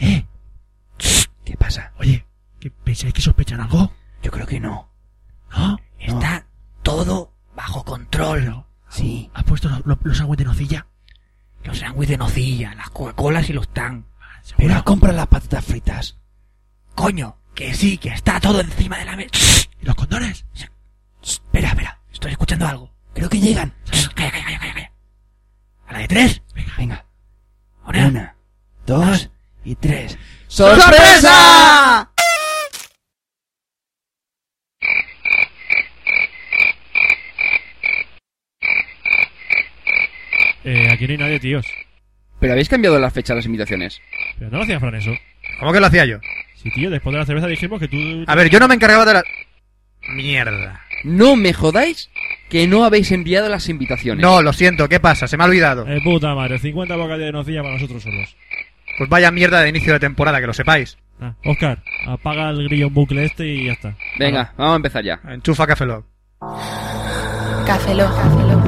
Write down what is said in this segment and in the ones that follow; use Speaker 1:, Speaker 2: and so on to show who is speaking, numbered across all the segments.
Speaker 1: ¿Eh?
Speaker 2: ¿Pensáis que sospechan algo?
Speaker 1: Yo creo que no.
Speaker 2: ¿No?
Speaker 1: Está todo bajo control. Sí.
Speaker 2: ¿Has puesto lo- lo- los aguas de nocilla?
Speaker 1: Los sándwiches de nocilla, las Coca-Colas y los tan.
Speaker 2: Ah, ¿Seguro?
Speaker 1: compra las patatas fritas. Coño, que sí, que está todo encima de la mesa.
Speaker 2: ¿Y los condones?
Speaker 1: Espera, espera, estoy escuchando algo. Creo que llegan. Shh, Calla, calla, calla, calla, calla. A la de tres.
Speaker 2: Venga. Ah.
Speaker 1: Venga. Una, dos y tres.
Speaker 3: ¡Sorpresa!
Speaker 4: Eh, aquí no hay nadie, tíos.
Speaker 3: ¿Pero habéis cambiado la fecha de las invitaciones?
Speaker 4: Pero no lo hacía Fran eso.
Speaker 5: ¿Cómo que lo hacía yo?
Speaker 4: Sí, tío, después de la cerveza dijimos que tú...
Speaker 5: A ver, yo no me encargaba de la... Mierda.
Speaker 3: No me jodáis que no habéis enviado las invitaciones.
Speaker 5: No, lo siento, ¿qué pasa? Se me ha olvidado.
Speaker 4: Eh, puta madre, 50 bocadillas de nocilla para nosotros solos.
Speaker 5: Pues vaya mierda de inicio de temporada, que lo sepáis.
Speaker 4: Ah, Oscar, apaga el grillo en bucle este y ya está.
Speaker 3: Venga, vamos a empezar ya.
Speaker 5: Enchufa Café Lock.
Speaker 6: Café Lock. Café Lock.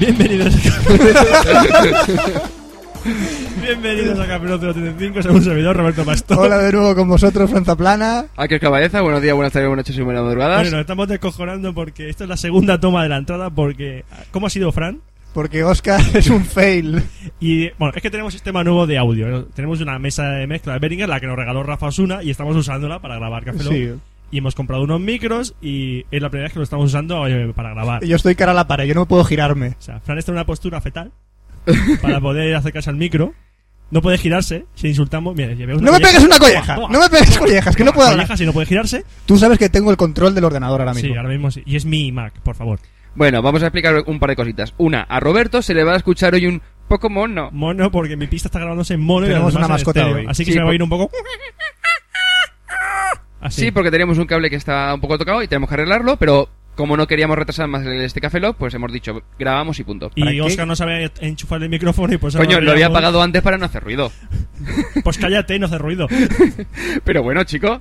Speaker 4: Bienvenidos Bienvenidos a Campeonato 85, según servidor Roberto Pastor.
Speaker 7: Hola de nuevo con vosotros, Franza Plana.
Speaker 3: Aquel Caballeza, buenos días, buenas tardes, buenas noches y buenas madrugadas.
Speaker 4: Bueno, nos estamos descojonando porque esta es la segunda toma de la entrada porque... ¿Cómo ha sido, Fran?
Speaker 7: Porque Oscar es un fail.
Speaker 4: Y bueno, es que tenemos sistema nuevo de audio. ¿no? Tenemos una mesa de mezcla de Behringer, la que nos regaló Rafa Osuna, y estamos usándola para grabar Café Lock.
Speaker 7: Sí.
Speaker 4: Y hemos comprado unos micros y es la primera vez que lo estamos usando eh, para grabar.
Speaker 7: Yo estoy cara a la pared, yo no puedo girarme.
Speaker 4: O sea, Fran está en una postura fetal para poder acercarse al micro. No puede girarse, si le insultamos. Mira, llevé una
Speaker 7: No me
Speaker 4: colleja.
Speaker 7: pegues una colleja,
Speaker 4: Toma,
Speaker 7: no me pegues collejas, que no
Speaker 4: toma,
Speaker 7: puedo hablar.
Speaker 4: colleja, si no puede girarse.
Speaker 7: Tú sabes que tengo el control del
Speaker 3: Ah,
Speaker 7: ordenador ahora mismo.
Speaker 4: Sí, ahora mismo sí. Y es mi Mac, por favor.
Speaker 3: Bueno, vamos a explicar un par de cositas. Una, a Roberto se le va a escuchar hoy un poco mono.
Speaker 4: Mono, porque mi pista está grabándose en mono
Speaker 7: Tenemos
Speaker 4: y además
Speaker 7: una
Speaker 4: en
Speaker 7: mascota
Speaker 4: estéreo.
Speaker 7: hoy.
Speaker 4: Así que
Speaker 3: Sí,
Speaker 4: se me va a
Speaker 3: por-
Speaker 4: ir un poco.
Speaker 3: Sí.
Speaker 4: Así.
Speaker 3: porque tenemos un cable que está un poco tocado y tenemos que arreglarlo, pero como no queríamos retrasar más este Café Lock, pues hemos dicho, grabamos y punto.
Speaker 7: ¿Para
Speaker 4: Y
Speaker 7: qué?
Speaker 4: Oscar no sabe enchufar el micrófono y pues ahora
Speaker 3: Coño, lo había
Speaker 4: pillamos.
Speaker 3: apagado antes para no hacer ruido.
Speaker 4: Pues cállate y no hace ruido.
Speaker 3: Pero bueno, chico.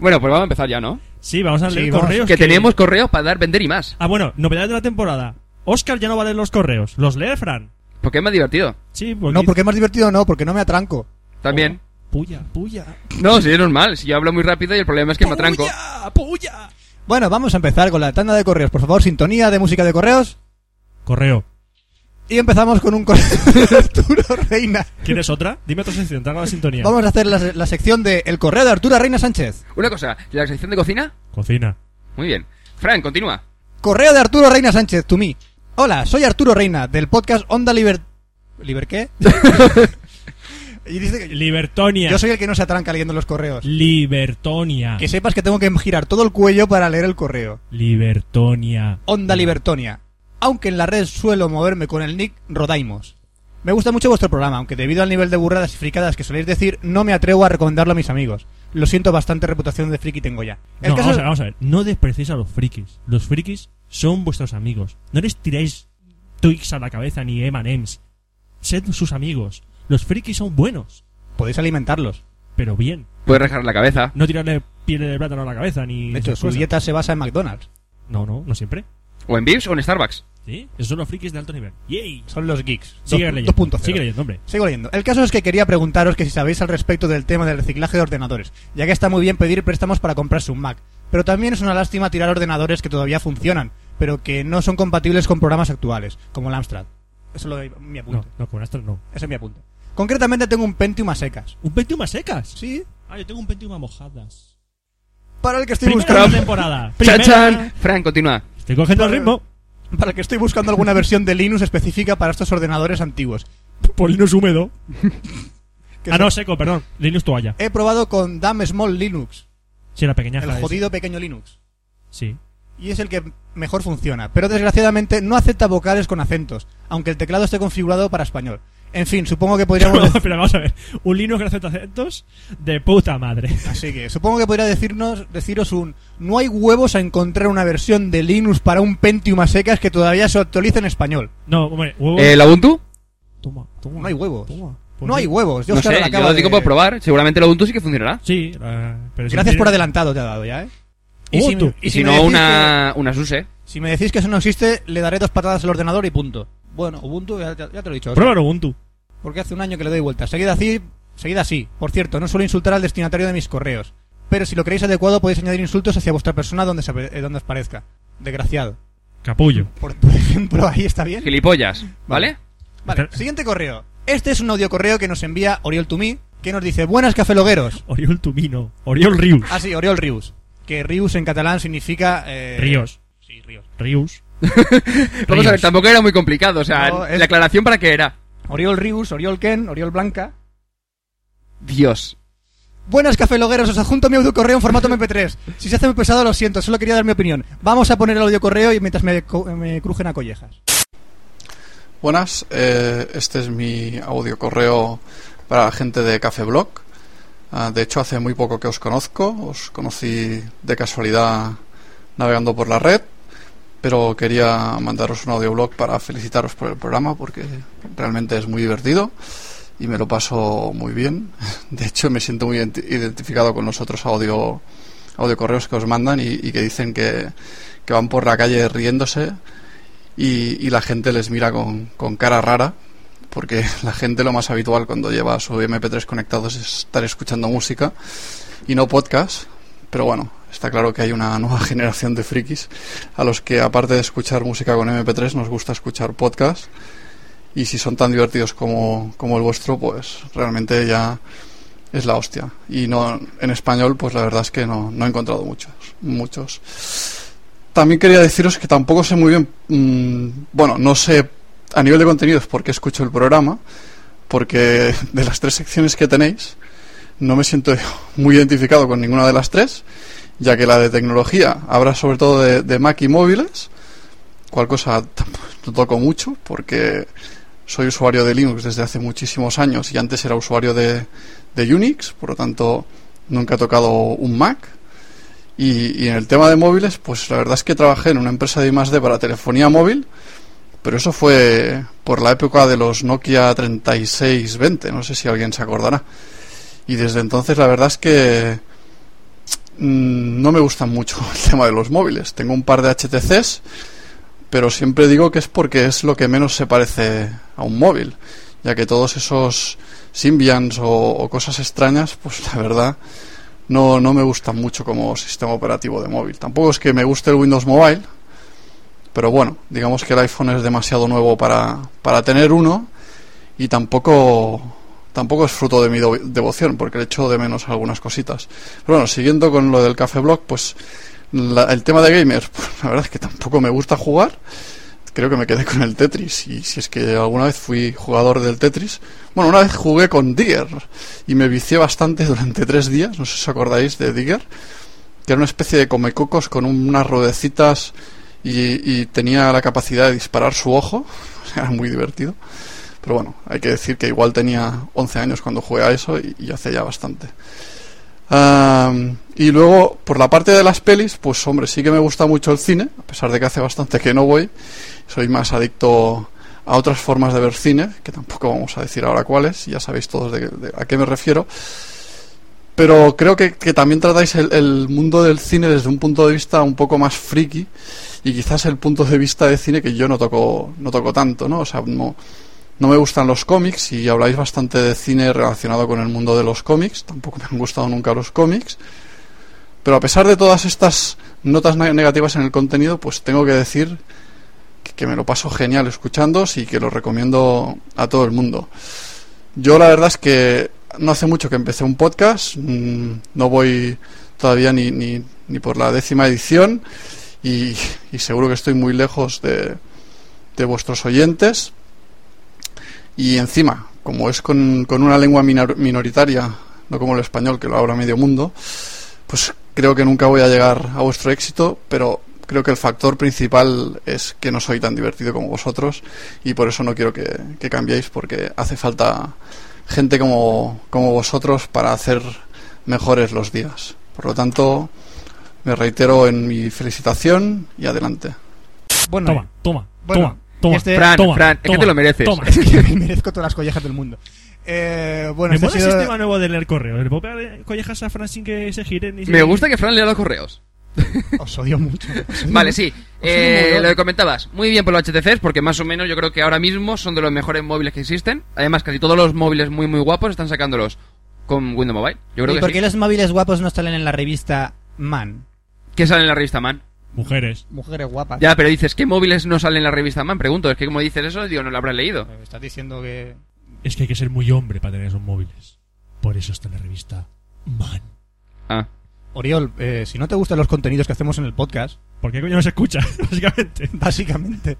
Speaker 3: Bueno, pues vamos a empezar ya, ¿no?
Speaker 4: Sí, vamos a leer
Speaker 7: Sí, vamos.
Speaker 4: correos.
Speaker 3: Que tenemos correos para dar, vender y más.
Speaker 4: Ah, bueno, novedades de la temporada. Oscar ya no va a leer los correos. ¿Los lee, Fran?
Speaker 3: Porque es más divertido.
Speaker 4: Sí, porque...
Speaker 7: No, porque es más divertido no, porque no me atranco.
Speaker 3: También.
Speaker 4: Puya, puya.
Speaker 7: Oh.
Speaker 3: No, sí, es normal. Si yo hablo muy rápido y el problema es que me atranco.
Speaker 4: ¡Puya, puya!
Speaker 7: Bueno, vamos a empezar con la tanda de correos. Por favor, sintonía de música de correos.
Speaker 4: Correo.
Speaker 7: Y empezamos con un correo de Arturo Reina.
Speaker 4: ¿Quieres otra? Dime otra sección, te hago la sintonía.
Speaker 7: Vamos a hacer la, la sección de El correo de Arturo Reina Sánchez.
Speaker 3: Una cosa, la sección de cocina.
Speaker 4: Cocina.
Speaker 3: Muy bien. Fran, continúa.
Speaker 7: Correo de Arturo Reina Sánchez, to me. Hola, soy Arturo Reina, del podcast Onda Liber... ¿Liber qué? y dice que
Speaker 4: Libertonia.
Speaker 7: yo soy el que no se atranca leyendo los correos.
Speaker 4: Libertonia.
Speaker 7: Que sepas que tengo que girar todo el cuello para leer el correo.
Speaker 4: Libertonia.
Speaker 7: Onda Libertonia. Aunque en la red suelo moverme con el nick Rodaimos. Me gusta mucho vuestro programa, aunque debido al nivel de burradas y fricadas que soléis decir, no me atrevo a recomendarlo a mis amigos. Lo siento, bastante reputación de friki tengo ya. El
Speaker 4: No,
Speaker 7: caso
Speaker 4: vamos,
Speaker 7: es-
Speaker 4: a ver, vamos a ver. No despreciéis a los frikis. Los frikis son vuestros amigos. No les tiréis twigs a la cabeza ni M&M's. Sed sus amigos. Los frikis son buenos,
Speaker 7: Podéis alimentarlos.
Speaker 4: pero bien.
Speaker 3: Puedes rejar la cabeza.
Speaker 4: No tirarle piel de plátano a la cabeza ni...
Speaker 7: De hecho,
Speaker 4: esas
Speaker 7: su
Speaker 4: cosas.
Speaker 7: dieta se basa en McDonald's.
Speaker 4: No, no, no siempre.
Speaker 3: O en Vips o en Starbucks.
Speaker 4: Sí, esos son los frikis de alto nivel. ¡Yay!
Speaker 7: Son los geeks.
Speaker 4: Sigue
Speaker 7: Dos-
Speaker 4: leyendo.
Speaker 7: 2.0.
Speaker 4: Sigue leyendo, hombre.
Speaker 7: Sigo leyendo. El caso es que quería preguntaros que si sabéis al respecto del tema del reciclaje de ordenadores, ya que está muy bien pedir préstamos para comprarse un Mac, pero también es una lástima tirar ordenadores que todavía funcionan, pero que no son compatibles con programas actuales, como el Amstrad. Eso lo doy- mi
Speaker 4: No,
Speaker 7: apunte.
Speaker 4: no, con Astro no.
Speaker 7: Ese es mi apunte. Concretamente tengo un Pentium a secas.
Speaker 4: ¿Un Pentium a secas?
Speaker 7: Sí.
Speaker 4: Ah, yo tengo un Pentium a mojadas.
Speaker 7: Para el que estoy
Speaker 4: Primera
Speaker 7: buscando.
Speaker 4: temporada.
Speaker 3: ¡Chan,
Speaker 4: Primera.
Speaker 3: chan! Fran, continúa.
Speaker 4: Estoy cogiendo el ritmo.
Speaker 7: Para el que estoy buscando alguna versión de Linux específica para estos ordenadores antiguos.
Speaker 4: Polinos húmedo.
Speaker 7: que
Speaker 4: Ah,
Speaker 7: son-
Speaker 4: no, seco, perdón. Linux toalla.
Speaker 7: He probado con Damn Small Linux,
Speaker 4: Sí, la pequeña
Speaker 7: el jodido pequeño Linux.
Speaker 4: Sí.
Speaker 7: y es el que mejor funciona, pero desgraciadamente no acepta vocales con acentos, aunque el teclado esté configurado para español. En fin, supongo que podríamos
Speaker 4: Pero, pero vamos a ver, un Linux gracias a acentos de puta madre.
Speaker 7: Así que supongo que podría decirnos, deciros un no hay huevos a encontrar una versión de Linux para un Pentium a secas que todavía se actualiza en español.
Speaker 4: No, hombre, huevos.
Speaker 3: ¿El Eh, Ubuntu?
Speaker 4: Toma, toma,
Speaker 7: No hay huevos.
Speaker 4: toma. Pues
Speaker 7: No
Speaker 4: sí.
Speaker 7: hay huevos. Yo
Speaker 3: No sé, yo lo digo por probar. Seguramente el Ubuntu sí que funcionará.
Speaker 4: Sí, la- pero si
Speaker 7: Gracias
Speaker 4: tiene-
Speaker 7: por adelantado te ha dado ya, ¿eh?
Speaker 4: Oh,
Speaker 7: me-
Speaker 4: tú.
Speaker 3: Y si,
Speaker 7: me
Speaker 3: no,
Speaker 7: decís
Speaker 3: una, una SUSE.
Speaker 7: que- ¿Eh? si me decís que eso no existe, le daré dos patadas al ordenador y punto. Bueno, Ubuntu, ya, ya- ya te lo he dicho. o sea,
Speaker 4: Pruébalo Ubuntu.
Speaker 7: porque hace un año que le doy vueltas. Seguida así, seguida así. Por cierto, no suelo insultar al destinatario de mis correos. Pero si lo creéis adecuado, podéis añadir insultos hacia vuestra persona donde, se- eh, donde os parezca. Desgraciado.
Speaker 4: Capullo.
Speaker 7: Por, por ejemplo, ahí está bien.
Speaker 3: Gilipollas, ¿vale?
Speaker 7: Vale,
Speaker 4: Espera.
Speaker 7: siguiente correo. Este es un audio correo que nos envía Oriol Tumí, que nos dice, buenas cafelogueros.
Speaker 4: Oriol Tumino. Oriol Rius.
Speaker 7: Ah, sí, Oriol Rius. Que Rius en catalán significa... eh,
Speaker 4: Ríos.
Speaker 7: Sí, Ríos.
Speaker 4: Rius.
Speaker 3: Vamos a ver,
Speaker 4: Ríos.
Speaker 3: tampoco era muy complicado. O sea,
Speaker 7: No, es-
Speaker 3: la aclaración para qué era.
Speaker 7: Oriol Rius, Oriol Ken, Oriol Blanca.
Speaker 3: Dios.
Speaker 7: Buenas cafelogueros, os adjunto mi audio correo en formato MP3. Si se hace muy pesado, lo siento, solo quería dar mi opinión. Vamos a poner el audio correo y mientras me, co- me crujen a collejas.
Speaker 8: Buenas, eh, este es mi audio correo para la gente de Café Blog. Ah, de hecho, hace muy poco que os conozco, os conocí de casualidad navegando por la red, pero quería mandaros un audioblog para felicitaros por el programa porque realmente es muy divertido y me lo paso muy bien. De hecho, me siento muy identi- identificado con los otros audio, audio correos que os mandan y, y que dicen que, que van por la calle riéndose y, y la gente les mira con, con cara rara, porque la gente lo más habitual cuando lleva su MP3 conectados es estar escuchando música y no podcast. Pero bueno, está claro que hay una nueva generación de frikis a los que aparte de escuchar música con MP3 nos gusta escuchar podcast y si son tan divertidos como, como el vuestro, pues realmente ya es la hostia. Y no en español, pues la verdad es que no, no he encontrado muchos, muchos. También quería deciros que tampoco sé muy bien, mm, bueno, no sé a nivel de contenidos por qué escucho el programa, porque de las tres secciones que tenéis, no me siento muy identificado con ninguna de las tres, ya que la de tecnología habla sobre todo de, de Mac y móviles, cual cosa tampoco no toco mucho, porque soy usuario de Linux desde hace muchísimos años y antes era usuario de, de Unix, por lo tanto nunca he tocado un Mac. Y, y en el tema de móviles, pues la verdad es que trabajé en una empresa de I+D para telefonía móvil, pero eso fue por la época de los Nokia 3620, no sé si alguien se acordará. Y desde entonces la verdad es que mm, no me gusta mucho el tema de los móviles. Tengo un par de HTCs, pero siempre digo que es porque es lo que menos se parece a un móvil, ya que todos esos Symbians o- o cosas extrañas, pues la verdad no, no me gusta mucho como sistema operativo de móvil. Tampoco es que me guste el Windows Mobile, pero bueno, digamos que el iPhone es demasiado nuevo para, para tener uno y tampoco, tampoco es fruto de mi do- devoción, porque le echo de menos algunas cositas. Pero bueno, siguiendo con lo del Café Blog, pues la- el tema de gamers, pues, la verdad es que tampoco me gusta jugar. Creo que me quedé con el Tetris y si es que alguna vez fui jugador del Tetris. Bueno, una vez jugué con Digger y me vicié bastante durante tres días, no sé si os acordáis de Digger, que era una especie de comecocos con unas ruedecitas y, y tenía la capacidad de disparar su ojo, era muy divertido. Pero bueno, hay que decir que igual tenía 11 años cuando jugué a eso y, y hace ya bastante. Am, y luego, por la parte de las pelis, pues hombre, sí que me gusta mucho el cine, a pesar de que hace bastante que no voy. Soy más adicto a otras formas de ver cine, que tampoco vamos a decir ahora cuáles, ya sabéis todos de, de a qué me refiero. Pero creo que, que también tratáis el, el mundo del cine desde un punto de vista un poco más friki y quizás el punto de vista de cine que yo no toco, no toco tanto, ¿no? O sea, no, no me gustan los cómics y habláis bastante de cine relacionado con el mundo de los cómics, tampoco me han gustado nunca los cómics. Pero a pesar de todas estas notas ne- negativas en el contenido, pues tengo que decir que, que me lo paso genial escuchándoos y que lo recomiendo a todo el mundo. Yo la verdad es que no hace mucho que empecé un podcast, mm, no voy todavía ni, ni, ni por la décima edición y, y seguro que estoy muy lejos de, de vuestros oyentes. Y encima, como es con, con una lengua minor- minoritaria, no como el español que lo habla medio mundo, pues creo que nunca voy a llegar a vuestro éxito, pero Creo que el factor principal es que no soy tan divertido como vosotros y por eso no quiero que, que cambiéis porque hace falta gente como, como vosotros para hacer mejores los días. Por lo tanto, me reitero en mi felicitación y adelante.
Speaker 7: Bueno,
Speaker 4: Toma, toma,
Speaker 7: Bueno,
Speaker 4: toma, toma.
Speaker 7: este-
Speaker 3: Fran,
Speaker 4: toma,
Speaker 3: Fran, es que
Speaker 4: toma,
Speaker 3: te lo mereces.
Speaker 4: Toma.
Speaker 7: es que me merezco todas las collejas del mundo. Eh, bueno,
Speaker 4: Me
Speaker 7: este ha
Speaker 4: mola el
Speaker 7: sido...
Speaker 4: sistema nuevo de leer correo. Le puedo pegar collejas a Fran sin que se giren. ni se-
Speaker 3: Me gusta que Fran lea los correos.
Speaker 7: Os odio mucho. Os odio
Speaker 3: Vale,
Speaker 7: mucho.
Speaker 3: sí.
Speaker 7: Pues
Speaker 3: Eh,
Speaker 7: sí, muy
Speaker 3: lo que
Speaker 7: bien.
Speaker 3: comentabas. Muy bien por los HTCs, porque más o menos yo creo que ahora mismo son de los mejores móviles que existen. Además, casi todos los móviles muy, muy guapos están sacándolos con Windows Mobile. Yo creo
Speaker 7: ¿Y
Speaker 3: que
Speaker 7: por qué
Speaker 3: sí.
Speaker 7: los móviles guapos no salen en la revista Man?
Speaker 3: Que sale en la revista Man.
Speaker 4: Mujeres.
Speaker 7: Mujeres guapas.
Speaker 3: Ya, pero dices, ¿qué móviles no salen en la revista Man? Pregunto, es que como dices eso, digo, no lo habrás leído.
Speaker 7: Me Eh, estás diciendo que...
Speaker 4: Es que hay que ser muy hombre para tener esos móviles. Por eso está en la revista Man.
Speaker 3: Ah.
Speaker 7: Oriol, eh, si no te gustan los contenidos que hacemos en el podcast,
Speaker 4: ¿Por qué coño no se escucha? Básicamente.
Speaker 7: básicamente...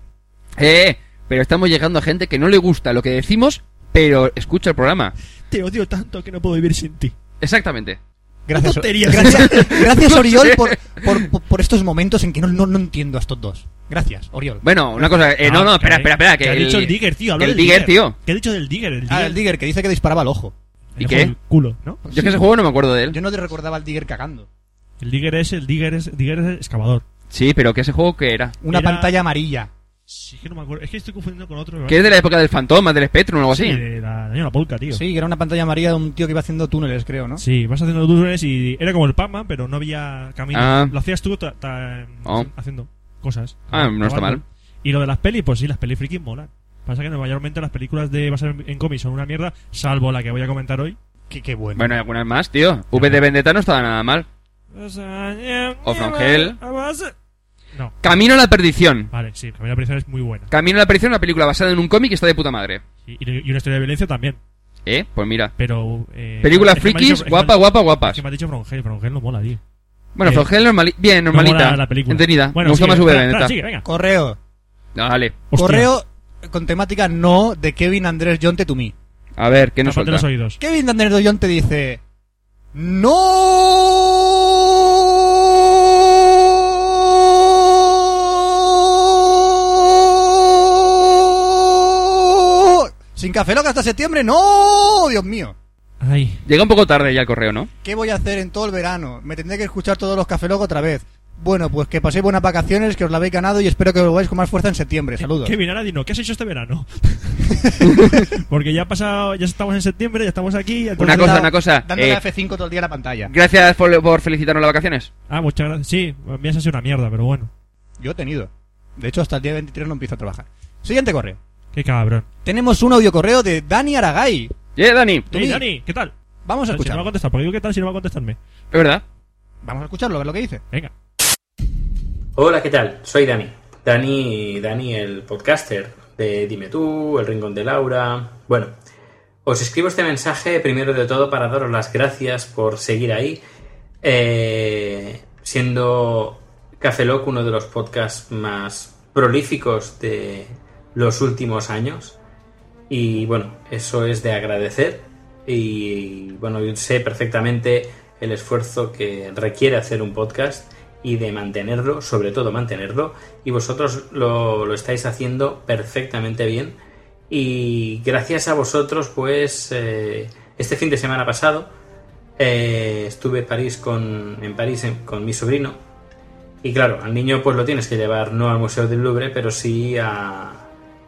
Speaker 3: Eh, pero estamos llegando a gente que no le gusta lo que decimos, pero escucha el programa.
Speaker 4: Te odio tanto que no puedo vivir sin ti.
Speaker 3: Exactamente.
Speaker 7: Gracias,
Speaker 4: tonterías.
Speaker 7: gracias, gracias
Speaker 3: No
Speaker 7: Oriol
Speaker 3: sé.
Speaker 7: por, por- por- por estos momentos en que no, no, no entiendo a estos dos. Gracias, Oriol.
Speaker 3: Bueno, una cosa. eh, no, no, espera, espera, espera. Que
Speaker 4: Ah, ha dicho el Digger, tío. Habla
Speaker 3: que el
Speaker 4: del
Speaker 3: Digger, tío.
Speaker 4: ¿Qué ha dicho del Digger? El Digger.
Speaker 7: Ah, el Digger que dice que disparaba al ojo.
Speaker 3: ¿Y
Speaker 4: el
Speaker 3: qué?
Speaker 4: ojo, el culo, ¿no?
Speaker 3: Yo es que ese juego no me acuerdo de él.
Speaker 7: Yo no te recordaba al Digger cagando.
Speaker 4: El Digger es el Digger es, Digger es el excavador.
Speaker 3: Sí, pero que ese juego que era.
Speaker 7: Una
Speaker 4: Era-
Speaker 7: pantalla amarilla.
Speaker 4: Sí, que no me acuerdo. Es que estoy confundiendo con otro.
Speaker 3: Que es de la época del Fantasma, del Spectrum o algo
Speaker 4: Sí,
Speaker 3: así.
Speaker 4: de la señora Polka, tío.
Speaker 7: Sí, que era una pantalla amarilla de un tío que iba haciendo túneles, creo, ¿no?
Speaker 4: Sí, vas haciendo túneles y era como el Pac-Man, pero no había camino.
Speaker 3: Ah.
Speaker 4: Lo hacías tú ta- ta- em,
Speaker 3: Oh.
Speaker 4: haciendo cosas.
Speaker 3: Ah, no está
Speaker 4: Acabando.
Speaker 3: mal.
Speaker 4: Y lo de las pelis, pues sí, las pelis frikis molan. Pasa que mayormente las películas de basar en, en cómics son una mierda, salvo la que voy a comentar hoy.
Speaker 7: Qué, qué bueno.
Speaker 3: Bueno, hay algunas más, tío. V de Vendetta no estaba nada mal.
Speaker 4: O
Speaker 3: From Hell.
Speaker 4: No,
Speaker 3: Camino a la perdición.
Speaker 4: vale, sí, Camino a la Prisión es muy buena.
Speaker 3: Camino a la perdición, una película basada en un cómic que está de puta madre.
Speaker 4: Y, y una historia de violencia también.
Speaker 3: Eh, pues mira.
Speaker 4: Pero. Eh,
Speaker 3: Películas
Speaker 4: es que me ha
Speaker 3: frikis,
Speaker 4: es que me ha
Speaker 3: guapa, guapa, guapas.
Speaker 4: Es que me ha dicho From Hell, From Hell no mola, tío.
Speaker 3: Bueno,
Speaker 4: Eh,
Speaker 3: Flogel normali- bien,
Speaker 4: No mola
Speaker 3: normalita.
Speaker 4: la película.
Speaker 3: Entendida.
Speaker 4: Bueno,
Speaker 3: me gusta
Speaker 4: sigue,
Speaker 3: más V de
Speaker 4: Fran, Fran,
Speaker 3: Vendetta.
Speaker 4: sigue, venga.
Speaker 7: Correo.
Speaker 3: Dale.
Speaker 4: Hostia,
Speaker 7: Correo con temática no de Kevin Andrés John te to me.
Speaker 3: A ver, ¿qué nos
Speaker 4: tapate
Speaker 3: falta?
Speaker 4: los oídos.
Speaker 7: Kevin Andrés John te dice... ¡No! Sin café loca hasta septiembre, no, Dios mío.
Speaker 4: Ay,
Speaker 3: Llega un poco tarde ya el correo, ¿no?
Speaker 7: ¿Qué voy a hacer en todo el verano? Me tendré que escuchar todos los Café Lock otra vez. Bueno, pues que paséis buenas vacaciones, que os la habéis ganado y espero que volváis con más fuerza en septiembre. Saludos.
Speaker 4: Kevin, ahora dinos, ¿qué has hecho este verano? Porque ya ha pasado, ya estamos en septiembre, ya estamos aquí. ya
Speaker 3: Una
Speaker 4: todo-
Speaker 3: cosa,
Speaker 7: Dando-
Speaker 3: una cosa.
Speaker 7: Dándole
Speaker 3: eh,
Speaker 7: a F5 todo el día a la pantalla.
Speaker 3: Gracias por, por felicitarnos las vacaciones.
Speaker 4: Ah, muchas gracias. Sí, me has hecho una mierda, pero bueno.
Speaker 7: Yo he tenido. De hecho, hasta el día 23 no empiezo a trabajar. Siguiente correo.
Speaker 4: Qué cabrón.
Speaker 7: Tenemos un audio correo de Dani Aragay.
Speaker 3: ¡Eh, Dani!
Speaker 7: Tú
Speaker 4: Ey,
Speaker 7: di-
Speaker 4: Dani, ¿qué tal?
Speaker 7: Vamos
Speaker 4: si no va
Speaker 7: a
Speaker 4: a
Speaker 7: escucharlo.
Speaker 4: contestar, porque digo qué tal si no va a contestarme.
Speaker 3: Es verdad.
Speaker 7: Vamos a escucharlo, a ver lo que dice.
Speaker 4: Venga.
Speaker 9: Hola, ¿qué tal? Soy Dani. Dani, Dani, el podcaster de Dime tú, El Rincón de Laura. Bueno, os escribo este mensaje primero de todo para daros las gracias por seguir ahí, eh, siendo Café Lock uno de los podcasts más prolíficos de los últimos años. Y bueno, eso es de agradecer. Y bueno, yo sé perfectamente el esfuerzo que requiere hacer un podcast y de mantenerlo, sobre todo mantenerlo. Y vosotros lo, lo estáis haciendo perfectamente bien. Y gracias a vosotros, pues eh, este fin de semana pasado eh, estuve en París con, en París en- con mi sobrino. Y claro, al niño pues lo tienes que llevar no al Museo del Louvre, pero sí a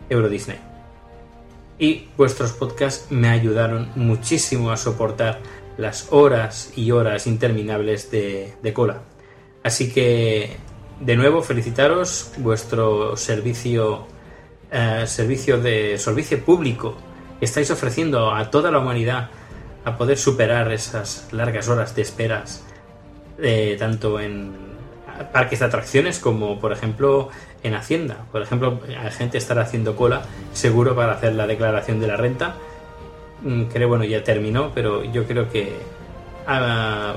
Speaker 9: Euro Disney y vuestros podcasts me ayudaron muchísimo a soportar las horas y horas interminables de, de cola. Así que, de nuevo, felicitaros vuestro servicio, eh, servicio de servicio público que estáis ofreciendo a toda la humanidad a poder superar esas largas horas de esperas, eh, tanto en parques de atracciones como, por ejemplo, en Hacienda. Por ejemplo, la gente estará haciendo cola seguro para hacer la declaración de la renta. Mm, Creo, bueno, ya terminó, pero yo creo que a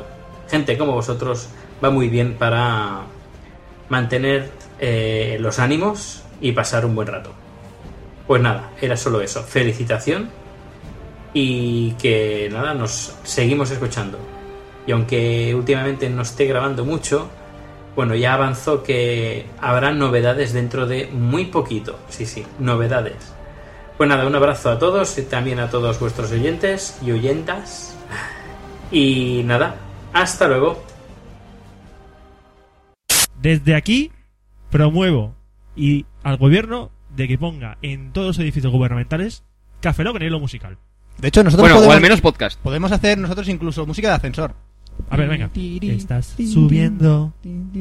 Speaker 9: gente como vosotros va muy bien para mantener eh, los ánimos y pasar un buen rato. Pues nada, era solo eso. Felicitación y que nada, nos seguimos escuchando. Y aunque últimamente no esté grabando mucho, Bueno, ya avanzó que habrá novedades dentro de muy poquito. Sí, sí, novedades. Pues nada, un abrazo a todos y también a todos vuestros oyentes y oyentas. Y nada, hasta luego.
Speaker 4: Desde aquí promuevo y al gobierno de que ponga en todos los edificios gubernamentales Café Lock en hilo musical.
Speaker 7: De hecho, nosotros
Speaker 3: Bueno, o
Speaker 7: podemos,
Speaker 3: al menos podcast.
Speaker 7: podemos hacer nosotros incluso música de ascensor.
Speaker 4: A ver, venga. Estás subiendo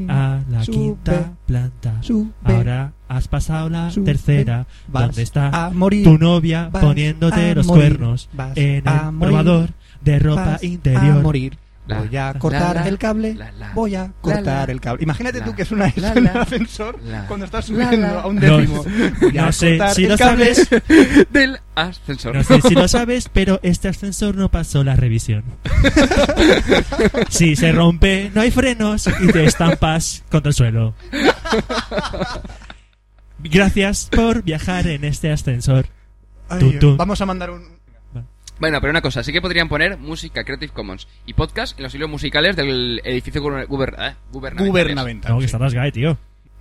Speaker 4: a la quinta planta. Ahora has pasado la
Speaker 7: Sube.
Speaker 4: tercera,
Speaker 7: Vas
Speaker 4: donde está
Speaker 7: a morir.
Speaker 4: tu novia
Speaker 7: Vas
Speaker 4: poniéndote
Speaker 7: a
Speaker 4: los
Speaker 7: morir.
Speaker 4: cuernos
Speaker 7: Vas
Speaker 4: en
Speaker 7: a
Speaker 4: el
Speaker 7: morir.
Speaker 4: probador de ropa
Speaker 7: Vas A
Speaker 4: interior.
Speaker 7: morir.
Speaker 3: La,
Speaker 7: Voy a
Speaker 3: la,
Speaker 7: cortar
Speaker 3: la,
Speaker 7: el cable.
Speaker 3: la, la,
Speaker 7: voy a cortar
Speaker 3: la, la,
Speaker 7: el cable. Imagínate
Speaker 3: la,
Speaker 7: tú que suena eso
Speaker 3: la,
Speaker 7: en el
Speaker 3: la,
Speaker 7: ascensor
Speaker 3: la,
Speaker 7: cuando estás
Speaker 3: la,
Speaker 7: subiendo
Speaker 3: la.
Speaker 7: a un décimo. Voy a
Speaker 4: No sé
Speaker 7: cortar
Speaker 4: si
Speaker 7: el
Speaker 4: lo
Speaker 7: cable.
Speaker 4: sabes,
Speaker 3: Del ascensor.
Speaker 4: no sé si lo sabes, pero este ascensor no pasó la revisión. Si se rompe, no hay frenos y te estampas contra el suelo. Gracias por viajar en este ascensor.
Speaker 7: Ay,
Speaker 4: Tú, tú.
Speaker 7: Vamos a mandar un.
Speaker 3: Bueno, pero una cosa, sí que podrían poner música Creative Commons y podcast en los hilos musicales del edificio guber- guber- eh, gubernamental.
Speaker 7: Gubernamental.
Speaker 4: No, que
Speaker 7: sí.
Speaker 4: está las GAE, tío.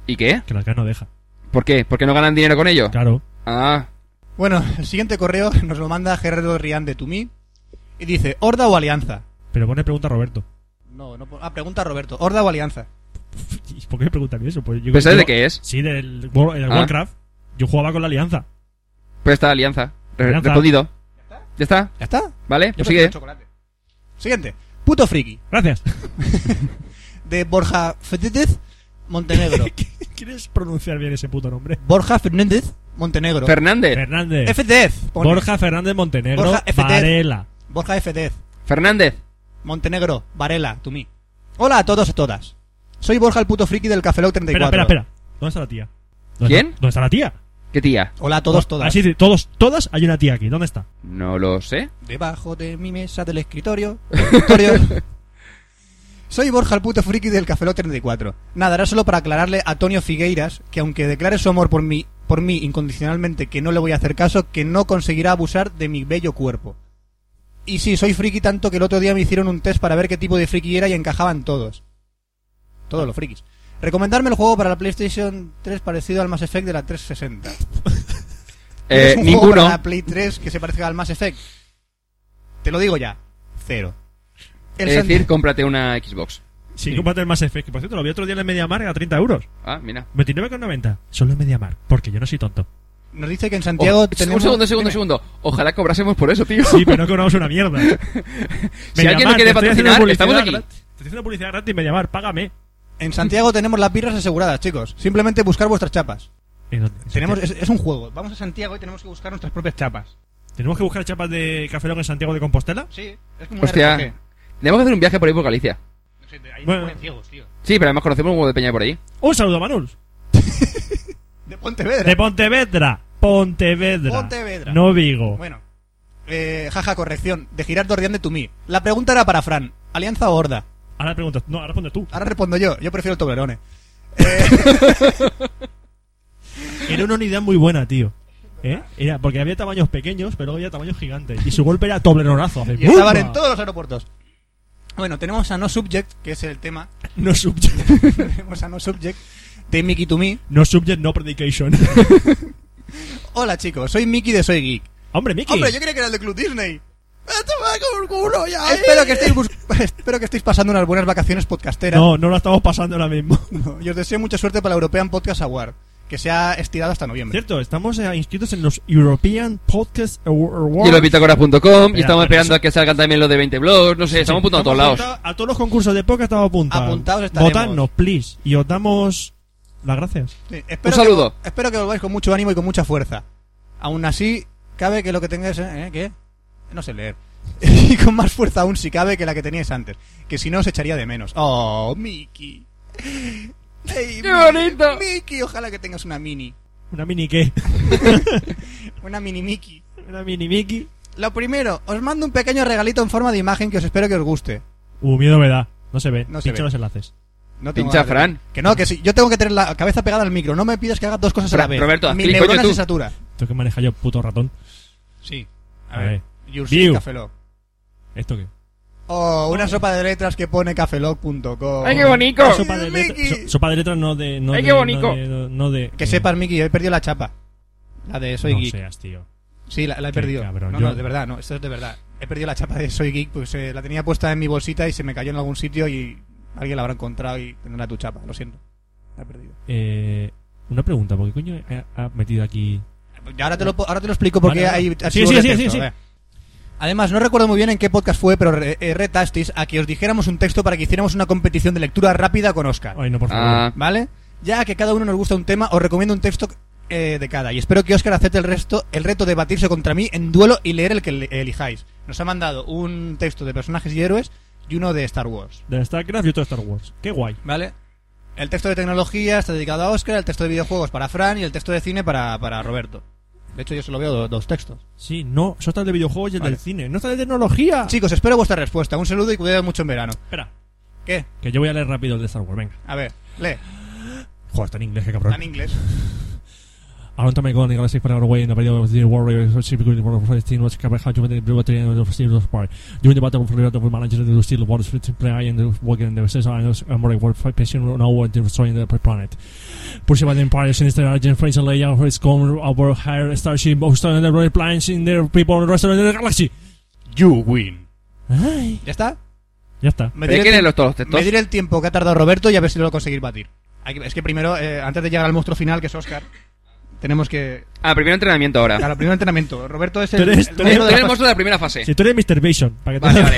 Speaker 3: ¿Y qué?
Speaker 4: Que las GAE no deja.
Speaker 3: ¿Por qué? ¿Por qué no ganan dinero con ello?
Speaker 4: Claro.
Speaker 3: Ah,
Speaker 7: Bueno, el siguiente correo nos lo manda Gerardo Rián de Tumí y dice: ¿Horda o alianza?
Speaker 4: Pero pone pregunta a Roberto.
Speaker 7: No, no. po- Ah, pregunta a Roberto: ¿Horda o alianza?
Speaker 4: ¿Y ¿Por qué me preguntan a mí eso? Pues yo,
Speaker 3: ¿pero sabes
Speaker 4: yo-
Speaker 3: de qué es?
Speaker 4: Sí, del, War- del
Speaker 3: Ah.
Speaker 4: Warcraft. Yo jugaba con la Alianza.
Speaker 3: Pues está alianza. Re-
Speaker 4: Alianza.
Speaker 3: Respondido. ¿Ya está?
Speaker 7: ¿Ya está?
Speaker 3: ¿Vale?
Speaker 7: Yo
Speaker 3: Pues
Speaker 7: prefiero
Speaker 3: sigue.
Speaker 7: el chocolate. Siguiente. Puto friki.
Speaker 4: Gracias.
Speaker 7: De Borja Fernández Montenegro.
Speaker 4: ¿Quieres pronunciar bien ese puto nombre?
Speaker 7: Borja Fernández Montenegro. E
Speaker 3: Fernández.
Speaker 4: Fernández.
Speaker 7: FDF. pone.
Speaker 4: Borja Fernández Montenegro.
Speaker 7: Borja FT.
Speaker 4: Varela.
Speaker 7: Borja FDF.
Speaker 3: Fernández.
Speaker 7: Montenegro. Varela. Tumí. Hola a todos y todas. Soy Borja el puto friki del Café Lock
Speaker 4: Espera,
Speaker 7: 34.
Speaker 4: espera, espera. ¿Dónde está la tía? ¿Dónde
Speaker 3: ¿Quién?
Speaker 4: está- ¿Dónde está la tía?
Speaker 3: ¿Qué tía?
Speaker 7: Hola a todos, todas.
Speaker 4: Así dice, todos, todas hay una tía aquí. ¿Dónde está?
Speaker 3: No lo sé.
Speaker 7: Debajo de mi mesa del escritorio. escritorio. Soy Borja el puto friki del Café Lock 34. Nada, era solo para aclararle a Antonio Figueiras que aunque declare su amor por mí, por mí incondicionalmente que no le voy a hacer caso, que no conseguirá abusar de mi bello cuerpo. Y sí, soy friki tanto que el otro día me hicieron un test para ver qué tipo de friki era y encajaban todos. Todos los frikis. Recomendarme el juego para la PlayStation 3 parecido al Mass Effect de la 360.
Speaker 3: Eh,
Speaker 7: ¿Es un juego
Speaker 3: ninguno.
Speaker 7: para la Play 3 que se parezca al Mass Effect? Te lo digo ya. Cero. El
Speaker 3: Es
Speaker 7: San-
Speaker 3: decir, cómate una Xbox.
Speaker 4: Sí, cómprate el Mass Effect. que Por cierto, lo vi otro día en el MediaMark a 30 euros.
Speaker 3: Ah, mira.
Speaker 4: 29,90. Solo en MediaMark. Porque yo no soy tonto.
Speaker 7: Nos dice que en Santiago
Speaker 3: Oh,
Speaker 7: tenemos...
Speaker 3: Un segundo, un segundo, un
Speaker 7: Dime.
Speaker 3: segundo. Ojalá cobrásemos por eso, tío.
Speaker 4: Sí, pero no cobramos una mierda.
Speaker 3: Si alguien nos quiere
Speaker 4: MediaMark, te estoy haciendo
Speaker 3: patrocinar,
Speaker 4: publicidad
Speaker 3: estamos aquí.
Speaker 4: gratis. Te estoy haciendo publicidad gratis, MediaMark. Págame.
Speaker 7: En Santiago tenemos las birras aseguradas, chicos. Simplemente buscar vuestras chapas.
Speaker 4: ¿En dónde?
Speaker 7: Tenemos, es, es un juego. Vamos a Santiago y tenemos que buscar nuestras propias chapas.
Speaker 4: ¿Tenemos que buscar chapas de Café Lock en Santiago de Compostela?
Speaker 7: Sí, es como un
Speaker 3: Hostia.
Speaker 7: RPG.
Speaker 3: Tenemos que hacer un viaje por ahí por Galicia.
Speaker 7: No sé, ahí
Speaker 4: Bueno.
Speaker 7: no ponen ciegos, tío.
Speaker 3: Sí, pero además conocemos un huevo de peña por ahí.
Speaker 4: Un saludo, Manul.
Speaker 7: De Pontevedra.
Speaker 4: De Pontevedra. Pontevedra.
Speaker 7: Pontevedra.
Speaker 4: No Vigo.
Speaker 7: Bueno. Eh, jaja, corrección. De Girardo Rián de Tumí. La pregunta era para Fran. ¿Alianza o Horda?
Speaker 4: Ahora pregunto. No, ahora responde tú.
Speaker 7: Ahora respondo yo. Yo prefiero el Toblerone.
Speaker 4: Era una unidad muy buena, tío. ¿Eh? Era porque había tamaños pequeños, pero luego había tamaños gigantes. Y su golpe era tobleronazo. hace
Speaker 7: Y estaban
Speaker 4: ¡bumba!
Speaker 7: en todos los aeropuertos. Bueno, tenemos a No Subject, que es el tema.
Speaker 4: No subject,
Speaker 7: tenemos a No Subject de Mickey to Me.
Speaker 4: no subject, no predication.
Speaker 7: Hola chicos, soy Mickey de Soy Geek.
Speaker 4: Hombre, Mickey.
Speaker 7: Hombre, yo creía que era el de Club Disney. Ah, Espero que, estéis bus- espero que estéis pasando unas buenas vacaciones podcasteras.
Speaker 4: No, no lo estamos pasando ahora mismo.
Speaker 7: No, Y os deseo mucha suerte para la European Podcast Award, que se ha estirado hasta noviembre.
Speaker 4: Cierto, estamos eh, inscritos en los European Podcast Awards.
Speaker 3: Y los bitácoras.com. Y
Speaker 4: Espera,
Speaker 3: estamos
Speaker 4: pero
Speaker 3: esperando
Speaker 4: eso-
Speaker 3: a que salgan también los de 20 blogs. No sé, estamos apuntando a todos lados.
Speaker 4: apuntados A todos los concursos de podcast estamos apuntados.
Speaker 7: Apuntados estaremos.
Speaker 4: Votadnos, please. Y os damos las gracias.
Speaker 7: Sí, espero
Speaker 3: Un saludo.
Speaker 7: que- espero que volváis con mucho ánimo y con mucha fuerza. Aún así, cabe que lo que tengáis... ¿eh? ¿Qué? No sé leer. y con más fuerza aún si cabe que la que teníais antes. Que si no os echaría de menos. ¡Oh, Mickey! Ey,
Speaker 3: ¡Qué bonito!
Speaker 7: Mickey, ojalá que tengas una mini.
Speaker 4: Una mini qué.
Speaker 7: Una mini Mickey.
Speaker 4: Una mini Mickey.
Speaker 7: Lo primero, os mando un pequeño regalito en forma de imagen que os espero que os guste.
Speaker 4: Uh, miedo me da. No se ve.
Speaker 7: No se
Speaker 4: Pincha
Speaker 7: ve.
Speaker 4: los enlaces.
Speaker 7: No tengo
Speaker 3: Pincha
Speaker 7: nada que-
Speaker 3: Fran.
Speaker 7: Que no, que sí. Yo tengo que tener la cabeza pegada al micro. No me pidas que haga dos cosas a la
Speaker 3: Fran,
Speaker 7: vez.
Speaker 3: Roberto, haz
Speaker 7: Mi
Speaker 3: clic,
Speaker 7: neurona
Speaker 3: coño,
Speaker 7: se
Speaker 3: tú.
Speaker 7: satura.
Speaker 4: Tengo que manejar yo, puto ratón.
Speaker 7: Sí.
Speaker 4: A ver.
Speaker 7: Your
Speaker 4: View.
Speaker 7: Café Lock.
Speaker 4: ¿Esto qué?
Speaker 7: Oh, una sopa de letras que pone cafelog.com.
Speaker 3: ¡Ay, qué bonito!
Speaker 4: Ah, sopa, de letra-
Speaker 7: Mickey.
Speaker 4: so- sopa de letras no de. No
Speaker 3: Ay,
Speaker 4: de-
Speaker 3: qué bonito.
Speaker 4: No de, no- no de-
Speaker 7: Que
Speaker 4: eh,
Speaker 7: sepas, Miki, yo he perdido la chapa. La de Soy
Speaker 4: no
Speaker 7: Geek.
Speaker 4: seas, tío.
Speaker 7: Sí, la, la he
Speaker 4: Qué
Speaker 7: perdido.
Speaker 4: cabrón,
Speaker 7: no,
Speaker 4: yo-
Speaker 7: no, de verdad, no, esto es de verdad. He perdido la chapa de Soy Geek, pues eh, la tenía puesta en mi bolsita y se me cayó en algún sitio y alguien la habrá encontrado y tendrá tu chapa, lo siento. La he perdido.
Speaker 4: Eh, una pregunta, ¿por qué coño ha, ha metido aquí?
Speaker 7: Y ahora te lo, po- ahora te lo explico porque
Speaker 4: Vale, vale.
Speaker 7: hay
Speaker 4: Sí,
Speaker 7: archivos
Speaker 4: sí,
Speaker 7: de
Speaker 4: sí,
Speaker 7: texto,
Speaker 4: sí, sí.
Speaker 7: a ver. Además, no recuerdo muy bien en qué podcast fue, pero re- eh, retasteis a que os dijéramos un texto para que hiciéramos una competición de lectura rápida con Oscar.
Speaker 4: Ay, no, por favor.
Speaker 3: Ah,
Speaker 7: ¿Vale? Ya que cada uno nos gusta un tema, os recomiendo un texto eh, de cada. Y espero que Oscar acepte el resto, el reto de batirse contra mí en duelo y leer el que le- elijáis. Nos ha mandado un texto de personajes y héroes y uno de Star Wars.
Speaker 4: De StarCraft y otro de Star Wars. Qué guay.
Speaker 7: ¿Vale? El texto de tecnología está dedicado a Oscar, el texto de videojuegos para Fran y el texto de cine para, para Roberto. De hecho, yo solo veo do- dos textos.
Speaker 4: Sí, no, solo está el de videojuegos y el
Speaker 7: Vale.
Speaker 4: del cine. ¡No está el de tecnología!
Speaker 7: Chicos, espero vuestra respuesta. Un saludo y cuidado mucho en verano.
Speaker 4: Espera,
Speaker 7: ¿Qué?
Speaker 4: que yo voy a leer rápido el de Star Wars, venga.
Speaker 7: A ver, lee.
Speaker 4: Joder, está en inglés, qué cabrón.
Speaker 7: Está en inglés.
Speaker 4: Aaron Tomei Gordon, Galaxy Fire Away, and the Battle of the Warriors, Ship Green, World of Palestine, was covered how to the Blue Battalion of the Steel Park. During the Battle of the Red of Manager, the Steel Wars fit to play and the Walking in the Sense of Armory War Patient now and destroying the planet. Pushed by the Empire, Sinister Agent, Fraser Leia, who is gone over higher starship, Houston, and the Red Plans in their people, and the rest of the galaxy. You win. Ay,
Speaker 7: ¿Ya está?
Speaker 4: ya está.
Speaker 7: Me
Speaker 3: ¿Pero
Speaker 7: diré-
Speaker 3: quién es los todos los textos?
Speaker 7: Medir el tiempo que ha tardado Roberto y a ver si lo va a conseguir batir. Hay que- es que primero, eh, antes de llegar al monstruo final, que es Oscar, tenemos que.
Speaker 3: Ah, primero entrenamiento ahora.
Speaker 7: Claro, primero entrenamiento. Roberto es
Speaker 4: Tú
Speaker 7: el.
Speaker 4: eres-
Speaker 7: el
Speaker 3: Tú
Speaker 4: tú
Speaker 3: eres
Speaker 7: monstruo de la
Speaker 3: el
Speaker 7: pas-
Speaker 3: monstruo de la primera fase.
Speaker 4: Si tú eres Mr. Vision, para que te
Speaker 3: Vale, vale.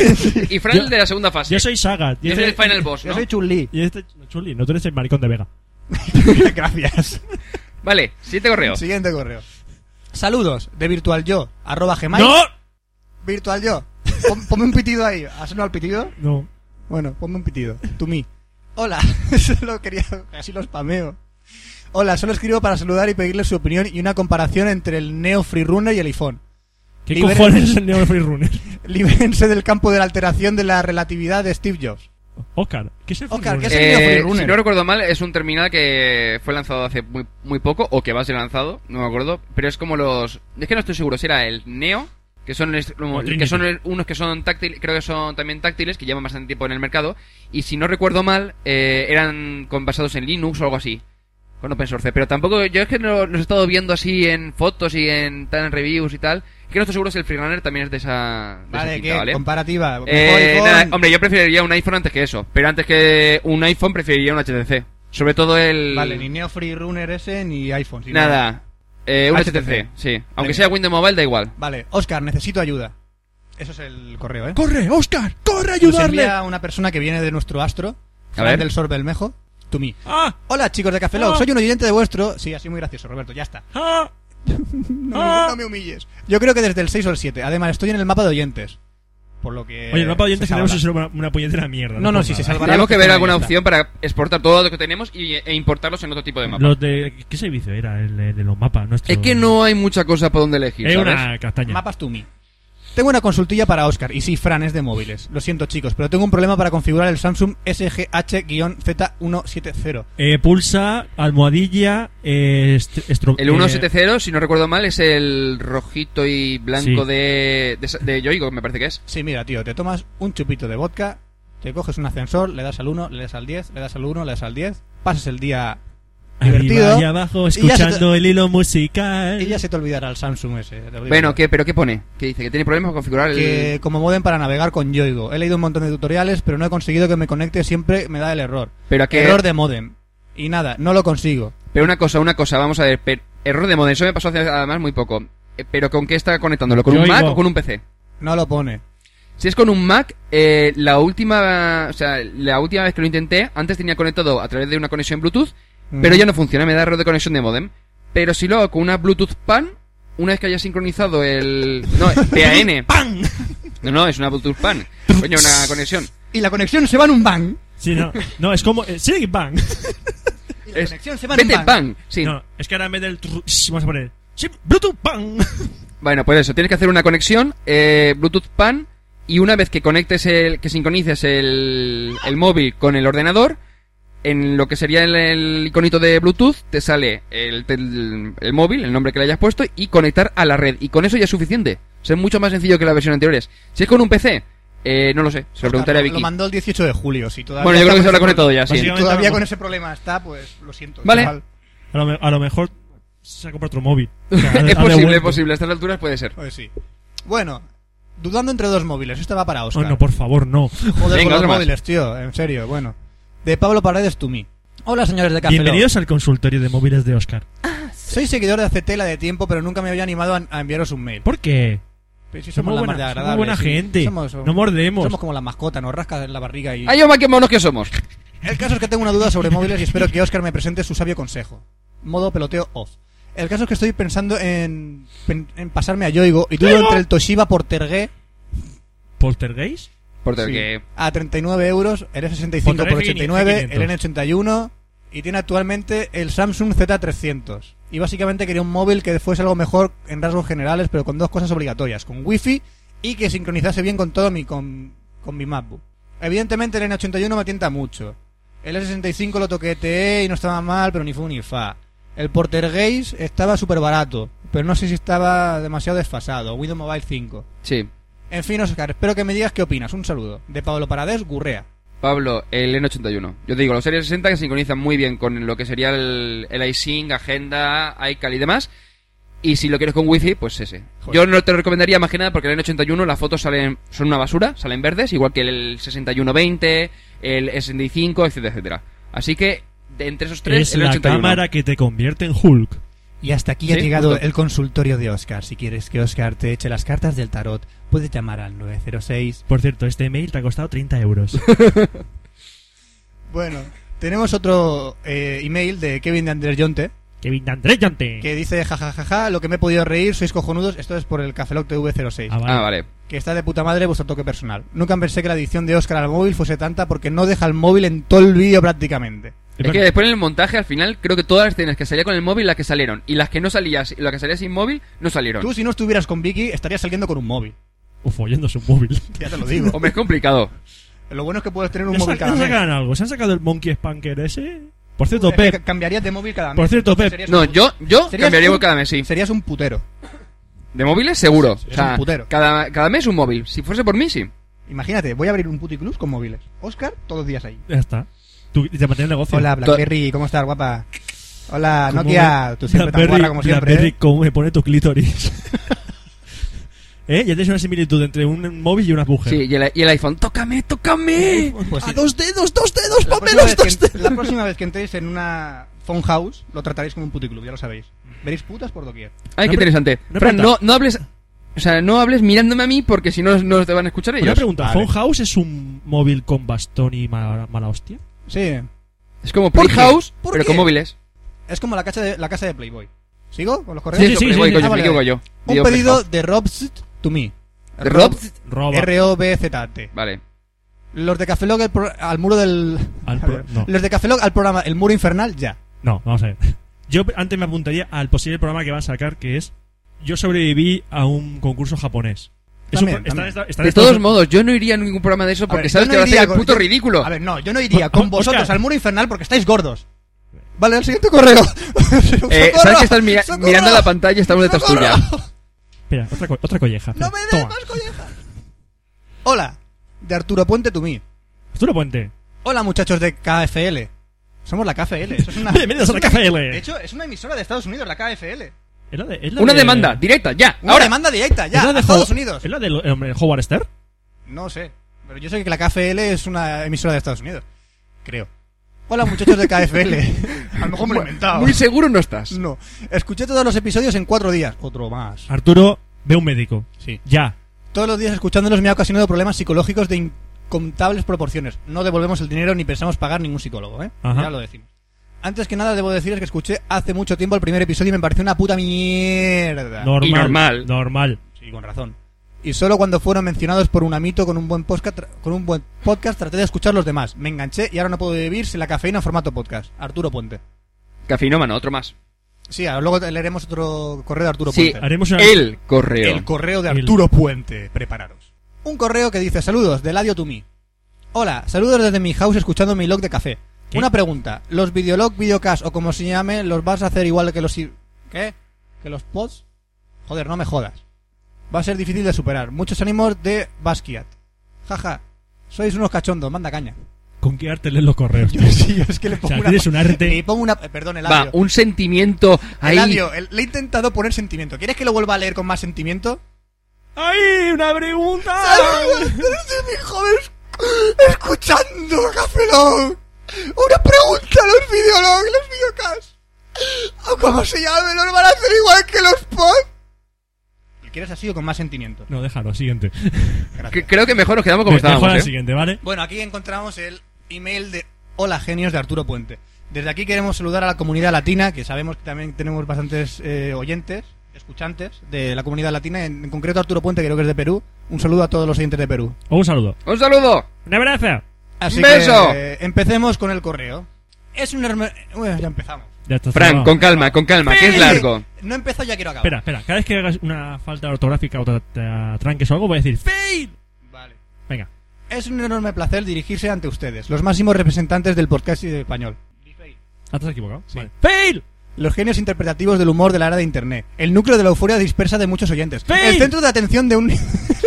Speaker 3: Y Fran
Speaker 4: Yo-
Speaker 3: el de la segunda fase.
Speaker 4: Yo soy Sagat.
Speaker 3: Y
Speaker 4: Y
Speaker 3: ese es el
Speaker 4: este,
Speaker 3: final boss,
Speaker 7: Yo
Speaker 3: ¿no?
Speaker 7: soy Chun-Li.
Speaker 4: y este Chuli, no tú eres el maricón de Vega.
Speaker 7: Gracias.
Speaker 3: Vale, siguiente correo.
Speaker 7: Siguiente correo. Saludos de virtualyo arroba gmail.
Speaker 4: ¡No!
Speaker 7: Virtualyo. Pon- ponme un pitido ahí. ¿Has sonado el pitido?
Speaker 4: No.
Speaker 7: Bueno, ponme un pitido. To me. Hola, solo quería. Casi lo spameo. Hola, solo escribo para saludar y pedirle su opinión y una comparación entre el Neo Freerunner y el iPhone.
Speaker 4: ¿Qué
Speaker 7: Liberen-
Speaker 4: cojones es el Neo Free Runner?
Speaker 7: Libérense del campo de la alteración de la relatividad de Steve Jobs.
Speaker 4: Oscar, ¿qué es el Free
Speaker 7: Oscar,
Speaker 4: Runner? Eh,
Speaker 7: ¿qué es el mío, Free Runner.
Speaker 3: Eh, si no recuerdo mal, es un terminal que fue lanzado hace muy, muy poco, o que va a ser lanzado, no me acuerdo, pero es como los... Es que no estoy seguro, si era el Neo, que son, est- como-
Speaker 4: Trinity.
Speaker 3: que son el- unos que son táctiles, creo que son también táctiles, que llevan bastante tiempo en el mercado, y si no recuerdo mal, eh, eran con- basados en Linux o algo así, con open source, pero tampoco, yo es que no- los he estado viendo así en fotos y en, tal, en reviews y tal, es que no estoy seguro si el Freerunner también es de esa... de esa
Speaker 7: Vale,
Speaker 3: cinta,
Speaker 7: ¿qué? Comparativa. Mejor
Speaker 3: eh,
Speaker 7: iPhone.
Speaker 3: nada, hombre, yo preferiría un iPhone antes que eso. Pero antes que un iPhone, preferiría un HTC. Sobre todo el.
Speaker 7: Vale, ni Neo Free Runner ese ni iPhone. si no-
Speaker 3: Nada. Eh, un HTC,
Speaker 7: HTC,
Speaker 3: sí.
Speaker 7: Venga.
Speaker 3: Aunque sea Windows Mobile, da igual.
Speaker 7: Vale, Oscar, necesito ayuda. Eso es el correo, ¿eh?
Speaker 4: ¡Corre, Oscar! ¡Corre, a
Speaker 7: Nos
Speaker 4: ayudarle!
Speaker 7: envía una persona que viene de nuestro astro,
Speaker 3: A
Speaker 7: Fran
Speaker 3: ver.
Speaker 7: del Sorbelmejo, to me.
Speaker 4: ¡Ah!
Speaker 7: Hola, chicos de Café Lock,
Speaker 4: Ah.
Speaker 7: soy un oyente de vuestro. Sí, así muy gracioso, Roberto, ya está.
Speaker 4: ¡Ah!
Speaker 7: No,
Speaker 4: Ah.
Speaker 7: no me humilles. Yo creo que desde el 6 o el 7. Además, estoy en el mapa de oyentes. Por lo que.
Speaker 4: Oye, el mapa de oyentes
Speaker 7: se
Speaker 4: que tenemos
Speaker 7: salva.
Speaker 4: es una, una puñetera mierda.
Speaker 7: No, no,
Speaker 4: por
Speaker 7: sí, se
Speaker 4: nada.
Speaker 7: salvará.
Speaker 3: Tenemos que ver
Speaker 7: Ahí
Speaker 3: alguna
Speaker 7: está.
Speaker 3: opción para exportar todo lo que tenemos y, e importarlos en otro tipo de mapa.
Speaker 4: Los de... ¿Qué servicio era el de de los mapas? Nuestro...
Speaker 3: Es que no hay mucha cosa por donde elegir.
Speaker 4: Es
Speaker 3: ¿sabes?
Speaker 4: una castaña.
Speaker 7: Mapas to me. Tengo una consultilla para Oscar. Y sí, Fran es de móviles. Lo siento, chicos, pero tengo un problema para configurar el Samsung SGH-Z170.
Speaker 4: Eh, pulsa, almohadilla, eh, est- estro-
Speaker 3: El
Speaker 4: eh,
Speaker 3: 170, si no recuerdo mal, es el rojito y blanco
Speaker 4: Sí.
Speaker 3: de, de, de Yoigo, me parece que es.
Speaker 7: Sí, mira, tío, te tomas un chupito de vodka, te coges un ascensor, le das al 1, le das al 10, le das al 1, le das al 10, pasas el día
Speaker 4: arriba
Speaker 7: divertido.
Speaker 4: y abajo,
Speaker 7: y ya se te-
Speaker 4: escuchando el hilo musical.
Speaker 7: Y ya se te olvidará el Samsung ese. te lo digo
Speaker 3: Bueno,
Speaker 7: yo.
Speaker 3: ¿qué, ¿pero qué pone? ¿Qué dice? ¿Que tiene problemas con configurar el.?
Speaker 7: Que como modem para navegar con Yoigo. He leído un montón de tutoriales, pero no he conseguido que me conecte. Siempre me da el error.
Speaker 3: Pero a qué-
Speaker 7: Error de modem. Y nada, no lo consigo.
Speaker 3: Pero una cosa, una cosa, vamos a ver. per- error de modem, eso me pasó hace además muy poco. Eh, Pero ¿con qué está conectándolo? ¿Con
Speaker 4: Yo
Speaker 3: un Mac
Speaker 4: oigo.
Speaker 3: o con un PC?
Speaker 7: No lo pone.
Speaker 3: Si es con un Mac, eh, la última, o sea, la última vez que lo intenté, antes tenía conectado a través de una conexión Bluetooth, pero
Speaker 7: Mm.
Speaker 3: ya no funciona, me da error de conexión de modem. Pero si lo hago con una Bluetooth PAN, una vez que haya sincronizado el, no, PAN.
Speaker 4: ¡Pam!
Speaker 3: No, no, es una Bluetooth PAN. Coño, una conexión.
Speaker 7: Y la conexión se va en un bang.
Speaker 4: Sí, no, no, es como... eh, sí, bang.
Speaker 7: Y la
Speaker 3: Es-
Speaker 7: conexión se va en un
Speaker 3: Vete
Speaker 7: bang.
Speaker 3: PAN. Sí.
Speaker 4: No, es que ahora en vez del... tru- shh, Vamos a poner... Sí, Bluetooth, bang.
Speaker 3: Bueno, pues eso, tienes que hacer una conexión eh, Bluetooth PAN y una vez que conectes el, que sincronices el, el móvil con el ordenador, en lo que sería el, el iconito de Bluetooth te sale el, tel- el móvil, el nombre que le hayas puesto y conectar a la red. Y con eso ya es suficiente. O sea, es mucho más sencillo que las versiones anteriores. Si es con un PC, Eh, no lo sé, se lo preguntaré a
Speaker 7: Ah, Lo
Speaker 3: Vicky.
Speaker 7: mandó el 18 de julio. Si todavía
Speaker 3: Bueno, yo
Speaker 7: está
Speaker 3: creo que se habrá
Speaker 7: ese
Speaker 3: conectado ya, sí.
Speaker 7: problema-
Speaker 4: Básicamente,
Speaker 7: todavía
Speaker 4: no-
Speaker 7: con ese problema está, pues lo siento.
Speaker 3: Vale.
Speaker 7: chaval.
Speaker 4: A lo, me- a lo mejor se ha comprado otro móvil. O sea, ha-
Speaker 3: es
Speaker 4: ha
Speaker 3: posible, es
Speaker 4: devuelto.
Speaker 3: posible. A estas alturas puede ser.
Speaker 7: Pues sí. Bueno, dudando entre dos móviles. Esta va para
Speaker 4: Oh,
Speaker 7: Oscar.
Speaker 4: no, por favor, no.
Speaker 7: Joder,
Speaker 3: Venga,
Speaker 7: con
Speaker 3: otro
Speaker 7: los
Speaker 3: más.
Speaker 7: móviles, tío. En serio, bueno. De Pablo Paredes Tumi. Hola, señores de Café Lock.
Speaker 4: Bienvenidos al consultorio de móviles de Oscar.
Speaker 7: Soy seguidor de hace tela de tiempo, pero nunca me había animado a, a enviaros un mail.
Speaker 4: ¿Por qué?
Speaker 7: Pero si
Speaker 4: Somos
Speaker 7: la
Speaker 4: buena,
Speaker 7: más de
Speaker 4: somos
Speaker 7: agradable,
Speaker 4: buena
Speaker 7: sí.
Speaker 4: gente.
Speaker 7: Somos,
Speaker 4: no mordemos.
Speaker 7: somos como la mascota, nos rasca la barriga y...
Speaker 3: ¡Ay, hombre, qué monos que somos!
Speaker 7: El caso es que tengo una duda sobre móviles y espero que Oscar me presente su sabio consejo. Modo peloteo off. El caso es que estoy pensando en, en- en pasarme a Yoigo y dudo entre el Toshiba Portergue
Speaker 4: ¿Poltergeist?
Speaker 3: Porque
Speaker 7: sí,
Speaker 3: que-
Speaker 7: a 39 euros, el F65 por
Speaker 4: Portergue
Speaker 7: 89, el
Speaker 4: G500.
Speaker 7: N81 y tiene actualmente el Samsung Z300. Y básicamente quería un móvil que fuese algo mejor en rasgos generales, pero con dos cosas obligatorias, con wifi y que sincronizase bien con todo mi con, con mi MacBook. Evidentemente el N81 me tienta mucho. El S65 lo toqueteé y no estaba mal, pero ni fu ni fa. El Portergeist estaba súper barato, pero no sé si estaba demasiado desfasado. Windows Mobile 5.
Speaker 3: Sí.
Speaker 7: En fin, Oscar, espero que me digas qué opinas. Un saludo. De Pablo Paradés, Gurrea.
Speaker 3: Pablo, el N81. Yo te digo, los Series 60 que sincronizan muy bien con lo que sería el, el iSync, Agenda, iCal y demás. Y si lo quieres con Wi-Fi, pues ese.
Speaker 7: Joder.
Speaker 3: Yo no te lo recomendaría más que nada porque el N81 las fotos salen son una basura, salen verdes, igual que el 6120, el 65, etcétera, etcétera. Así que de entre esos tres,
Speaker 4: Es
Speaker 3: el
Speaker 4: la
Speaker 3: 81.
Speaker 4: cámara que te convierte en Hulk.
Speaker 7: Y hasta aquí ha
Speaker 3: Sí,
Speaker 7: llegado
Speaker 3: justo.
Speaker 7: el consultorio de Oscar. Si quieres que Oscar te eche las cartas del tarot, puedes llamar al 906.
Speaker 4: Por cierto, este mail te ha costado 30 euros.
Speaker 7: Bueno, tenemos otro eh, email de Kevin de Andrés Yonte
Speaker 4: Kevin de Andrés Yante.
Speaker 7: que dice: jajajaja, lo que me he podido reír, sois cojonudos. Esto es por el Cafeloc TV06.
Speaker 4: Ah, vale.
Speaker 3: Ah, vale.
Speaker 7: que está de puta madre vuestro toque personal. Nunca pensé que la edición de Oscar al móvil fuese tanta porque no deja el móvil en todo el vídeo prácticamente.
Speaker 3: Es que después en el montaje, al final, creo que todas las escenas que salía con el móvil, las que salieron. Y las que no salías, las que salías sin móvil, no salieron.
Speaker 7: Tú si no estuvieras con Vicky estarías saliendo con un móvil.
Speaker 4: O follándose un móvil.
Speaker 7: Ya te lo digo.
Speaker 3: Hombre, es complicado.
Speaker 7: Lo bueno es que puedes tener un
Speaker 4: ¿Ya sa-
Speaker 7: móvil
Speaker 4: ya
Speaker 7: cada mes.
Speaker 4: sacan algo? ¿Se han sacado el Monkey Spanker ese? Por cierto,
Speaker 7: Es que
Speaker 4: Pep.
Speaker 7: ca- cambiarías de móvil cada mes.
Speaker 4: Por cierto,
Speaker 7: Entonces
Speaker 4: Pep.
Speaker 7: serías
Speaker 3: No,
Speaker 7: un-
Speaker 3: yo, yo
Speaker 7: serías
Speaker 3: cambiaría
Speaker 7: un-
Speaker 3: cada mes, sí.
Speaker 7: Serías un putero.
Speaker 3: De móviles, seguro.
Speaker 7: Sí, sí,
Speaker 3: o sea,
Speaker 7: es un putero.
Speaker 3: Cada, cada mes un móvil. Si fuese por mí, sí.
Speaker 7: Imagínate, voy a abrir un puticlub con móviles. Oscar, todos los días ahí.
Speaker 4: Ya está. Tú, y te mantiene el negocio.
Speaker 7: Hola, Blackberry, ¿cómo estás, guapa? Hola,
Speaker 4: Como
Speaker 7: Nokia,
Speaker 4: me-
Speaker 7: tú siempre tan
Speaker 4: Blackberry-
Speaker 7: guarra como siempre.
Speaker 4: Blackberry,
Speaker 7: ¿eh?
Speaker 4: ¿cómo me pone tu clítoris? ¿Eh? Ya tienes una similitud entre un móvil y una mujer.
Speaker 3: Sí, y el, y el iPhone, tócame, tócame.
Speaker 7: Pues sí.
Speaker 4: dos dedos, dos dedos,
Speaker 7: La próxima, vez que, la próxima vez que entréis en una phone house, lo trataréis como un puticlub, ya lo sabéis. Veréis putas por doquier.
Speaker 3: Ay,
Speaker 4: Una
Speaker 3: qué
Speaker 4: pre-
Speaker 3: interesante.
Speaker 4: una
Speaker 3: Fran, no,
Speaker 4: pregunta.
Speaker 3: no hables. O sea, no hables mirándome a mí porque si no, no te van a escuchar
Speaker 4: Una
Speaker 3: ellos.
Speaker 4: pregunta,
Speaker 7: Vale.
Speaker 4: ¿Phone House es un móvil con bastón y ma- mala hostia?
Speaker 7: Sí,
Speaker 3: Es como
Speaker 7: ¿Por
Speaker 3: Play
Speaker 7: qué?
Speaker 3: House,
Speaker 7: ¿Por
Speaker 3: pero
Speaker 7: qué?
Speaker 3: con móviles.
Speaker 7: es como la casa de, la casa de Playboy. ¿Sigo con los correos?
Speaker 3: Sí,
Speaker 4: sí,
Speaker 3: eso, Playboy,
Speaker 4: sí, sí.
Speaker 3: coño,
Speaker 7: Ah,
Speaker 3: me
Speaker 7: vale,
Speaker 3: equivoco
Speaker 7: vale.
Speaker 3: yo.
Speaker 7: Un
Speaker 3: Digo,
Speaker 7: pedido de Robst to me.
Speaker 3: ¿De Robst?
Speaker 4: Roba.
Speaker 7: R-O-B-Z-T.
Speaker 3: Vale.
Speaker 7: Los de Cafelog al muro del.
Speaker 4: Al pro- no.
Speaker 7: Los de Cafelog al programa El Muro Infernal, ya.
Speaker 4: No, vamos a ver. Yo antes me apuntaría al posible programa que van a sacar, que es Yo sobreviví a un concurso japonés. Es un
Speaker 7: También,
Speaker 4: pro- está-
Speaker 7: también.
Speaker 4: está- está en
Speaker 3: De
Speaker 4: Estados
Speaker 3: todos modos, yo no iría a ningún programa de eso porque
Speaker 7: ver,
Speaker 3: sabes
Speaker 7: yo no
Speaker 3: que va a ser
Speaker 7: iría
Speaker 3: el
Speaker 7: con-
Speaker 3: puto
Speaker 7: yo-
Speaker 3: ridículo.
Speaker 7: A ver, no, yo no iría con
Speaker 4: Oscar.
Speaker 7: vosotros al muro infernal porque estáis gordos. Vale, el siguiente correo.
Speaker 3: Eh,
Speaker 7: ¡Socorro!
Speaker 3: sabes que estás mira-
Speaker 7: ¡Socorro!
Speaker 3: mirando la pantalla y estamos detrás tuya.
Speaker 7: ¡Socorro!
Speaker 4: Espera, otra, co- otra colleja.
Speaker 7: ¡No
Speaker 4: espera,
Speaker 7: me des
Speaker 4: toma.
Speaker 7: más collejas! Hola, de Arturo Puente Tumí.
Speaker 4: Arturo Puente.
Speaker 7: Hola, muchachos de KFL. Somos la KFL. Eso es una,
Speaker 4: Bienvenidos a la
Speaker 7: de
Speaker 4: KFL.
Speaker 7: hecho, es una emisora de Estados Unidos, la KFL.
Speaker 4: Es la de- es la
Speaker 3: Una
Speaker 4: de-
Speaker 3: demanda, directa, ya.
Speaker 7: Una
Speaker 3: ahora.
Speaker 7: demanda directa,
Speaker 4: es
Speaker 7: ya,
Speaker 4: la
Speaker 7: a
Speaker 4: de
Speaker 7: Estados
Speaker 4: Ho-
Speaker 7: Unidos.
Speaker 4: ¿Es la del el hombre, Howard Stern?
Speaker 7: No sé, pero yo sé que la KFL es una emisora de Estados Unidos. Creo. Hola, muchachos de KFL. A lo mejor me lo he inventado. Mm.
Speaker 3: Muy seguro no estás.
Speaker 7: No, escuché todos los episodios en cuatro días. Otro más.
Speaker 4: Arturo, ve un médico.
Speaker 7: Sí.
Speaker 4: Ya.
Speaker 7: Todos los días escuchándolos me ha ocasionado problemas psicológicos de incontables proporciones. No devolvemos el dinero ni pensamos pagar ningún psicólogo, ¿eh?
Speaker 4: Ajá.
Speaker 7: Ya lo decimos. Antes que nada, debo deciros que escuché hace mucho tiempo el primer episodio y me pareció una puta mierda.
Speaker 4: Normal.
Speaker 3: Y normal.
Speaker 4: Normal.
Speaker 7: Sí, con razón. Y solo cuando fueron mencionados por un amito con un buen podcast, con un buen podcast traté de escuchar los demás. Me enganché y ahora no puedo vivir sin la cafeína en formato podcast. Arturo Puente.
Speaker 3: Cafinómano, otro más.
Speaker 7: Sí, ahora luego te- leeremos otro correo de Arturo
Speaker 3: Sí,
Speaker 7: Puente.
Speaker 4: Haremos una...
Speaker 3: El correo.
Speaker 7: El correo de
Speaker 4: El-
Speaker 7: Arturo Puente. Prepararos. Un correo que dice: Saludos, de Ladio to me. Hola, saludos desde mi house escuchando mi log de café.
Speaker 4: ¿Qué?
Speaker 7: Una pregunta: ¿los videolog, videocast o como se llame, los vas a hacer igual que los. i- ¿Qué? ¿Que los pods? Joder, no me jodas. Va a ser difícil de superar. Muchos ánimos de Basquiat. Jaja, sois unos cachondos, manda caña.
Speaker 4: ¿Con qué arte lees los correos? tío?
Speaker 7: Yo sí, es que le
Speaker 4: O
Speaker 7: pongo
Speaker 4: sea,
Speaker 7: una...
Speaker 4: tienes un
Speaker 7: Le
Speaker 4: arte.
Speaker 7: pongo una... eh, Perdón, el
Speaker 3: Va,
Speaker 7: labio.
Speaker 3: un sentimiento
Speaker 7: El
Speaker 3: ahí.
Speaker 7: labio. el- Le he intentado poner sentimiento. ¿Quieres que lo vuelva a leer con más sentimiento?
Speaker 4: ¡Ay, una pregunta!
Speaker 7: mi joven escuchando Cafelón. Una pregunta a los videologs, los videocast. O como se llame, los van a hacer igual que los pod. ¿Y quieres así o con más sentimiento?
Speaker 4: No, déjalo, siguiente.
Speaker 3: Que- creo que mejor nos quedamos como
Speaker 4: Mejor al
Speaker 3: estábamos. ¿eh?
Speaker 4: siguiente, ¿vale?
Speaker 7: Bueno, aquí encontramos el email de Hola Genios de Arturo Puente. Desde aquí queremos saludar a la comunidad latina, que sabemos que también tenemos bastantes eh, oyentes, escuchantes de la comunidad latina, en, en concreto Arturo Puente, creo que es de Perú. Un saludo a todos los oyentes de Perú.
Speaker 4: Un saludo.
Speaker 3: Un saludo.
Speaker 4: ¡Un abrazo!
Speaker 7: Así
Speaker 3: ¡Un beso!
Speaker 7: que eh, empecemos con el correo. Es un enorme... Bueno, ya empezamos.
Speaker 4: Ya está
Speaker 3: Fran,
Speaker 4: cerrado.
Speaker 3: con calma, con calma, que es largo.
Speaker 7: No he empezado, ya quiero acabar.
Speaker 4: Espera, espera. Cada vez que hagas una falta ortográfica o te, te tranques o algo, voy a decir ¡Fail!
Speaker 7: Vale.
Speaker 4: Venga.
Speaker 7: Es un enorme placer dirigirse ante ustedes, los máximos representantes del podcast y del español.
Speaker 4: Ah, ¿Te has equivocado? Vale. ¡Fail!
Speaker 7: Los genios interpretativos del humor de la era de internet. El núcleo de la euforia dispersa de muchos oyentes.
Speaker 4: ¡Fail!
Speaker 7: El centro de atención de un.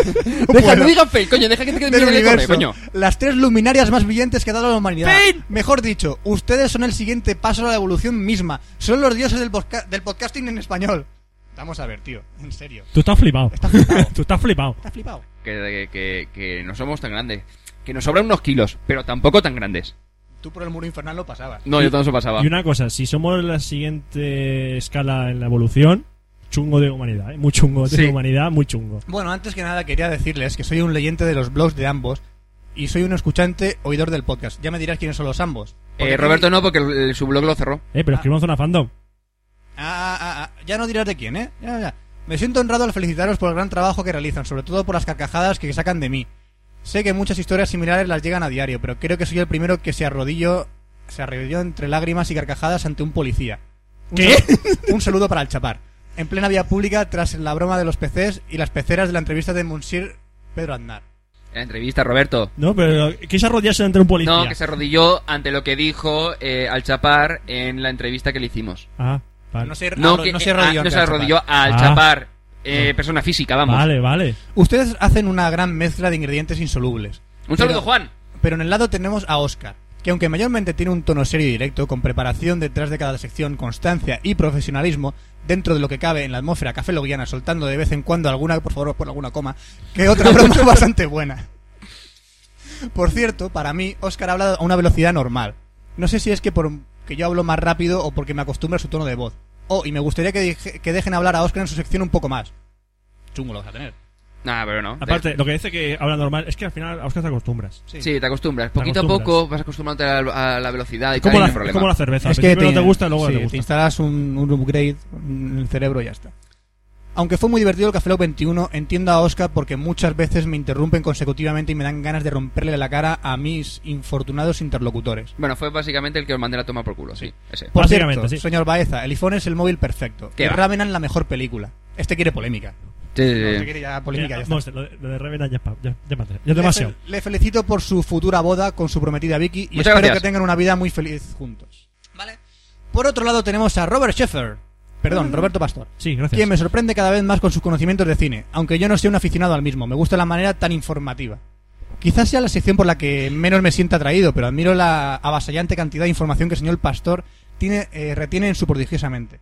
Speaker 7: No
Speaker 3: Deja,
Speaker 7: puedo.
Speaker 3: no digan fake, coño, deja que te quede
Speaker 7: Del
Speaker 3: mierda en el correo,
Speaker 7: universo.
Speaker 3: coño.
Speaker 7: Las tres luminarias más brillantes que ha dado la humanidad.
Speaker 4: ¡Fail!
Speaker 7: Mejor dicho, ustedes son el siguiente paso a la evolución misma. Son los dioses del, posca- del podcasting en español. Vamos a ver, tío. En serio.
Speaker 4: Tú estás flipado.
Speaker 7: Estás flipado.
Speaker 4: Tú estás flipado.
Speaker 7: Estás flipado.
Speaker 3: Que, que, que no somos tan grandes. Que nos sobran unos kilos, pero tampoco tan grandes.
Speaker 7: Tú por el muro infernal lo pasabas.
Speaker 3: No, yo tampoco pasaba.
Speaker 4: Y una cosa, si somos la siguiente escala en la evolución, chungo de humanidad, ¿eh? Muy chungo de
Speaker 3: Sí.
Speaker 4: humanidad, muy chungo.
Speaker 7: Bueno, antes que nada quería decirles que soy un leyente de los blogs de ambos y soy un escuchante oidor del podcast. Ya me dirás quiénes son los ambos.
Speaker 3: Eh,
Speaker 7: Porque-
Speaker 3: Roberto no, porque el- el- su blog lo cerró.
Speaker 4: Eh, pero escribimos una fandom.
Speaker 7: Ah, ah, ah, ya no dirás de quién, ¿eh? Ya, ya. Me siento honrado al felicitaros por el gran trabajo que realizan, sobre todo por las carcajadas que sacan de mí. Sé que muchas historias similares las llegan a diario, pero creo que soy el primero que se arrodilló, se arrodilló entre lágrimas y carcajadas ante un policía. Un
Speaker 4: ¿Qué?
Speaker 7: saludo- un saludo para el chapar. En plena vía pública, tras la broma de los PCs y las peceras de la entrevista de Monsir Pedro Aznar.
Speaker 3: La entrevista, Roberto.
Speaker 4: No, pero quise arrodillarse ante un policía.
Speaker 3: No, que se arrodilló ante lo que dijo eh, al Chapar en la entrevista que le hicimos.
Speaker 4: Ah, vale.
Speaker 7: No se,
Speaker 3: No,
Speaker 7: arro-
Speaker 3: que,
Speaker 7: no se
Speaker 3: ah,
Speaker 7: arrodilló.
Speaker 3: no
Speaker 7: ante
Speaker 3: se
Speaker 7: el chapar.
Speaker 3: arrodilló al
Speaker 4: Ah.
Speaker 3: Chapar, eh, persona física, vamos.
Speaker 4: Vale, vale.
Speaker 7: Ustedes hacen una gran mezcla de ingredientes insolubles.
Speaker 3: Un saludo,
Speaker 7: Pero-
Speaker 3: Juan.
Speaker 7: Pero en el lado tenemos a Oscar, que aunque mayormente tiene un tono serio y directo, con preparación detrás de cada sección, constancia y profesionalismo, dentro de lo que cabe en la atmósfera cafeloguiana, soltando de vez en cuando alguna, por favor, por alguna coma, que otra broma bastante buena. Por cierto, para mí, Oscar habla a una velocidad normal. No sé si es que por que yo hablo más rápido o porque me acostumbro a su tono de voz. Oh, y me gustaría que, dije- que dejen hablar a Oscar en su sección un poco más. Chungo lo vas a tener.
Speaker 3: Nah, pero no.
Speaker 4: Aparte, lo que dice que habla normal es que al final a Oscar te acostumbras.
Speaker 3: Sí, te acostumbras. Poquito
Speaker 4: acostumbras.
Speaker 3: a poco vas acostumbrándote a la, a la velocidad y
Speaker 4: Es
Speaker 3: tal, y no
Speaker 4: como, la,
Speaker 3: hay
Speaker 4: es
Speaker 3: problema.
Speaker 4: como la cerveza. Al principio no te gusta, luego
Speaker 7: sí,
Speaker 4: te
Speaker 7: te
Speaker 4: gusta.
Speaker 7: instalas un, un upgrade en el cerebro y ya está. Aunque fue muy divertido el Café Lock 21, entiendo a Oscar porque muchas veces me interrumpen consecutivamente y me dan ganas de romperle la cara a mis infortunados interlocutores.
Speaker 3: Bueno, fue básicamente el que os mandé la toma por culo, sí. Ese.
Speaker 7: Por
Speaker 4: Básicamente,
Speaker 7: cierto,
Speaker 4: sí.
Speaker 7: señor Baeza, el iPhone es el móvil perfecto.
Speaker 3: ¿Qué
Speaker 7: Y
Speaker 3: va?
Speaker 7: Ravenan la mejor película. Este quiere polémica.
Speaker 3: Sí, sí, sí.
Speaker 7: No, este quiere ya polémica, ya
Speaker 4: Ya,
Speaker 7: está.
Speaker 4: vamos, lo, de, Eh, este, lo de Revenant ya, es pa- ya, ya es demasiado. Ya es
Speaker 7: Le
Speaker 4: demasiado.
Speaker 7: fel- Le, felicito por su futura boda con su prometida Vicky y
Speaker 3: Muchas
Speaker 7: espero
Speaker 3: gracias.
Speaker 7: que tengan una vida muy feliz juntos. Vale. Por otro lado tenemos a Robert Sheffer. Perdón, Roberto Pastor.
Speaker 4: Sí, gracias.
Speaker 7: Quien me sorprende cada vez más con sus conocimientos de cine, aunque yo no sea un aficionado al mismo, me gusta la manera tan informativa. Quizás sea la sección por la que menos me sienta atraído, pero admiro la avasallante cantidad de información que el señor Pastor tiene, eh, retiene en su prodigiosa mente.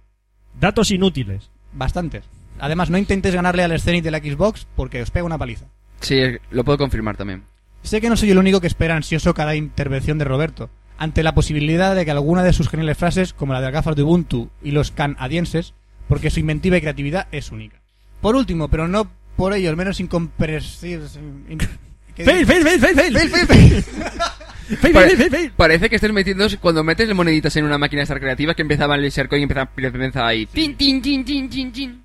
Speaker 4: Datos inútiles.
Speaker 7: Bastantes. Además, no intentes ganarle al Scenic de la Xbox porque os pega una paliza.
Speaker 3: Sí, lo puedo confirmar también.
Speaker 7: Sé que no soy el único que espera ansioso cada intervención de Roberto, ante la posibilidad de que alguna de sus geniales frases, como la de las gafas de Ubuntu y los canadienses, porque su inventiva y creatividad es única. Por último, pero no por ello, al menos incomprensible...
Speaker 4: ¡Fail, fail, fail, fail, fail!
Speaker 7: ¡Fail, fail, fail!
Speaker 4: ¡Fail,
Speaker 3: Pare-
Speaker 4: fail, fail, fail!
Speaker 3: Parece que estés metiendo cuando metes moneditas en una máquina de estar creativa que empezaba a leer y empezaba, empezaba ahí. Tin, tin, tin, tin, tin, tin.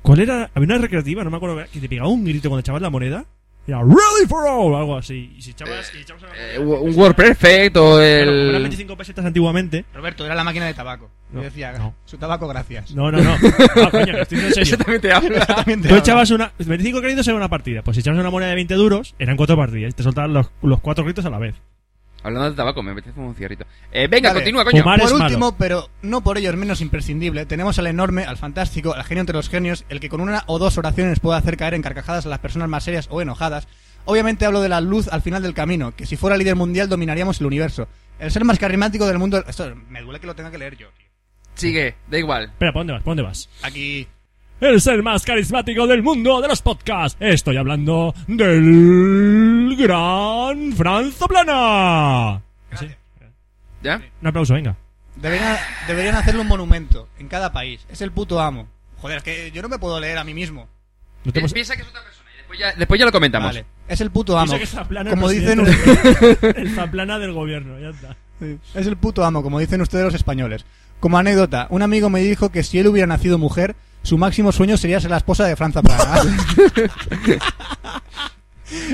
Speaker 4: ¿Cuál era? Había una recreativa, no me acuerdo, que te pegaba un grito cuando echabas la moneda. Era Ready for All o algo así. Y si echabas. y echabas la moneda,
Speaker 3: Eh, un Word perfecto,
Speaker 4: Claro, como eran
Speaker 3: el...
Speaker 4: 25 pesetas antiguamente.
Speaker 7: Roberto, era la máquina de tabaco.
Speaker 4: No,
Speaker 7: Yo decía,
Speaker 4: no.
Speaker 7: su tabaco, gracias.
Speaker 4: No, no, no. No, coño, que estoy en serio.
Speaker 3: Exactamente habla.
Speaker 7: También te
Speaker 4: Tú
Speaker 7: hablo.
Speaker 4: echabas una. 25 créditos era una partida. Pues si echabas una moneda de 20 duros, eran cuatro partidas. Y te soltaban los, los cuatro gritos a la vez.
Speaker 3: Hablando de tabaco, me apetece fumar un cigarrito. Eh, venga,
Speaker 7: Vale.
Speaker 3: continúa, coño.
Speaker 4: Fumar
Speaker 7: Por
Speaker 4: es malo.
Speaker 7: último, pero no por ello es menos imprescindible, tenemos al enorme, al fantástico, al genio entre los genios, el que con una o dos oraciones puede hacer caer en carcajadas a las personas más serias o enojadas, Obviamente hablo de la luz al final del camino, que si fuera líder mundial dominaríamos el universo. El ser más carismático del mundo... Esto me duele que lo tenga que leer yo, tío.
Speaker 3: Sigue, da igual.
Speaker 4: Espera, ¿para dónde vas? ¿Para dónde vas?
Speaker 7: Aquí...
Speaker 4: El ser más carismático del mundo de los podcasts. Estoy hablando del gran Franzo Plana. ¿Sí?
Speaker 3: ¿Ya?
Speaker 4: Un aplauso, venga.
Speaker 7: Deberían, deberían hacerle un monumento en cada país. Es el puto amo. Joder, es que yo no me puedo leer a mí mismo.
Speaker 4: No
Speaker 7: Eh,
Speaker 4: te hemos-
Speaker 3: Piensa que es otra persona y después ya, después ya lo comentamos.
Speaker 7: Vale. Es el puto amo.
Speaker 4: Dice que Zaplana
Speaker 7: Como
Speaker 4: es
Speaker 7: dicen
Speaker 4: presidente
Speaker 7: ustedes.
Speaker 4: del- el Zaplana del gobierno, ya está.
Speaker 7: Sí, Es el puto amo, como dicen ustedes los españoles. Como anécdota, un amigo me dijo que si él hubiera nacido mujer, su máximo sueño sería ser la esposa de Franza Plana.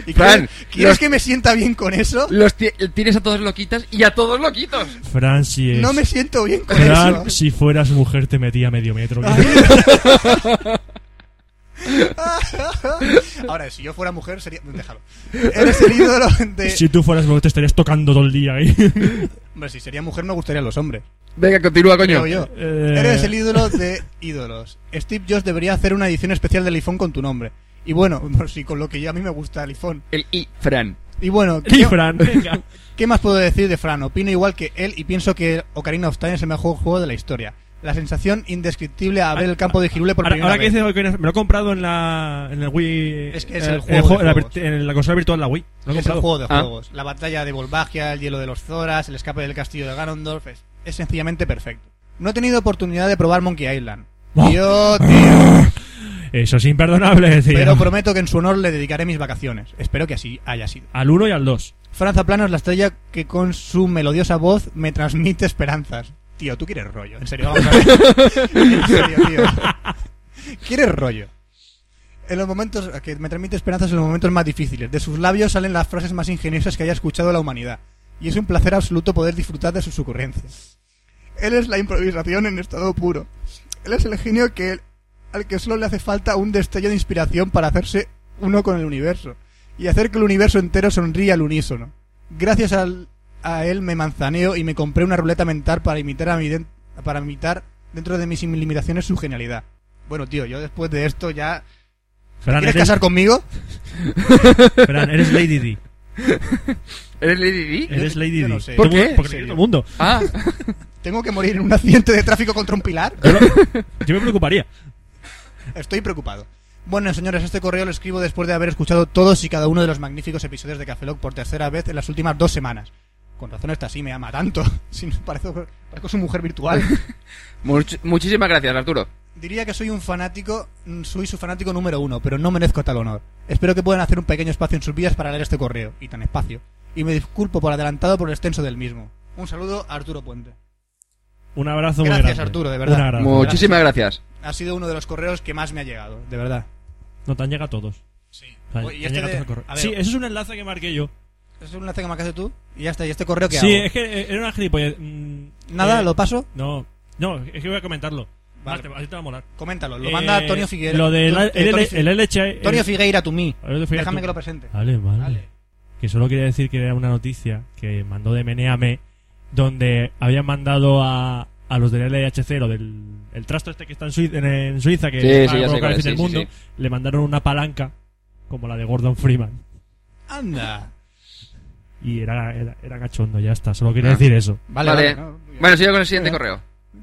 Speaker 7: ¿Y
Speaker 3: Fran,
Speaker 7: quieres, quieres
Speaker 3: los-
Speaker 7: que me sienta bien con eso?
Speaker 3: Los ti- tienes a todos loquitas y a todos loquitos.
Speaker 4: Fran, si es.
Speaker 7: No me siento bien con
Speaker 4: Fran,
Speaker 7: eso.
Speaker 4: si fueras mujer, te metía medio metro.
Speaker 7: Ahora, si yo fuera mujer, sería. Déjalo. Eres el ídolo de.
Speaker 4: Si tú fueras mujer, te estarías tocando todo el día ahí.
Speaker 7: Hombre, si sería mujer, me gustaría los hombres.
Speaker 3: Venga, continúa, coño.
Speaker 7: Creo yo.
Speaker 4: Eh.
Speaker 7: Eres el ídolo de ídolos. Steve Jobs debería hacer una edición especial del iPhone con tu nombre. Y bueno, por si con lo que ya a mí me gusta el iPhone.
Speaker 3: El I, Fran.
Speaker 7: Y bueno, ¿qué,
Speaker 4: Y Fran, venga.
Speaker 7: qué más puedo decir de Fran? Opino igual que él y pienso que Ocarina of Time es el mejor juego de la historia. La sensación indescriptible a ver el campo de Girule por
Speaker 4: Ahora,
Speaker 7: primera
Speaker 4: ahora que
Speaker 7: vez.
Speaker 4: dices hoy que me lo he comprado en la en el Wii.
Speaker 7: Es que es
Speaker 4: eh,
Speaker 7: el
Speaker 4: en
Speaker 7: juego
Speaker 4: en
Speaker 7: de
Speaker 4: la
Speaker 7: juegos.
Speaker 4: virt- en la consola virtual de la Wii. Lo he
Speaker 7: es el
Speaker 4: comprado.
Speaker 7: juego de
Speaker 3: Ah.
Speaker 7: juegos. La batalla de Volvagia, el hielo de los Zoras, el escape del castillo de Ganondorf. Es, es sencillamente perfecto. No he tenido oportunidad de probar Monkey Island.
Speaker 4: Oh.
Speaker 7: Yo, tío.
Speaker 4: Ah. Eso es imperdonable, tío.
Speaker 7: Pero prometo que en su honor le dedicaré mis vacaciones. Espero que así haya sido.
Speaker 4: Al 1 y al 2.
Speaker 7: Franza Plano es la estrella que con su melodiosa voz me transmite esperanzas. Tío, tú quieres rollo. En serio, vamos a ver. en serio, tío. Quieres rollo. En los momentos que me transmite esperanzas en los momentos más difíciles. De sus labios salen las frases más ingeniosas que haya escuchado la humanidad. Y es un placer absoluto poder disfrutar de sus ocurrencias. Él es la improvisación en estado puro. Él es el genio que al que solo le hace falta un destello de inspiración para hacerse uno con el universo y hacer que el universo entero sonría al unísono. Gracias al- a él me manzaneo y me compré una ruleta mental para imitar a mi den- para imitar dentro de mis limitaciones su genialidad. Bueno, tío, yo después de esto ya
Speaker 4: Fran,
Speaker 7: ¿Quieres
Speaker 4: eres,
Speaker 7: casar conmigo?
Speaker 4: Fran, eres Lady D.
Speaker 3: ¿Eres Lady D?
Speaker 4: Eres Lady
Speaker 7: yo
Speaker 4: D.
Speaker 7: no sé.
Speaker 4: Todo el
Speaker 7: ¿Por
Speaker 4: mundo-
Speaker 7: qué?
Speaker 4: Porque
Speaker 7: Sí.
Speaker 4: todo el mundo.
Speaker 3: Ah,
Speaker 7: ¿Tengo que morir en un accidente de tráfico contra un pilar?
Speaker 4: Yo, lo- yo me preocuparía.
Speaker 7: Estoy preocupado. Bueno, señores, este correo lo escribo después de haber escuchado todos y cada uno de los magníficos episodios de Café Lock por tercera vez en las últimas dos semanas. Con razón esta sí me ama tanto. Si no, parezco, parezco su mujer virtual.
Speaker 3: much- muchísimas gracias, Arturo.
Speaker 7: Diría que soy un fanático, mm, soy su fanático número uno, pero no merezco tal honor. Espero que puedan hacer un pequeño espacio en sus vidas para leer este correo, y tan espacio. Y me disculpo por adelantado por el extenso del mismo. Un saludo a Arturo Puente.
Speaker 4: Un abrazo muy
Speaker 7: Gracias,
Speaker 4: grande.
Speaker 7: Arturo, de verdad.
Speaker 4: Un abrazo.
Speaker 3: Muchísimas gracias.
Speaker 7: Ha sido uno de los correos que más me ha llegado, de verdad.
Speaker 4: No, te han llegado todos.
Speaker 7: Sí. este
Speaker 4: O sea, te han llegado todos al correo. Sí, eso es un enlace que marqué yo.
Speaker 7: es un enlace que marcaste tú, y ya está, y este correo que
Speaker 4: Sí,
Speaker 7: hago.
Speaker 4: es que eh, era una gilipollas. Mm,
Speaker 7: Nada,
Speaker 4: eh,
Speaker 7: lo paso,
Speaker 4: No, no, es que voy a comentarlo. Vale.
Speaker 7: Vale.
Speaker 4: te, a ti te va a molar.
Speaker 7: coméntalo, lo
Speaker 4: Eh,
Speaker 7: manda Antonio Figueira.
Speaker 4: Lo del
Speaker 7: Tu- eh,
Speaker 4: el,
Speaker 7: Tony Fi-
Speaker 4: el, LHA, el-
Speaker 7: Antonio Figueira, tú mí.
Speaker 4: Antonio Figueira,
Speaker 7: Déjame
Speaker 4: tú.
Speaker 7: que lo presente.
Speaker 4: Vale, vale.
Speaker 7: Vale.
Speaker 4: Que solo quería decir que era una noticia que mandó de Meneame, donde habían mandado a, a los del LHC, lo del el trasto este que está en, Suiza, en, en Suiza que
Speaker 3: Sí,
Speaker 4: va
Speaker 3: sí,
Speaker 4: a
Speaker 3: ya sé
Speaker 4: colocar
Speaker 3: cuál
Speaker 4: el
Speaker 3: es,
Speaker 4: fin del
Speaker 3: sí, sí,
Speaker 4: mundo, le mandaron una palanca como la de Gordon Freeman.
Speaker 7: Anda.
Speaker 4: Y era, era, era cachondo, ya está. Solo quería
Speaker 3: Ah.
Speaker 4: decir eso.
Speaker 7: Vale,
Speaker 3: Vale.
Speaker 7: vale, no, muy bien.
Speaker 3: Bueno, sigo con el siguiente correo.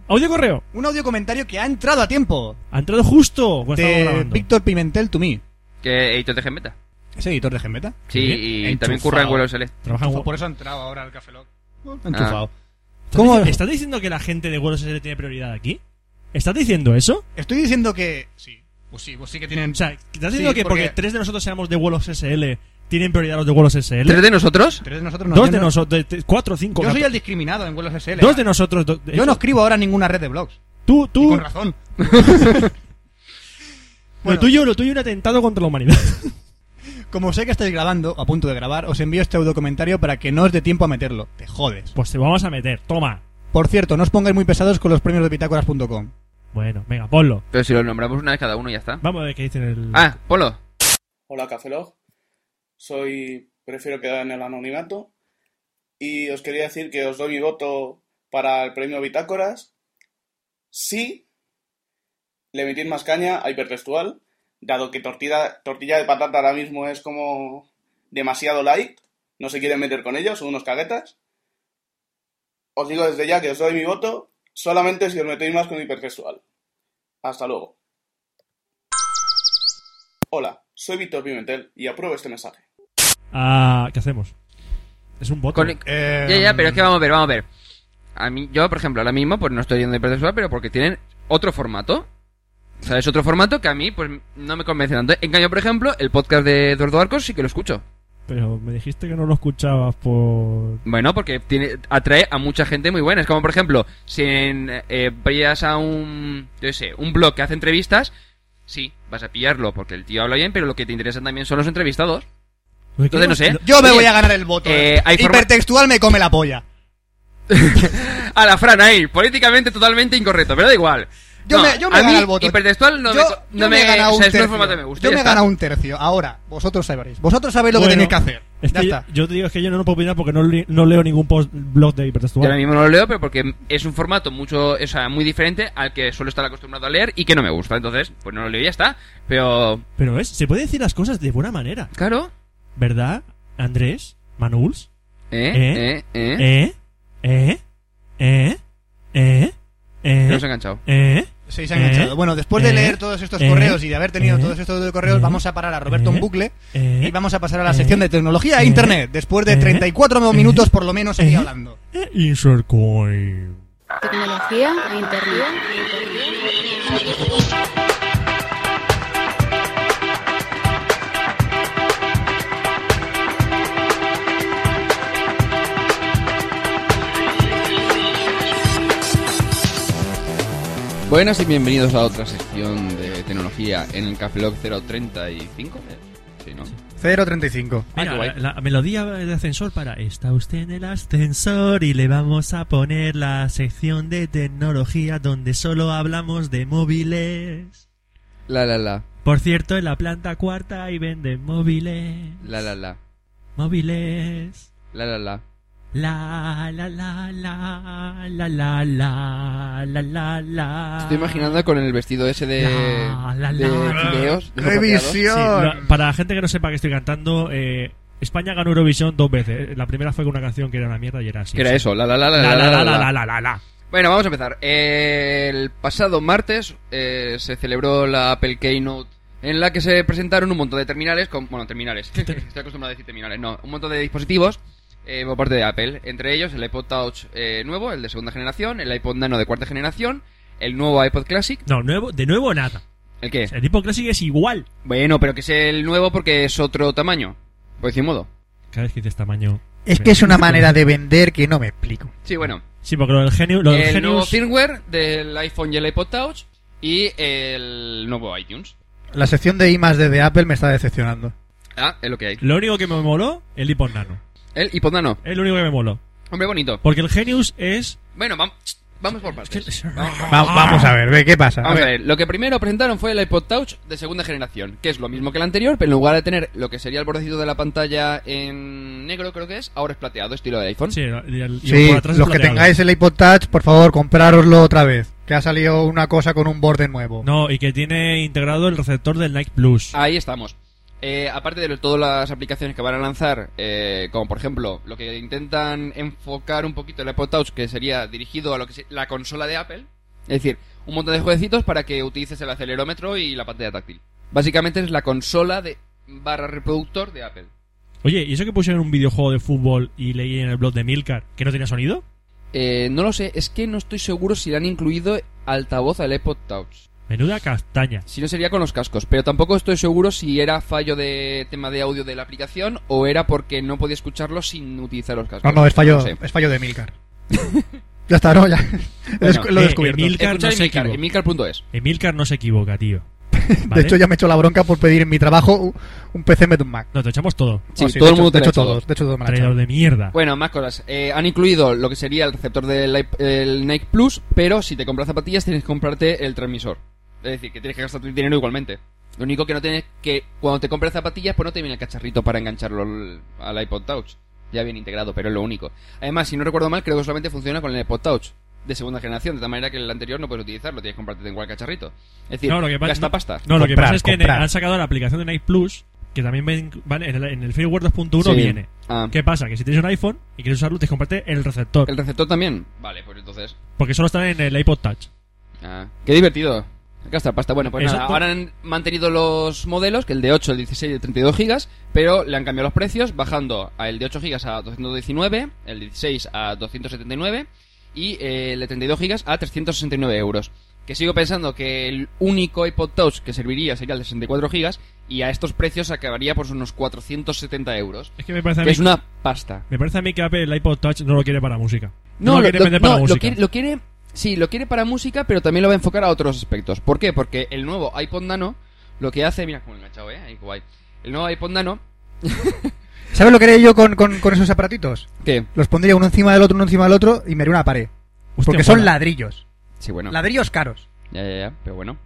Speaker 4: Audio correo.
Speaker 7: Un audio comentario que ha entrado a tiempo.
Speaker 4: Ha entrado justo cuando estábamos
Speaker 7: de
Speaker 4: Pues grabando.
Speaker 7: Víctor Pimentel to me.
Speaker 3: Que editor de Gemeta.
Speaker 7: ¿Es editor de Gembeta?
Speaker 3: Sí,
Speaker 4: Sí,
Speaker 3: y
Speaker 7: enchufado.
Speaker 3: también curra en Huelo Celeste.
Speaker 4: Trabaja en-
Speaker 7: eso ha entrado ahora al Café Lock.
Speaker 3: Enchufado.
Speaker 4: ¿Estás
Speaker 7: ¿Cómo?
Speaker 4: dici- ¿Estás diciendo que la gente de World SSL tiene prioridad aquí? ¿Estás diciendo eso?
Speaker 7: Estoy diciendo que... Sí, pues sí, pues sí que tienen...
Speaker 4: O sea, ¿estás
Speaker 7: Sí,
Speaker 4: diciendo que porque
Speaker 7: porque-
Speaker 4: tres de nosotros seamos de World SL tienen prioridad los de World SL?
Speaker 3: ¿Tres de nosotros?
Speaker 7: tres de nosotros no.
Speaker 4: Dos
Speaker 7: yo
Speaker 4: de
Speaker 7: no-
Speaker 4: nosotros, de- de- cuatro, cinco.
Speaker 7: Yo soy
Speaker 4: catorce.
Speaker 7: el discriminado en vuelos SL.
Speaker 4: Dos de nosotros. do- de-
Speaker 7: Yo no escribo ahora en ninguna red de blogs.
Speaker 4: Tú,
Speaker 7: Y
Speaker 4: tú.
Speaker 7: Con razón.
Speaker 4: Lo
Speaker 7: Bueno.
Speaker 4: tuyo, lo tuyo es un atentado contra la humanidad.
Speaker 7: Como sé que estáis grabando, a punto de grabar, os envío este audiocomentario para que no os dé tiempo a meterlo. Te jodes.
Speaker 4: Pues te vamos a meter, toma.
Speaker 7: Por cierto, no os pongáis muy pesados con los premios de bitácoras.com.
Speaker 4: Bueno, venga, ponlo.
Speaker 3: Pero si los nombramos una vez cada uno y ya está.
Speaker 4: Vamos a ver qué dicen el.
Speaker 3: Ah, Polo.
Speaker 10: Hola Cafelog, soy prefiero quedar en el anonimato y os quería decir que os doy mi voto para el premio Bitácoras si le metís más caña a hipertextual, dado que tortilla, tortilla de patata ahora mismo es como demasiado light, no se quieren meter con ellos, son unos caguetas. Os digo desde ya que os doy mi voto solamente si os metéis más con hipergestual. Hasta luego. Hola, soy Víctor Pimentel y apruebo este mensaje.
Speaker 4: Ah, ¿Qué hacemos? Es un bot.
Speaker 3: Con-
Speaker 7: Eh,
Speaker 3: Ya, ya, pero es que vamos a ver, vamos a ver. A mí, yo, por ejemplo, ahora mismo, pues no estoy yendo de hipertextual, pero porque tienen otro formato. O sea, es otro formato que a mí, pues, no me convence tanto. En cambio, por ejemplo, el podcast de Eduardo Arcos sí que lo escucho.
Speaker 4: Pero me dijiste que no lo escuchabas por.
Speaker 3: Bueno, porque tiene, atrae a mucha gente muy buena. Es como, por ejemplo, si en, eh, pillas a un, yo qué sé, un blog que hace entrevistas, sí, vas a pillarlo porque el tío habla bien, pero lo que te interesan también son los entrevistados. Entonces, no sé.
Speaker 7: Yo me
Speaker 3: Oye,
Speaker 7: voy a ganar el voto.
Speaker 3: eh,
Speaker 7: eh.
Speaker 3: hay forma-
Speaker 7: Hipertextual me come la polla.
Speaker 3: A la Fran ahí, políticamente totalmente incorrecto, pero da igual.
Speaker 7: Yo
Speaker 3: No,
Speaker 7: me, yo me
Speaker 3: a
Speaker 7: he ganado
Speaker 3: mí,
Speaker 7: el voto.
Speaker 3: hipertextual no
Speaker 7: yo,
Speaker 3: me, co- no
Speaker 7: yo
Speaker 3: me-
Speaker 7: he ganado
Speaker 3: o
Speaker 7: un
Speaker 3: sea, es
Speaker 7: tercio.
Speaker 3: el formato que me gusta.
Speaker 7: yo
Speaker 3: ya
Speaker 7: me he
Speaker 3: está.
Speaker 7: ganado un tercio. Ahora, vosotros sabréis. Vosotros sabéis lo que
Speaker 4: Bueno,
Speaker 7: tenéis que hacer.
Speaker 4: Es
Speaker 7: ya
Speaker 4: que
Speaker 7: está.
Speaker 4: yo- Yo te digo es que yo no puedo opinar porque no, li- no leo ningún post blog de
Speaker 3: Yo ahora
Speaker 4: hipertextual.
Speaker 3: mismo no lo leo, pero porque es un formato mucho, o sea, muy diferente al que suelo estar acostumbrado a leer y que no me gusta. Entonces, pues no lo leo y ya está. Pero,
Speaker 4: Pero es, se puede decir las cosas de buena manera.
Speaker 3: claro.
Speaker 4: ¿Verdad, Andrés? ¿Manuls?
Speaker 3: ¿Eh? ¿Eh? ¿Eh?
Speaker 4: ¿Eh? ¿Eh? ¿Eh? ¿Eh?
Speaker 3: No
Speaker 4: ¿Eh?
Speaker 3: se ha enganchado.
Speaker 4: ¿Eh?
Speaker 7: Sí, se han enganchado.
Speaker 4: Eh,
Speaker 7: Bueno, después de
Speaker 4: eh,
Speaker 7: leer todos estos
Speaker 4: eh,
Speaker 7: correos y de haber tenido
Speaker 4: eh,
Speaker 7: todos estos correos,
Speaker 4: eh,
Speaker 7: vamos a parar a Roberto en
Speaker 4: eh,
Speaker 7: bucle
Speaker 4: ¿Eh?
Speaker 7: y vamos a pasar a la
Speaker 4: eh,
Speaker 7: sección de tecnología e
Speaker 4: eh,
Speaker 7: internet. Después de
Speaker 4: eh,
Speaker 7: 34
Speaker 4: eh,
Speaker 7: minutos, por lo menos, aquí
Speaker 4: eh.
Speaker 7: hablando.
Speaker 4: ¿Eh? Insert coin.
Speaker 6: Tecnología e internet.
Speaker 3: Buenas y bienvenidos a otra sección de tecnología en el Café Lock 035. ¿eh? Sí, ¿no?
Speaker 5: 0.35.
Speaker 4: Mira,
Speaker 3: Ah, qué guay.
Speaker 4: la, la melodía de ascensor para Está usted en el ascensor y le vamos a poner la sección de tecnología donde solo hablamos de móviles.
Speaker 3: La, la, la.
Speaker 4: Por cierto, en la planta cuarta ahí venden móviles.
Speaker 3: La, la, la.
Speaker 4: Móviles.
Speaker 3: La, la, la.
Speaker 4: La la la la la la la la la la.
Speaker 3: Estoy imaginando con el vestido ese de.
Speaker 4: La, la,
Speaker 3: de
Speaker 4: la.
Speaker 3: fideos, de
Speaker 4: Sí, la-
Speaker 5: ¡Revisión!
Speaker 4: para la gente que no sepa que estoy cantando, eh, España ganó Eurovisión dos veces. Eh, La primera fue con una canción que era una mierda y era así.
Speaker 3: Que era eso, la, la, la, la,
Speaker 4: La la la
Speaker 3: la.
Speaker 4: la la la la.
Speaker 3: Bueno, vamos a empezar. Eh, El pasado martes eh, se celebró la Apple Keynote en la que se presentaron un montón de terminales, con, bueno, terminales, estoy acostumbrado a decir terminales, no, un montón de dispositivos eh, por parte de Apple, entre ellos el iPod Touch eh, nuevo, el de segunda generación, el iPod Nano de cuarta generación, el nuevo iPod Classic,
Speaker 4: No, nuevo, de nuevo nada.
Speaker 3: ¿el qué?
Speaker 4: El tipo clásico es igual.
Speaker 3: Bueno, pero que es el nuevo porque es otro tamaño, por decir modo.
Speaker 4: Cada vez que dices tamaño.
Speaker 5: Es que es una manera de vender que no me explico.
Speaker 3: Sí, bueno.
Speaker 4: Sí, porque lo del genio. Lo del
Speaker 3: el nuevo
Speaker 4: Genius-
Speaker 3: firmware del iPhone y el iPod Touch y el nuevo iTunes.
Speaker 5: La sección de I más de Apple me está decepcionando.
Speaker 3: Ah, es lo que hay.
Speaker 4: Lo único que me moló, el iPod Nano.
Speaker 3: El iPod Nano.
Speaker 4: Es lo único que me moló.
Speaker 3: Hombre bonito.
Speaker 4: Porque el Genius es.
Speaker 3: Bueno, vamos, vamos por partes. Vamos, por-
Speaker 5: Va- vamos a ver, ve, ¿qué pasa?
Speaker 3: vamos a ver. Lo que primero presentaron fue el iPod Touch de segunda generación, que es lo mismo que el anterior, pero en lugar de tener lo que sería el bordecito de la pantalla en negro, creo que es, ahora es plateado, estilo de iPhone.
Speaker 4: Sí, y el- y
Speaker 5: Sí,
Speaker 4: por atrás es
Speaker 5: los que
Speaker 4: plateado.
Speaker 5: tengáis el iPod Touch, por favor, comprároslo otra vez. Que ha salido una cosa con un borde nuevo.
Speaker 4: No, y que tiene integrado el receptor del Nike Plus.
Speaker 3: Ahí estamos. Eh, aparte de lo- todas las aplicaciones que van a lanzar, eh, como por ejemplo lo que intentan enfocar un poquito el iPod Touch, que sería dirigido a lo que se- la consola de Apple, es decir, un montón de jueguecitos para que utilices el acelerómetro y la pantalla táctil. Básicamente es la consola de barra reproductor de Apple.
Speaker 4: Oye, ¿y eso que pusieron un videojuego de fútbol y leí en el blog de Milcar que no tenía sonido?
Speaker 3: Eh, no lo sé, es que no estoy seguro si le han incluido altavoz al iPod Touch.
Speaker 4: Menuda castaña.
Speaker 3: Si no sería con los cascos, pero tampoco estoy seguro si era fallo de tema de audio de la aplicación o era porque no podía escucharlo sin utilizar los cascos.
Speaker 5: No, no, es fallo,
Speaker 3: sé.
Speaker 5: es fallo de Milcar. ya está, ¿no? Ya.
Speaker 3: Bueno,
Speaker 5: lo
Speaker 4: eh,
Speaker 5: he descubierto.
Speaker 4: Emil- Milcar
Speaker 3: Escuchad
Speaker 4: no se
Speaker 3: Emilcar,
Speaker 4: equivoca.
Speaker 3: Emilcar.es.
Speaker 4: Emilcar no se equivoca, tío.
Speaker 5: De hecho, ya me he hecho la bronca por pedir en mi trabajo un PC en vez de un Mac.
Speaker 4: No, te echamos todo.
Speaker 3: Sí,
Speaker 5: Oh, sí,
Speaker 3: todo
Speaker 5: de
Speaker 3: el mundo
Speaker 5: hecho,
Speaker 3: te
Speaker 5: de
Speaker 3: lo ha hecho.
Speaker 5: hecho todos, de hecho todos me la
Speaker 4: Traidor
Speaker 5: echaron.
Speaker 4: de mierda.
Speaker 3: Bueno, más cosas. Eh, han incluido lo que sería el receptor del iP- el Nike Plus, pero si te compras zapatillas tienes que comprarte el transmisor. Es decir, que tienes que gastar tu dinero igualmente. Lo único que no tienes que cuando te compras zapatillas, pues no te viene el cacharrito para engancharlo al, al iPod Touch. Ya viene integrado, pero es lo único. Además, si no recuerdo mal, creo que solamente funciona con el iPod Touch de segunda generación, de tal manera que el anterior no puedes utilizarlo, tienes que comprarte igual cacharrito. Es decir,
Speaker 4: No, lo que pasa-
Speaker 3: gasta pasta.
Speaker 4: no, lo que
Speaker 5: comprar,
Speaker 4: pasa es que
Speaker 5: comprar.
Speaker 4: han sacado la aplicación de Nike Plus que también ven- van en el, en el firmware 2.1
Speaker 3: Sí.
Speaker 4: viene.
Speaker 3: Ah,
Speaker 4: ¿Qué pasa? Que si tienes un iPhone y quieres usarlo, tienes que comprarte el receptor.
Speaker 3: ¿El receptor también? Vale, pues entonces.
Speaker 4: Porque solo está en el iPod Touch.
Speaker 3: Ah, qué divertido. Hay que gastar pasta. Bueno, pues nada,
Speaker 4: Exacto.
Speaker 3: ahora han mantenido los modelos, que el de 8, el 16 y el 32 gigas, pero le han cambiado los precios, bajando a el de 8 gigas a 219, el 16 a 279 y eh, el de 32 gigas a 369 euros. Que sigo pensando que el único iPod Touch que serviría sería el de 64 gigas y a estos precios acabaría por unos 470 euros.
Speaker 4: Es que me parece a
Speaker 3: Que
Speaker 4: mí,
Speaker 3: es una pasta.
Speaker 4: me parece a mí que Apple el iPod Touch no lo quiere para música.
Speaker 3: No,
Speaker 4: lo,
Speaker 3: lo,
Speaker 4: quiere
Speaker 3: lo-
Speaker 4: vender
Speaker 3: no,
Speaker 4: para
Speaker 3: lo
Speaker 4: música.
Speaker 3: quiere, lo quiere- sí, lo quiere para música, pero también lo va a enfocar a otros aspectos. ¿Por qué? Porque el nuevo iPod Nano lo que hace, mira cómo enganchado, eh, ahí, guay. El nuevo iPod Nano,
Speaker 5: ¿Sabes lo que haría yo con, con- con esos aparatitos?
Speaker 3: ¿qué?
Speaker 5: Los pondría uno encima del otro, uno encima del otro y me haría una pared.
Speaker 4: Hostia,
Speaker 5: Porque son
Speaker 4: mola.
Speaker 5: ladrillos.
Speaker 3: Sí, bueno.
Speaker 5: Ladrillos caros
Speaker 3: Ya, ya, ya, pero bueno.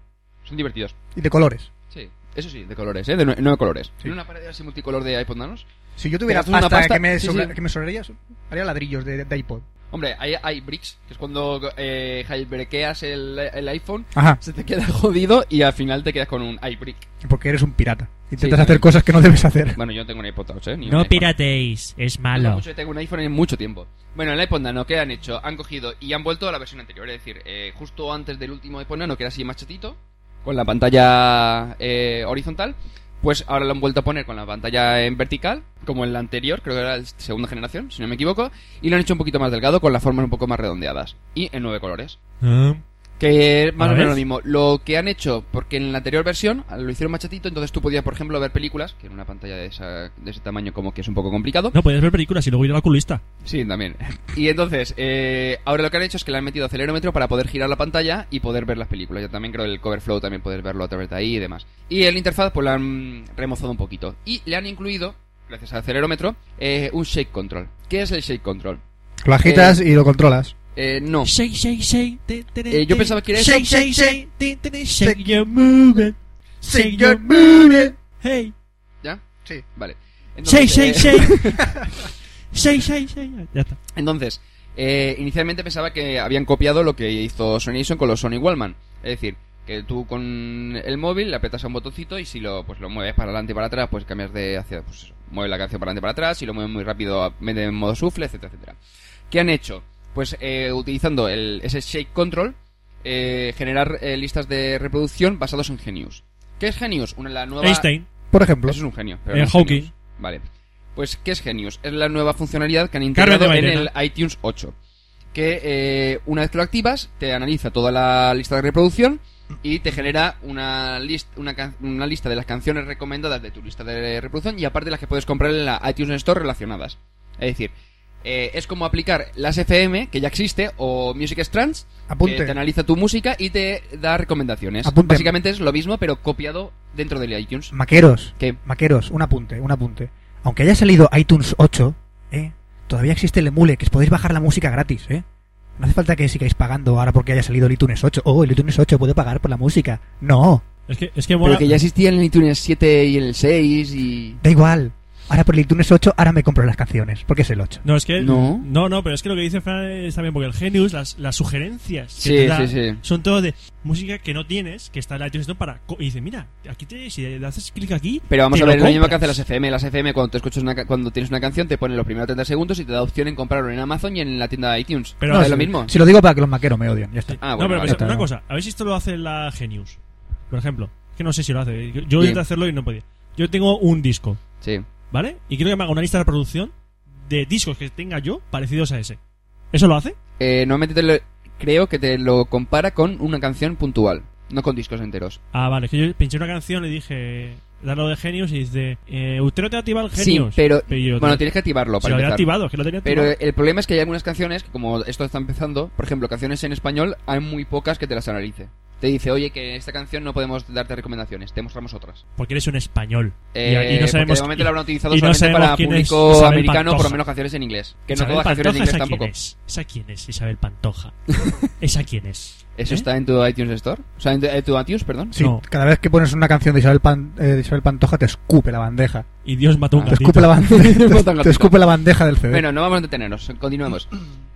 Speaker 3: Son divertidos.
Speaker 5: y de colores.
Speaker 3: Sí, eso sí, de colores, eh, de nue- nueve colores. ¿Tiene una pared así multicolor de iPod Nanos?
Speaker 5: Si yo tuviera
Speaker 3: Te gastas una
Speaker 5: pasta,
Speaker 3: pasta,
Speaker 5: que me,
Speaker 3: sí,
Speaker 5: sobra-
Speaker 3: sí.
Speaker 5: que me sobraría, haría ladrillos de, de iPod.
Speaker 3: Hombre, hay, hay bricks, que es cuando eh, jailbrequeas el, el iPhone,
Speaker 5: Ajá.
Speaker 3: se te queda jodido y al final te quedas con un iBrick.
Speaker 5: Porque eres un pirata. Intentas
Speaker 3: Sí,
Speaker 5: hacer
Speaker 3: también.
Speaker 5: cosas que no debes hacer.
Speaker 3: Bueno, yo no tengo un iPod Touch, eh. ni un
Speaker 1: No
Speaker 3: iPhone.
Speaker 1: pirateéis, es
Speaker 3: Tengo
Speaker 1: malo.
Speaker 3: mucho- tengo un iPhone en mucho tiempo. Bueno, el iPod Nano, ¿qué han hecho? Han cogido y han vuelto a la versión anterior. Es decir, eh, justo antes del último iPod Nano, que era así más chatito, con la pantalla eh, horizontal, pues ahora lo han vuelto a poner con la pantalla en vertical, como en la anterior, creo que era la segunda generación, si no me equivoco, y lo han hecho un poquito más delgado, con las formas un poco más redondeadas. Y en nueve colores.
Speaker 4: Ah.
Speaker 3: Que más
Speaker 4: ¿A
Speaker 3: o menos
Speaker 4: ver?
Speaker 3: lo mismo. Lo que han hecho, porque en la anterior versión lo hicieron más chatito, entonces tú podías, por ejemplo, ver películas, que en una pantalla de, esa- de ese tamaño como que es un poco complicado.
Speaker 4: No, podías ver películas y luego ir al oculista.
Speaker 3: Sí, también. Y entonces, eh, ahora lo que han hecho es que le han metido acelerómetro para poder girar la pantalla y poder ver las películas. Yo también creo que el cover flow también poder verlo a través de ahí y demás. Y el interfaz pues lo han remozado un poquito. Y le han incluido, gracias al acelerómetro, eh, un shake control. ¿Qué es el shake control?
Speaker 5: Lo agitas y lo controlas.
Speaker 3: Eh, no.
Speaker 1: Shake, shake, shake. te, te, te,
Speaker 3: Eh, yo pensaba que era eso.
Speaker 1: Shake, shake, shake. te, te, te, Shake your movement. Shake your Hey.
Speaker 3: ¿Ya?
Speaker 5: Sí.
Speaker 3: Vale.
Speaker 1: Shake,
Speaker 3: Entonces, eh,
Speaker 1: shake, shake. Shake, shake, shake. Ya está.
Speaker 3: Entonces, eh, inicialmente pensaba que habían copiado lo que hizo Sony Ericsson con los Sony Wallman. Es decir, que tú con el móvil le apretas a un botoncito y si lo, pues lo mueves para adelante y para atrás, pues cambias de hacia... Pues eso, mueve la canción para adelante y para atrás, si lo mueves muy rápido, mete en modo sufle, etcétera, etcétera. ¿Qué han hecho? Pues eh, utilizando el, ese Shake Control, eh, generar eh, listas de reproducción basados en Genius. ¿Qué es Genius? Una la nueva...
Speaker 4: Einstein.
Speaker 5: Por ejemplo,
Speaker 3: Eso es un genio. pero
Speaker 4: Eh,
Speaker 3: no es
Speaker 4: Hawking.
Speaker 3: Genius. Vale. Pues, ¿qué es Genius? Es la nueva funcionalidad que han
Speaker 4: Carmen
Speaker 3: integrado
Speaker 4: de
Speaker 3: en el
Speaker 4: Mairena.
Speaker 3: iTunes 8. Que eh, una vez que lo activas, te analiza toda la lista de reproducción y te genera una, list- una, can- una lista de las canciones recomendadas de tu lista de reproducción y aparte las que puedes comprar en la iTunes Store relacionadas. Es decir, eh, es como aplicar las FM, que ya existe, o Music Strands, que te
Speaker 5: apunte.
Speaker 3: analiza tu música y te da recomendaciones.
Speaker 5: Apunte.
Speaker 3: Básicamente es lo mismo, pero copiado dentro del iTunes.
Speaker 5: Maqueros,
Speaker 3: Que
Speaker 5: maqueros, un apunte, un apunte. Aunque haya salido iTunes 8, ¿eh? todavía existe el emule, que os podéis bajar la música gratis, ¿eh? No hace falta que sigáis pagando ahora porque haya salido el iTunes 8. Oh, el iTunes 8 puede pagar por la música. No,
Speaker 4: Es que, es que mola.
Speaker 3: Pero que ya existían el iTunes 7 y el 6 y...
Speaker 5: da igual. Ahora por el iTunes 8, ahora me compro las canciones, porque es el 8.
Speaker 4: No, es que.
Speaker 3: No.
Speaker 4: No, no, pero es que lo que dice Fran está bien, porque el Genius, las, las sugerencias que
Speaker 3: Sí,
Speaker 4: te da
Speaker 3: sí, sí.
Speaker 4: son todo de música que no tienes, que está en la iTunes Store para. co- Y dice, mira, aquí te, si le haces clic aquí.
Speaker 3: Pero vamos
Speaker 4: te
Speaker 3: a ver, es
Speaker 4: lo
Speaker 3: lo mismo que hace
Speaker 4: compras.
Speaker 3: las FM. Las FM, cuando te escuchas una ca- cuando tienes una canción, te ponen los primeros 30 segundos y te da opción en comprarlo en Amazon y en la tienda de iTunes.
Speaker 4: Pero
Speaker 3: ¿No
Speaker 4: no,
Speaker 3: es lo
Speaker 4: sí.
Speaker 3: mismo?
Speaker 5: Si lo digo para que los maqueros me odian, ya está.
Speaker 3: Ah,
Speaker 4: no,
Speaker 3: bueno,
Speaker 4: pero
Speaker 3: vale.
Speaker 4: pensad,
Speaker 5: vale.
Speaker 4: una cosa, a ver si esto lo hace la Genius, por ejemplo. Es Que no sé si lo hace. Yo- Yo
Speaker 3: Sí.
Speaker 4: intenté hacerlo y no podía. Yo tengo un disco,
Speaker 3: Sí.
Speaker 4: ¿vale? Y quiero que me haga una lista de reproducción de discos que tenga yo parecidos a ese. ¿Eso lo hace?
Speaker 3: Eh, normalmente te lo- creo que te lo compara con una canción puntual, no con discos enteros.
Speaker 4: Ah, vale, es que yo pinché una canción, le dije, darlo de Genius y dice, eh, usted no te ha activado el
Speaker 3: Sí,
Speaker 4: Genius.
Speaker 3: pero...
Speaker 4: yo-
Speaker 3: Bueno, tienes que activarlo
Speaker 4: se
Speaker 3: para
Speaker 4: lo había
Speaker 3: empezar.
Speaker 4: activado, es que lo tenía
Speaker 3: Pero
Speaker 4: activado.
Speaker 3: el problema es que hay algunas canciones, que como esto está empezando, por ejemplo, canciones en español, hay muy pocas que te las analice. Te dice, oye, que esta canción no podemos darte recomendaciones, te mostramos otras.
Speaker 4: Porque eres un español. Y-
Speaker 3: Eh,
Speaker 4: y, no
Speaker 3: porque
Speaker 4: sabemos.
Speaker 3: de momento lo habrán utilizado
Speaker 4: y no
Speaker 3: solamente
Speaker 4: sabemos
Speaker 3: para
Speaker 4: quién es
Speaker 3: público
Speaker 4: Isabel
Speaker 3: americano, por
Speaker 4: Pantoja.
Speaker 3: lo menos canciones en inglés. Que no
Speaker 4: Isabel
Speaker 3: todas las canciones en inglés
Speaker 4: Pantoja, ¿esa quién
Speaker 3: tampoco.
Speaker 4: es? ¿Esa quién es? Isabel Pantoja. ¿Esa quién es?
Speaker 3: ¿Eso
Speaker 4: ¿Eh?
Speaker 3: está en tu iTunes Store? O sea, en tu, en tu iTunes, perdón.
Speaker 5: Sí,
Speaker 4: No.
Speaker 5: cada vez que pones una canción de Isabel, Pan- eh, de Isabel Pantoja te escupe la bandeja.
Speaker 4: Y Dios mató a un
Speaker 5: Te
Speaker 4: gatito.
Speaker 5: escupe la bandeja,
Speaker 3: gatito.
Speaker 5: te escupe la bandeja del CD.
Speaker 3: Bueno, no vamos a detenernos, continuemos.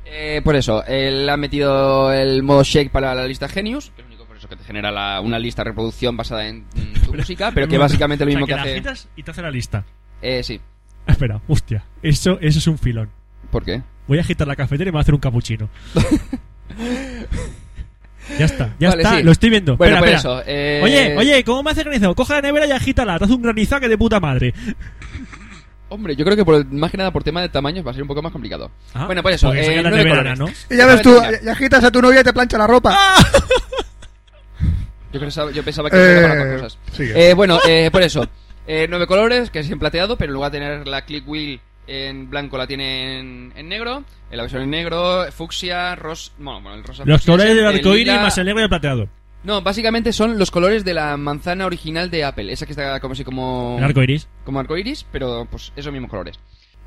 Speaker 3: Eh, por eso, él ha metido el modo shake para la lista Genius, que es único por eso, que te genera la- una lista de reproducción basada en mm, tu música, pero que básicamente lo mismo
Speaker 4: o sea,
Speaker 3: que,
Speaker 4: la
Speaker 3: hace.
Speaker 4: agitas y te hace la lista. Ah,
Speaker 3: Eh, sí.
Speaker 4: Espera, hostia. Eso, eso es un filón.
Speaker 3: ¿Por qué?
Speaker 4: Voy a agitar la cafetera y me va a hacer un capuchino. ya está, ya
Speaker 3: Vale,
Speaker 4: está.
Speaker 3: sí.
Speaker 4: Lo estoy viendo.
Speaker 3: Bueno,
Speaker 4: Espera,
Speaker 3: pues
Speaker 4: espera.
Speaker 3: eso, eh,
Speaker 4: Oye, oye, ¿cómo me hace granizo? Coge la nevera y agítala. Te hace un granizaque de puta madre.
Speaker 3: Pues Hombre, yo creo que por, el- más que nada por tema de tamaños va a ser un poco más complicado.
Speaker 4: Ah,
Speaker 3: bueno, pues eso.
Speaker 4: porque sacan
Speaker 3: Eh,
Speaker 4: las
Speaker 3: nueve
Speaker 4: neveras,
Speaker 3: colores.
Speaker 4: ¿no?
Speaker 5: Y ya ves tú, y agitas a tu novia y te plancha la ropa.
Speaker 3: Ah. Yo pensaba, yo pensaba que era para otras
Speaker 5: Eh,
Speaker 3: cosas.
Speaker 5: sigue.
Speaker 3: Eh, bueno, eh, por eso. Eh, nueve colores, que es en plateado, pero en lugar de tener la click wheel en blanco la tiene en, en negro. En la versión en negro, fucsia, rosa... Bueno, bueno, el rosa...
Speaker 4: Los
Speaker 3: fucsia,
Speaker 4: colores del
Speaker 3: el
Speaker 4: arcoíris
Speaker 3: lila-
Speaker 4: más el negro y el plateado.
Speaker 3: No, básicamente son los colores de la manzana original de Apple. Esa que está como así como...
Speaker 4: El arcoíris.
Speaker 3: Como arcoíris, pero pues esos mismos colores.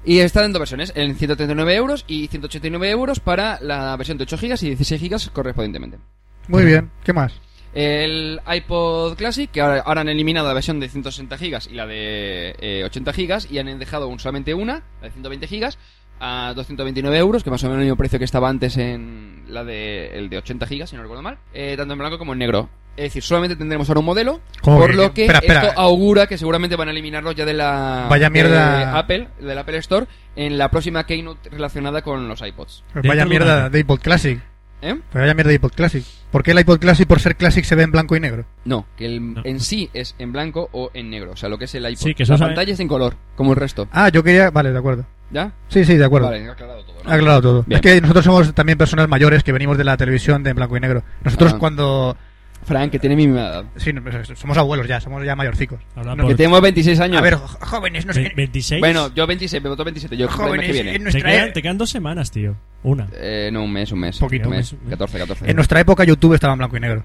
Speaker 3: Y están en dos versiones, en 139 euros y 189 euros para la versión de 8 GB y 16 GB correspondientemente.
Speaker 5: Muy bien, ¿qué más?
Speaker 3: El iPod Classic, que ahora, ahora han eliminado la versión de 160 gigas y la de eh, 80 gigas y han dejado un- solamente una, la de 120 gigas, a 229 euros, que más o menos el mismo precio que estaba antes en la de, el de 80 gigas, si no recuerdo mal, eh, tanto en blanco como en negro. Es decir, solamente tendremos ahora un modelo,
Speaker 5: ¿Cómo
Speaker 3: por
Speaker 5: que?
Speaker 3: lo que
Speaker 5: Espera, espera.
Speaker 3: esto augura que seguramente van a eliminarlo ya de la
Speaker 5: Vaya
Speaker 3: de
Speaker 5: mierda.
Speaker 3: Apple, del Apple Store, en la próxima Keynote relacionada con los iPods.
Speaker 5: Pues
Speaker 4: Dentro
Speaker 5: vaya
Speaker 4: de un
Speaker 5: mierda
Speaker 4: año.
Speaker 5: de iPod Classic.
Speaker 3: ¿Eh?
Speaker 5: Pues vaya mierda de iPod Classic. ¿Por qué el iPod Classic, por ser Classic, se ve en blanco y negro?
Speaker 3: No, que el-
Speaker 4: No.
Speaker 3: en sí es en blanco o en negro. O sea, lo que es el iPod.
Speaker 4: Sí, que eso
Speaker 3: la
Speaker 4: sabe-
Speaker 3: pantalla es en color, como el resto.
Speaker 5: Ah, yo quería. Vale, de acuerdo.
Speaker 3: ¿Ya?
Speaker 5: Sí, sí, de acuerdo.
Speaker 3: Vale, aclarado todo, ¿no?
Speaker 5: Ha aclarado todo.
Speaker 3: Bien.
Speaker 5: Es que nosotros somos también personas mayores que venimos de la televisión de en blanco y negro. Nosotros
Speaker 3: Ah.
Speaker 5: cuando.
Speaker 3: Frank, que tiene mi misma edad.
Speaker 5: Sí, no, pues, somos abuelos ya, somos ya mayorcicos.
Speaker 4: Habla
Speaker 5: No,
Speaker 4: por-
Speaker 3: Que tenemos 26 años.
Speaker 5: A ver, jo- jóvenes, no
Speaker 4: Ve-
Speaker 5: sé.
Speaker 4: 26.
Speaker 3: Bueno, yo 26, me voto 27. Yo el mes
Speaker 5: Jóvenes,
Speaker 3: que
Speaker 5: en
Speaker 3: viene.
Speaker 4: te,
Speaker 5: nuestra,
Speaker 4: quedan,
Speaker 5: e-
Speaker 4: te quedan dos semanas, tío. Una.
Speaker 3: Eh, no, un mes, un mes.
Speaker 5: Poquito.
Speaker 3: Un mes.
Speaker 4: Un mes.
Speaker 3: 14, 14.
Speaker 5: e-, en nuestra época YouTube estaba en blanco y negro.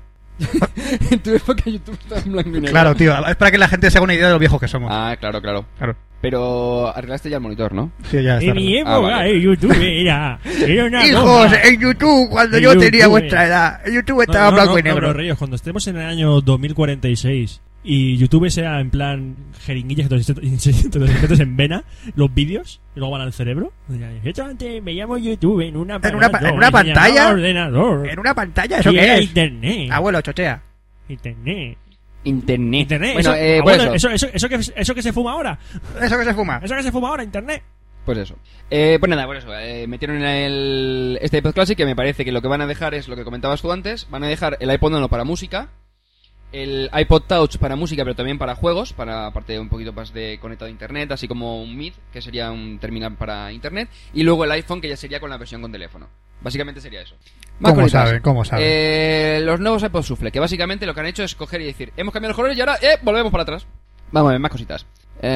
Speaker 3: En tu época YouTube estaba en blanco y negro.
Speaker 5: Claro, tío, es para que la gente se haga una idea de lo viejos que somos.
Speaker 3: Ah, claro, claro.
Speaker 5: Claro.
Speaker 3: Pero arreglaste ya el monitor, ¿no?
Speaker 5: Sí, ya está.
Speaker 4: En mi época,
Speaker 3: Ah, vale.
Speaker 4: eh, YouTube era, era una
Speaker 5: Hijos,
Speaker 4: bomba.
Speaker 5: en YouTube, cuando
Speaker 4: En
Speaker 5: yo tenía
Speaker 4: YouTube,
Speaker 5: vuestra
Speaker 4: eh.
Speaker 5: edad, YouTube
Speaker 4: No,
Speaker 5: estaba
Speaker 4: no,
Speaker 5: blanco
Speaker 4: no,
Speaker 5: y negro.
Speaker 4: cabros Ríos, cuando estemos en el año 2046 y YouTube sea en plan jeringuillas que te los insertas- te los insertas en vena, los vídeos, y luego van al cerebro. y ya, Yo antes me llamo YouTube en una,
Speaker 5: En una pa- en una
Speaker 4: me llamaba
Speaker 5: pantalla.
Speaker 4: ordenador.
Speaker 5: ¿En una pantalla? ¿Eso
Speaker 4: Y
Speaker 5: qué
Speaker 4: era
Speaker 5: es? Ah,
Speaker 4: Internet.
Speaker 5: Abuelo, chochea.
Speaker 4: Internet.
Speaker 3: Internet.
Speaker 4: Internet.
Speaker 3: Bueno,
Speaker 4: eso,
Speaker 3: eh, por
Speaker 4: abuelo,
Speaker 3: eso.
Speaker 4: eso, eso, eso que, eso que se fuma ahora.
Speaker 5: Eso que se fuma.
Speaker 4: Eso que se fuma ahora, Internet.
Speaker 3: Pues eso. Eh, pues nada, por eso. eh, metieron en el, este iPod Classic que me parece que lo que van a dejar es lo que comentabas tú antes. Van a dejar el iPod Nano para música, el iPod Touch para música, pero también para juegos, para parte un poquito más de conectado a Internet, así como un MID, que sería un terminal para Internet, y luego el iPhone, que ya sería con la versión con teléfono. Básicamente sería eso. Más
Speaker 5: ¿Cómo
Speaker 3: cositas.
Speaker 5: saben? ¿Cómo saben?
Speaker 3: Eh, los nuevos iPod Shuffle, que básicamente lo que han hecho es coger y decir, hemos cambiado los colores y ahora eh, volvemos para atrás. Vamos a ver, más cositas.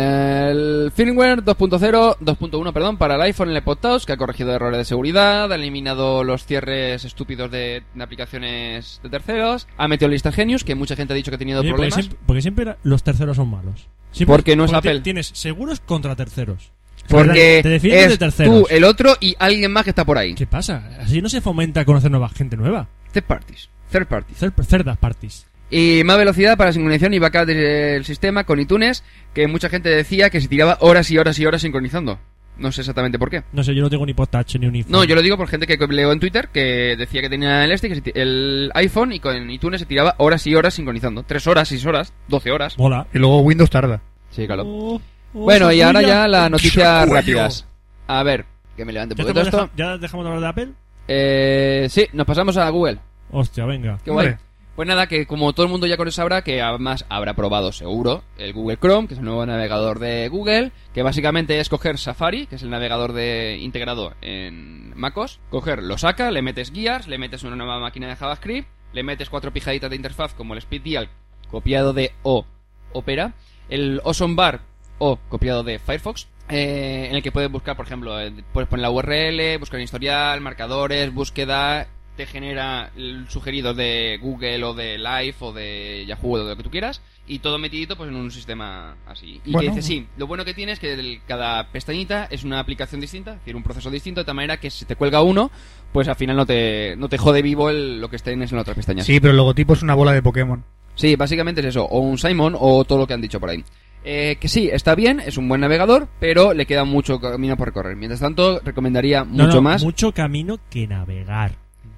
Speaker 3: El firmware 2.0, 2.1, perdón, para el iPhone, el iPod Touch, que ha corregido errores de seguridad, ha eliminado los cierres estúpidos de, de aplicaciones de terceros, ha metido lista Genius, que mucha gente ha dicho que ha tenido
Speaker 4: Oye, pues porque,
Speaker 3: problemas.
Speaker 4: siempre, porque siempre la- los terceros son malos. Siempre-
Speaker 3: Porque no es
Speaker 4: ti-
Speaker 3: Apple.
Speaker 4: Tienes seguros contra terceros.
Speaker 3: Porque
Speaker 4: te defiendes pues de
Speaker 3: es
Speaker 4: terceros.
Speaker 3: tú, el otro y alguien más que está por ahí.
Speaker 4: ¿Qué pasa? Así no se fomenta conocer nueva gente nueva.
Speaker 3: Third parties. Third parties.
Speaker 4: Cer- Cerdas parties.
Speaker 3: Y más velocidad para sincronización y backup del sistema con iTunes, que mucha gente decía que se tiraba horas y horas y horas sincronizando. No sé exactamente por qué.
Speaker 4: No sé, yo no tengo ni potache ni un iPhone.
Speaker 3: No, yo lo digo por gente que leo en Twitter que decía que tenía el este, que se ti- el iPhone y con iTunes se tiraba horas y horas sincronizando. Tres horas, seis horas, doce horas.
Speaker 4: Mola.
Speaker 5: Y luego Windows tarda.
Speaker 3: Sí, claro.
Speaker 4: Oh, oh,
Speaker 3: Bueno, y
Speaker 4: esa
Speaker 3: ahora
Speaker 4: tuya.
Speaker 3: ya las noticias
Speaker 5: Sacuello.
Speaker 3: rápidas. A ver, que me levante un
Speaker 4: ¿Ya,
Speaker 3: poquito
Speaker 4: te
Speaker 3: esto.
Speaker 4: deja- ya dejamos de hablar de Apple?
Speaker 3: Eh, sí, nos pasamos a Google.
Speaker 4: Hostia, venga.
Speaker 3: Qué guay.
Speaker 5: Hombre.
Speaker 3: Pues nada, que como todo el mundo ya con eso sabrá, que además habrá probado seguro el Google Chrome, que es el nuevo navegador de Google, que básicamente es coger Safari, que es el navegador de integrado en MacOS, coger, lo saca, le metes guías, le metes una nueva máquina de JavaScript, le metes cuatro pijaditas de interfaz como el Speed Dial, copiado de O Opera, el Awesome Bar O copiado de Firefox, eh, en el que puedes buscar, por ejemplo, eh, puedes poner la URL, buscar en historial, marcadores, búsqueda, te genera el sugerido de Google o de Live o de Yahoo o de lo que tú quieras, y todo metidito pues en un sistema así. Y
Speaker 5: Bueno.
Speaker 3: que dice, sí, lo bueno que tiene es que el- cada pestañita es una aplicación distinta, es decir, un proceso distinto, de tal manera que si te cuelga uno, pues al final no te, no te jode vivo el- lo que estén en la otra pestaña.
Speaker 5: Sí, pero el logotipo es una bola de Pokémon.
Speaker 3: Sí, básicamente es eso, o un Simon o todo lo que han dicho por ahí. Eh, que sí, está bien, es un buen navegador, pero le queda mucho camino por recorrer. Mientras tanto, recomendaría
Speaker 4: No,
Speaker 3: mucho
Speaker 4: no,
Speaker 3: más.
Speaker 4: Mucho camino que navegar.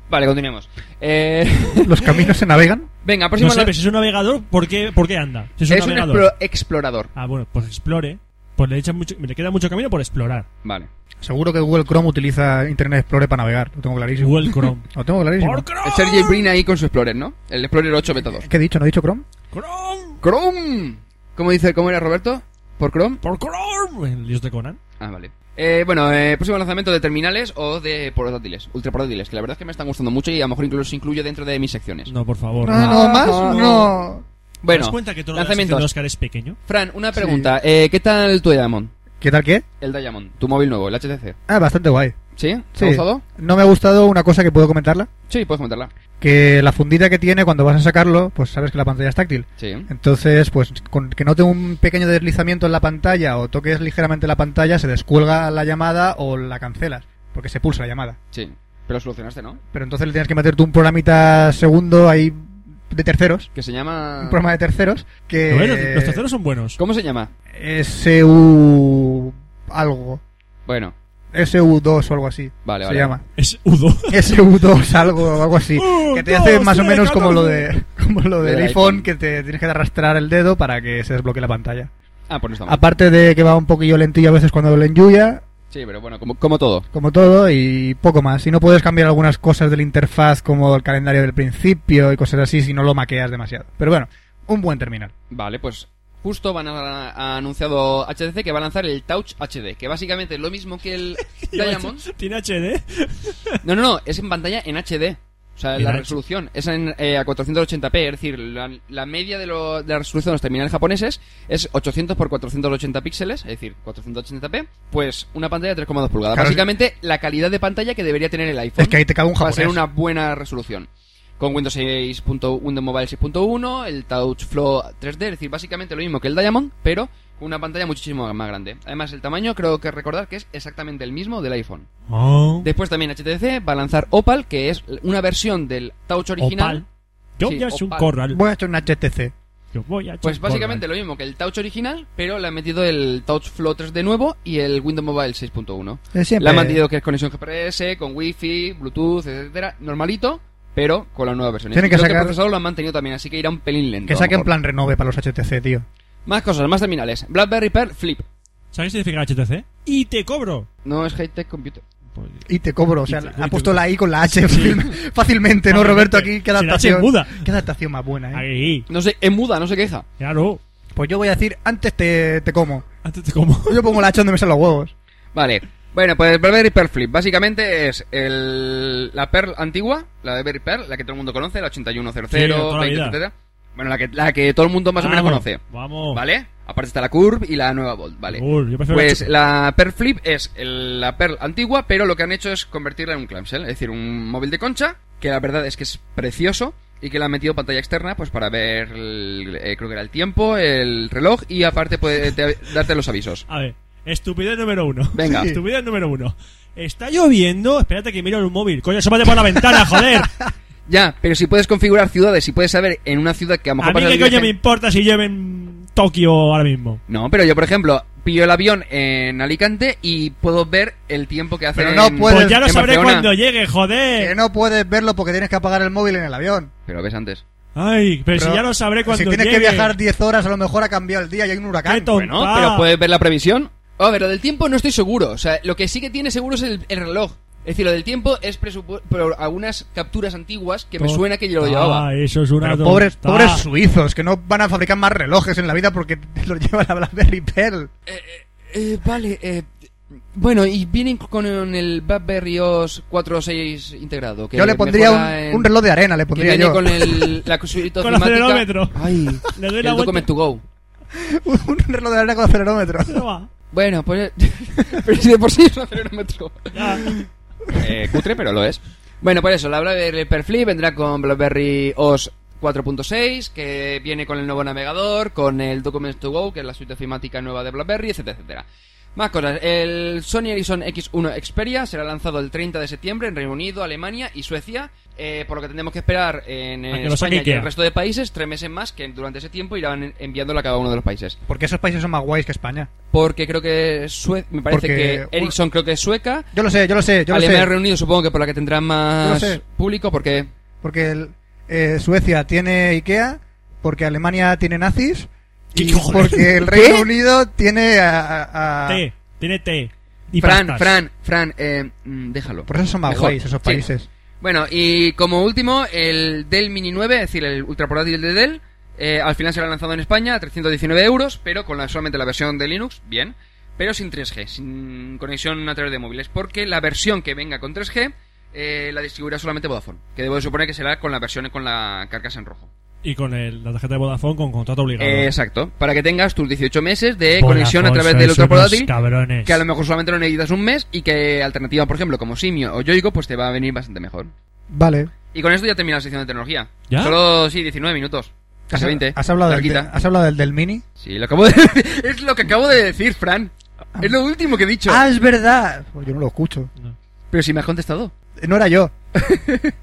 Speaker 3: Vale, continuemos. Eh,
Speaker 5: Los caminos se navegan.
Speaker 3: venga,
Speaker 4: No
Speaker 3: próximo.
Speaker 4: sé,
Speaker 3: la-
Speaker 4: pero si es un navegador, ¿por qué, por qué anda? Si es un
Speaker 3: es un
Speaker 4: navegador.
Speaker 3: explo- explorador.
Speaker 4: Ah, bueno, pues explore. Pues le, echa mucho, le queda mucho camino por explorar.
Speaker 3: Vale.
Speaker 5: Seguro que Google Chrome utiliza Internet Explorer para navegar. Lo tengo clarísimo.
Speaker 4: Google Chrome.
Speaker 5: Lo tengo clarísimo.
Speaker 4: ¡Por Chrome!
Speaker 3: El Sergey Brin ahí con su Explorer, ¿no? El Explorer 8 Beta 2.
Speaker 5: ¿Qué he dicho? ¿No he dicho Chrome?
Speaker 4: ¡Chrome!
Speaker 3: Chrome. ¿Cómo dice, cómo era Roberto? ¿Por Chrome?
Speaker 4: ¡Por Chrome! El dios de Conan.
Speaker 3: Ah, vale. Eh, bueno, eh, próximo lanzamiento de terminales o de portátiles, ultra portátiles, que la verdad es que me están gustando mucho y a lo mejor incluso los incluyo dentro de mis secciones.
Speaker 4: No, por favor.
Speaker 5: No, no, más. No.
Speaker 4: ¿Te das
Speaker 3: Bueno,
Speaker 4: cuenta que todo lo que hace
Speaker 3: lanzamientos.
Speaker 4: Oscar es pequeño?
Speaker 3: Fran, una pregunta. Eh, ¿Qué tal tu Diamond?
Speaker 5: ¿Qué tal qué?
Speaker 3: El Diamond, tu móvil nuevo, el HTC.
Speaker 5: Ah, bastante guay.
Speaker 3: ¿Sí? ¿Te
Speaker 5: Sí.
Speaker 3: ha gustado?
Speaker 5: No me ha gustado una cosa que puedo comentarla.
Speaker 3: Sí, puedes comentarla.
Speaker 5: Que la fundita que tiene cuando vas a sacarlo, pues sabes que la pantalla es táctil.
Speaker 3: Sí.
Speaker 5: Entonces, pues con que note un pequeño deslizamiento en la pantalla o toques ligeramente la pantalla, se descuelga la llamada o la cancelas, porque se pulsa la llamada.
Speaker 3: Sí. Pero lo solucionaste, ¿no?
Speaker 5: Pero entonces le tienes que meter tú un programita segundo ahí de terceros,
Speaker 3: Que se llama...
Speaker 5: un programa de terceros que
Speaker 4: Pero bueno, los terceros son buenos.
Speaker 3: ¿Cómo se llama?
Speaker 5: SU algo,
Speaker 3: Bueno,
Speaker 5: SU2 o algo así.
Speaker 3: Vale,
Speaker 5: se
Speaker 3: vale.
Speaker 5: llama.
Speaker 4: Es Udo. Oh,
Speaker 5: SU2 algo algo así,
Speaker 4: Un,
Speaker 5: que te hace
Speaker 4: dos,
Speaker 5: más o
Speaker 4: tres,
Speaker 5: menos como lo
Speaker 4: catorce.
Speaker 5: de como lo del
Speaker 3: Del
Speaker 5: iPhone
Speaker 3: iPhone.
Speaker 5: que te tienes que arrastrar el dedo para que se desbloquee la pantalla.
Speaker 3: Ah, pues no está mal.
Speaker 5: Aparte de que va un poquillo lentillo a veces cuando lo enlluya,
Speaker 3: Sí, pero bueno, como, como todo.
Speaker 5: como todo, y poco más. Y no puedes cambiar algunas cosas de la interfaz, como el calendario del principio y cosas así, si no lo maqueas demasiado. Pero bueno, un buen terminal.
Speaker 3: Vale, pues justo van a, ha anunciado HTC que va a lanzar el Touch HD, que básicamente es lo mismo que el Diamond.
Speaker 4: ¿Tiene HD?
Speaker 3: No, no, no, es en pantalla en HD. O sea,
Speaker 4: En
Speaker 3: la
Speaker 4: H-
Speaker 3: resolución es en, eh, a 480p, es decir, la, la media de, lo- de la resolución de los terminales japoneses es 800 por 480 píxeles, es decir, 480p, pues una pantalla de 3,2 pulgadas.
Speaker 5: Claro, es-
Speaker 3: Básicamente la calidad de pantalla que debería tener el iPhone
Speaker 5: Es que ahí te cago un
Speaker 3: va a ser
Speaker 5: japonés.
Speaker 3: una buena resolución. Con Windows 6. Windows Mobile 6.1, el Touch Flow 3D, es decir, básicamente lo mismo que el Diamond, pero con una pantalla muchísimo más grande. Además, el tamaño creo que recordar que es exactamente el mismo del iPhone. Después también HTC va a lanzar Opal, que es una versión del Touch original.
Speaker 4: Opal. Yo
Speaker 3: Sí,
Speaker 4: ya es un
Speaker 3: Opal.
Speaker 4: corral.
Speaker 5: Voy a hacer un HTC.
Speaker 4: Yo voy a echar
Speaker 3: Pues
Speaker 4: un
Speaker 3: básicamente
Speaker 4: corral.
Speaker 3: lo mismo que el Touch original, pero le han metido el Touch Flow 3 de nuevo y el Windows Mobile 6.1.
Speaker 5: Es
Speaker 3: Le
Speaker 5: siempre-
Speaker 3: han metido que es conexión GPS, con Wi-Fi, Bluetooth, etcétera, normalito, pero con la nueva versión.
Speaker 5: Tienen
Speaker 3: Y
Speaker 5: que
Speaker 3: creo
Speaker 5: sacar-
Speaker 3: el procesador lo han mantenido también, así que irá un pelín lento.
Speaker 5: Que
Speaker 3: a lo
Speaker 5: saquen
Speaker 3: mejor.
Speaker 5: plan renove para los HTC, tío.
Speaker 3: Más cosas, más terminales. BlackBerry Pearl Flip.
Speaker 4: ¿Sabes qué significa HTC? ¡Y te cobro!
Speaker 3: No es high-tech computer.
Speaker 4: Pues-
Speaker 5: Y te cobro, o sea,
Speaker 4: Y te-
Speaker 5: ha puesto la I con la H fácilmente, ¿no,
Speaker 4: Fácilmente.
Speaker 5: Roberto? Aquí, qué
Speaker 4: Si la H
Speaker 5: adaptación.
Speaker 4: muda.
Speaker 5: Qué adaptación más buena, ¿eh?
Speaker 4: Ahí,
Speaker 3: No sé, es muda, no se queja.
Speaker 4: claro.
Speaker 5: Pues yo voy a decir, antes te, te como.
Speaker 4: Antes te como.
Speaker 5: Yo pongo la H donde me salen los huevos.
Speaker 3: Vale. Bueno, pues BlackBerry Pearl Flip básicamente es el, la Pearl antigua, la de Berry Pearl, la que todo el mundo conoce, la 8100,
Speaker 4: Sí, toda la
Speaker 3: 20,
Speaker 4: vida. Ah,
Speaker 3: etcétera. Bueno, la que, la que todo el mundo más o menos
Speaker 4: Vamos,
Speaker 3: conoce.
Speaker 4: Vamos.
Speaker 3: ¿Vale? Aparte está la Curve y la nueva Volt, ¿vale?
Speaker 4: Uy, yo prefiero
Speaker 3: Pues
Speaker 4: la-
Speaker 3: la Pearl Flip es el- la Pearl antigua, pero lo que han hecho es convertirla en un clamshell, es decir, un móvil de concha, que la verdad es que es precioso y que le han metido pantalla externa pues para ver, el- eh, creo que era el tiempo, el reloj y aparte puede te- darte los avisos.
Speaker 4: A ver, estupidez número uno.
Speaker 3: Venga. Sí.
Speaker 4: Estupidez número uno. Está lloviendo. Espérate que miro en un móvil. Coño, asómate por la ventana, joder.
Speaker 3: Ya, pero si puedes configurar ciudades, si puedes saber en una ciudad que a lo mejor
Speaker 4: a mí
Speaker 3: pasa
Speaker 4: qué
Speaker 3: el
Speaker 4: coño
Speaker 3: virgen-
Speaker 4: me importa si llueve en Tokio ahora mismo.
Speaker 3: No, pero yo, por ejemplo, pillo el avión en Alicante y puedo ver el tiempo que hace
Speaker 5: Pero no
Speaker 3: en-
Speaker 5: Puedes-
Speaker 4: pues ya lo
Speaker 3: en
Speaker 4: sabré
Speaker 3: Barcelona.
Speaker 4: cuando llegue,
Speaker 5: Que
Speaker 4: joder.
Speaker 5: no puedes verlo porque tienes que apagar el móvil en el avión.
Speaker 3: Pero ves antes.
Speaker 4: Ay, pero, si
Speaker 5: Pero
Speaker 4: ya lo sabré Eh, cuando
Speaker 5: Si tienes
Speaker 4: llegue.
Speaker 5: que viajar 10 horas, a lo mejor ha cambiado el día y hay un huracán.
Speaker 4: Qué tonto.
Speaker 3: Bueno,
Speaker 4: Ah.
Speaker 3: pero puedes ver la previsión. A ver, lo del tiempo no estoy seguro. O sea, lo que sí que tiene seguro es el, el reloj. Es decir, lo del tiempo es presupu- pero algunas capturas antiguas que me
Speaker 4: Tonta.
Speaker 3: suena que yo lo llevaba.
Speaker 4: Ah, eso es una
Speaker 5: Pero
Speaker 4: tonta.
Speaker 5: pobres, pobres suizos que no van a fabricar más relojes en la vida porque los lleva la BlackBerry Pearl.
Speaker 3: Eh, vale, eh, bueno, y vienen con el BlackBerry OS 4.6 integrado. Que
Speaker 5: Yo le pondría un,
Speaker 3: mejora en-
Speaker 5: un reloj de arena, le
Speaker 3: que
Speaker 5: pondría
Speaker 3: viene
Speaker 5: yo.
Speaker 3: con el, la cosita
Speaker 4: Con
Speaker 3: cinemática.
Speaker 4: acelerómetro.
Speaker 3: Ay,
Speaker 4: Le doy
Speaker 3: el
Speaker 4: la vuelta.
Speaker 3: document to go.
Speaker 5: un reloj de arena con acelerómetro.
Speaker 4: Toma,
Speaker 3: Bueno, pues. pero si de por sí es un acelerómetro.
Speaker 4: ya.
Speaker 3: Eh, cutre, pero lo es. Bueno, por eso, la BlackBerry Perflip vendrá con BlackBerry OS 4.6, que viene con el nuevo navegador, con el Documents to Go, que es la suite ofimática nueva de BlackBerry, etcétera, etcétera. Más cosas. El Sony Ericsson X1 Xperia será lanzado el 30 de septiembre en Reino Unido, Alemania y Suecia. eh, por lo que tendremos que esperar en
Speaker 4: A
Speaker 3: eh,
Speaker 4: que lo
Speaker 3: España
Speaker 4: saque
Speaker 3: y
Speaker 4: Ikea.
Speaker 3: el resto de países tres meses más que durante ese tiempo irán enviándolo a cada uno de los países.
Speaker 5: Porque esos países son más guays que España.
Speaker 3: Porque creo que Sue- me parece
Speaker 5: Porque-
Speaker 3: que Ericsson creo que es sueca.
Speaker 5: Yo lo sé, yo lo sé, yo lo
Speaker 3: Alemania y
Speaker 5: sé.
Speaker 3: Reino Unido supongo que por la que tendrán
Speaker 5: Yo lo
Speaker 3: más
Speaker 5: sé.
Speaker 3: público porque
Speaker 5: Porque el- eh, Suecia tiene Ikea, porque Alemania tiene nazis, y porque el Reino Unido tiene a... a- a-
Speaker 4: T, tiene T. Y
Speaker 3: Fran,
Speaker 4: pastas.
Speaker 3: Fran, Fran, eh, mm, déjalo.
Speaker 5: Por eso son más
Speaker 3: Mejor.
Speaker 5: guays esos
Speaker 3: Sí.
Speaker 5: países.
Speaker 3: Bueno, y como último, el Dell Mini 9, es decir, el ultraportátil de Dell, eh, al final será lanzado en España a 319 euros, pero con la- solamente la versión de Linux, bien, pero sin 3G, sin conexión a través de móviles, porque la versión que venga con 3G eh, la distribuirá solamente Vodafone, que debo de suponer que será con la versión con la carcasa en rojo.
Speaker 4: Y con el- la tarjeta de Vodafone con contrato obligado.
Speaker 3: Eh, exacto, para que tengas tus 18 meses de
Speaker 4: Vodafone,
Speaker 3: conexión a través
Speaker 4: sois
Speaker 3: del
Speaker 4: unos
Speaker 3: ultraportátil.
Speaker 4: cabrones.
Speaker 3: Que a lo mejor solamente lo necesitas un mes y que alternativa, por ejemplo, como Simio o Yoigo, pues te va a venir bastante mejor.
Speaker 5: Vale.
Speaker 3: Y con esto ya termina la sección de tecnología.
Speaker 4: ¿Ya?
Speaker 3: Solo, sí, 19 minutos. Casi
Speaker 5: Has-
Speaker 3: 20.
Speaker 5: Has hablado, del,
Speaker 3: Larguita.
Speaker 5: has hablado del, del mini.
Speaker 3: Sí, lo acabo de... es lo que acabo de decir, Fran. Es lo último que he dicho.
Speaker 5: Ah, es verdad. Pues yo no lo escucho.
Speaker 3: Pero si me has contestado.
Speaker 5: No era yo.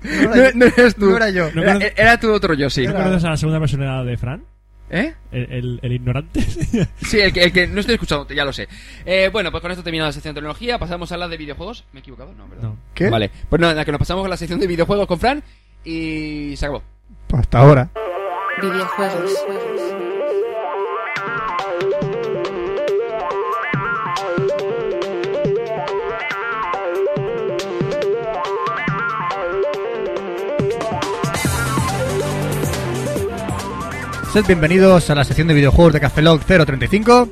Speaker 5: No
Speaker 3: No,
Speaker 5: era yo.
Speaker 3: no eres tú.
Speaker 5: No era yo.
Speaker 4: No
Speaker 3: Era,
Speaker 4: conoces-
Speaker 3: era tu otro yo, sí.
Speaker 5: Era-
Speaker 4: ¿No conoces a la segunda personalidad de Fran?
Speaker 3: ¿Eh?
Speaker 4: El, el, el ignorante.
Speaker 3: Sí, el que, el que no estoy escuchando, ya lo sé. Eh, bueno, pues con esto termina la sección de tecnología. Pasamos a la de videojuegos. ¿Me he equivocado? No, ¿verdad?
Speaker 4: no.
Speaker 5: ¿Qué?
Speaker 3: Vale. Pues nada, que nos pasamos a la sección de videojuegos con Fran y se acabó.
Speaker 5: Pues Hasta ahora.
Speaker 6: videojuegos,
Speaker 5: Sed bienvenidos a la sección de videojuegos de Cafelog 035.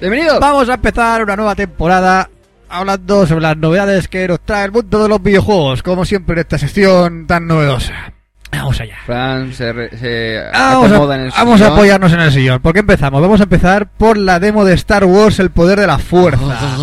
Speaker 3: ¡Bienvenidos!
Speaker 5: Vamos a empezar una nueva temporada hablando sobre las novedades que nos trae el mundo de los videojuegos, como siempre en esta sección tan novedosa. Vamos allá.
Speaker 3: Fran se, re- se
Speaker 5: Ah, Vamos,
Speaker 3: acomoda en
Speaker 5: a,
Speaker 3: el
Speaker 5: vamos a
Speaker 3: sillón.
Speaker 5: apoyarnos en el sillón. ¿Por qué empezamos? Vamos a empezar por la demo de Star Wars, El Poder de la Fuerza,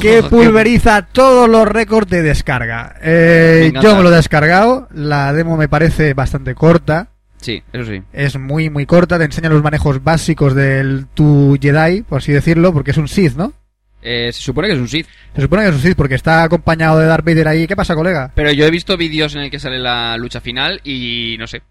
Speaker 5: que pulveriza todos los récords de descarga. Eh,
Speaker 3: Me encanta.
Speaker 5: yo me lo he descargado, la demo me parece bastante corta,
Speaker 3: Sí, eso sí.
Speaker 5: es muy muy corta, te enseña los manejos básicos del tu Jedi, por así decirlo, porque es un Sith, ¿no?
Speaker 3: Eh, se supone que es un Sith.
Speaker 5: Se supone que es un Sith porque está acompañado de Darth Vader ahí. ¿Qué pasa, colega?
Speaker 3: Pero yo he visto vídeos en el que sale la lucha final y no sé.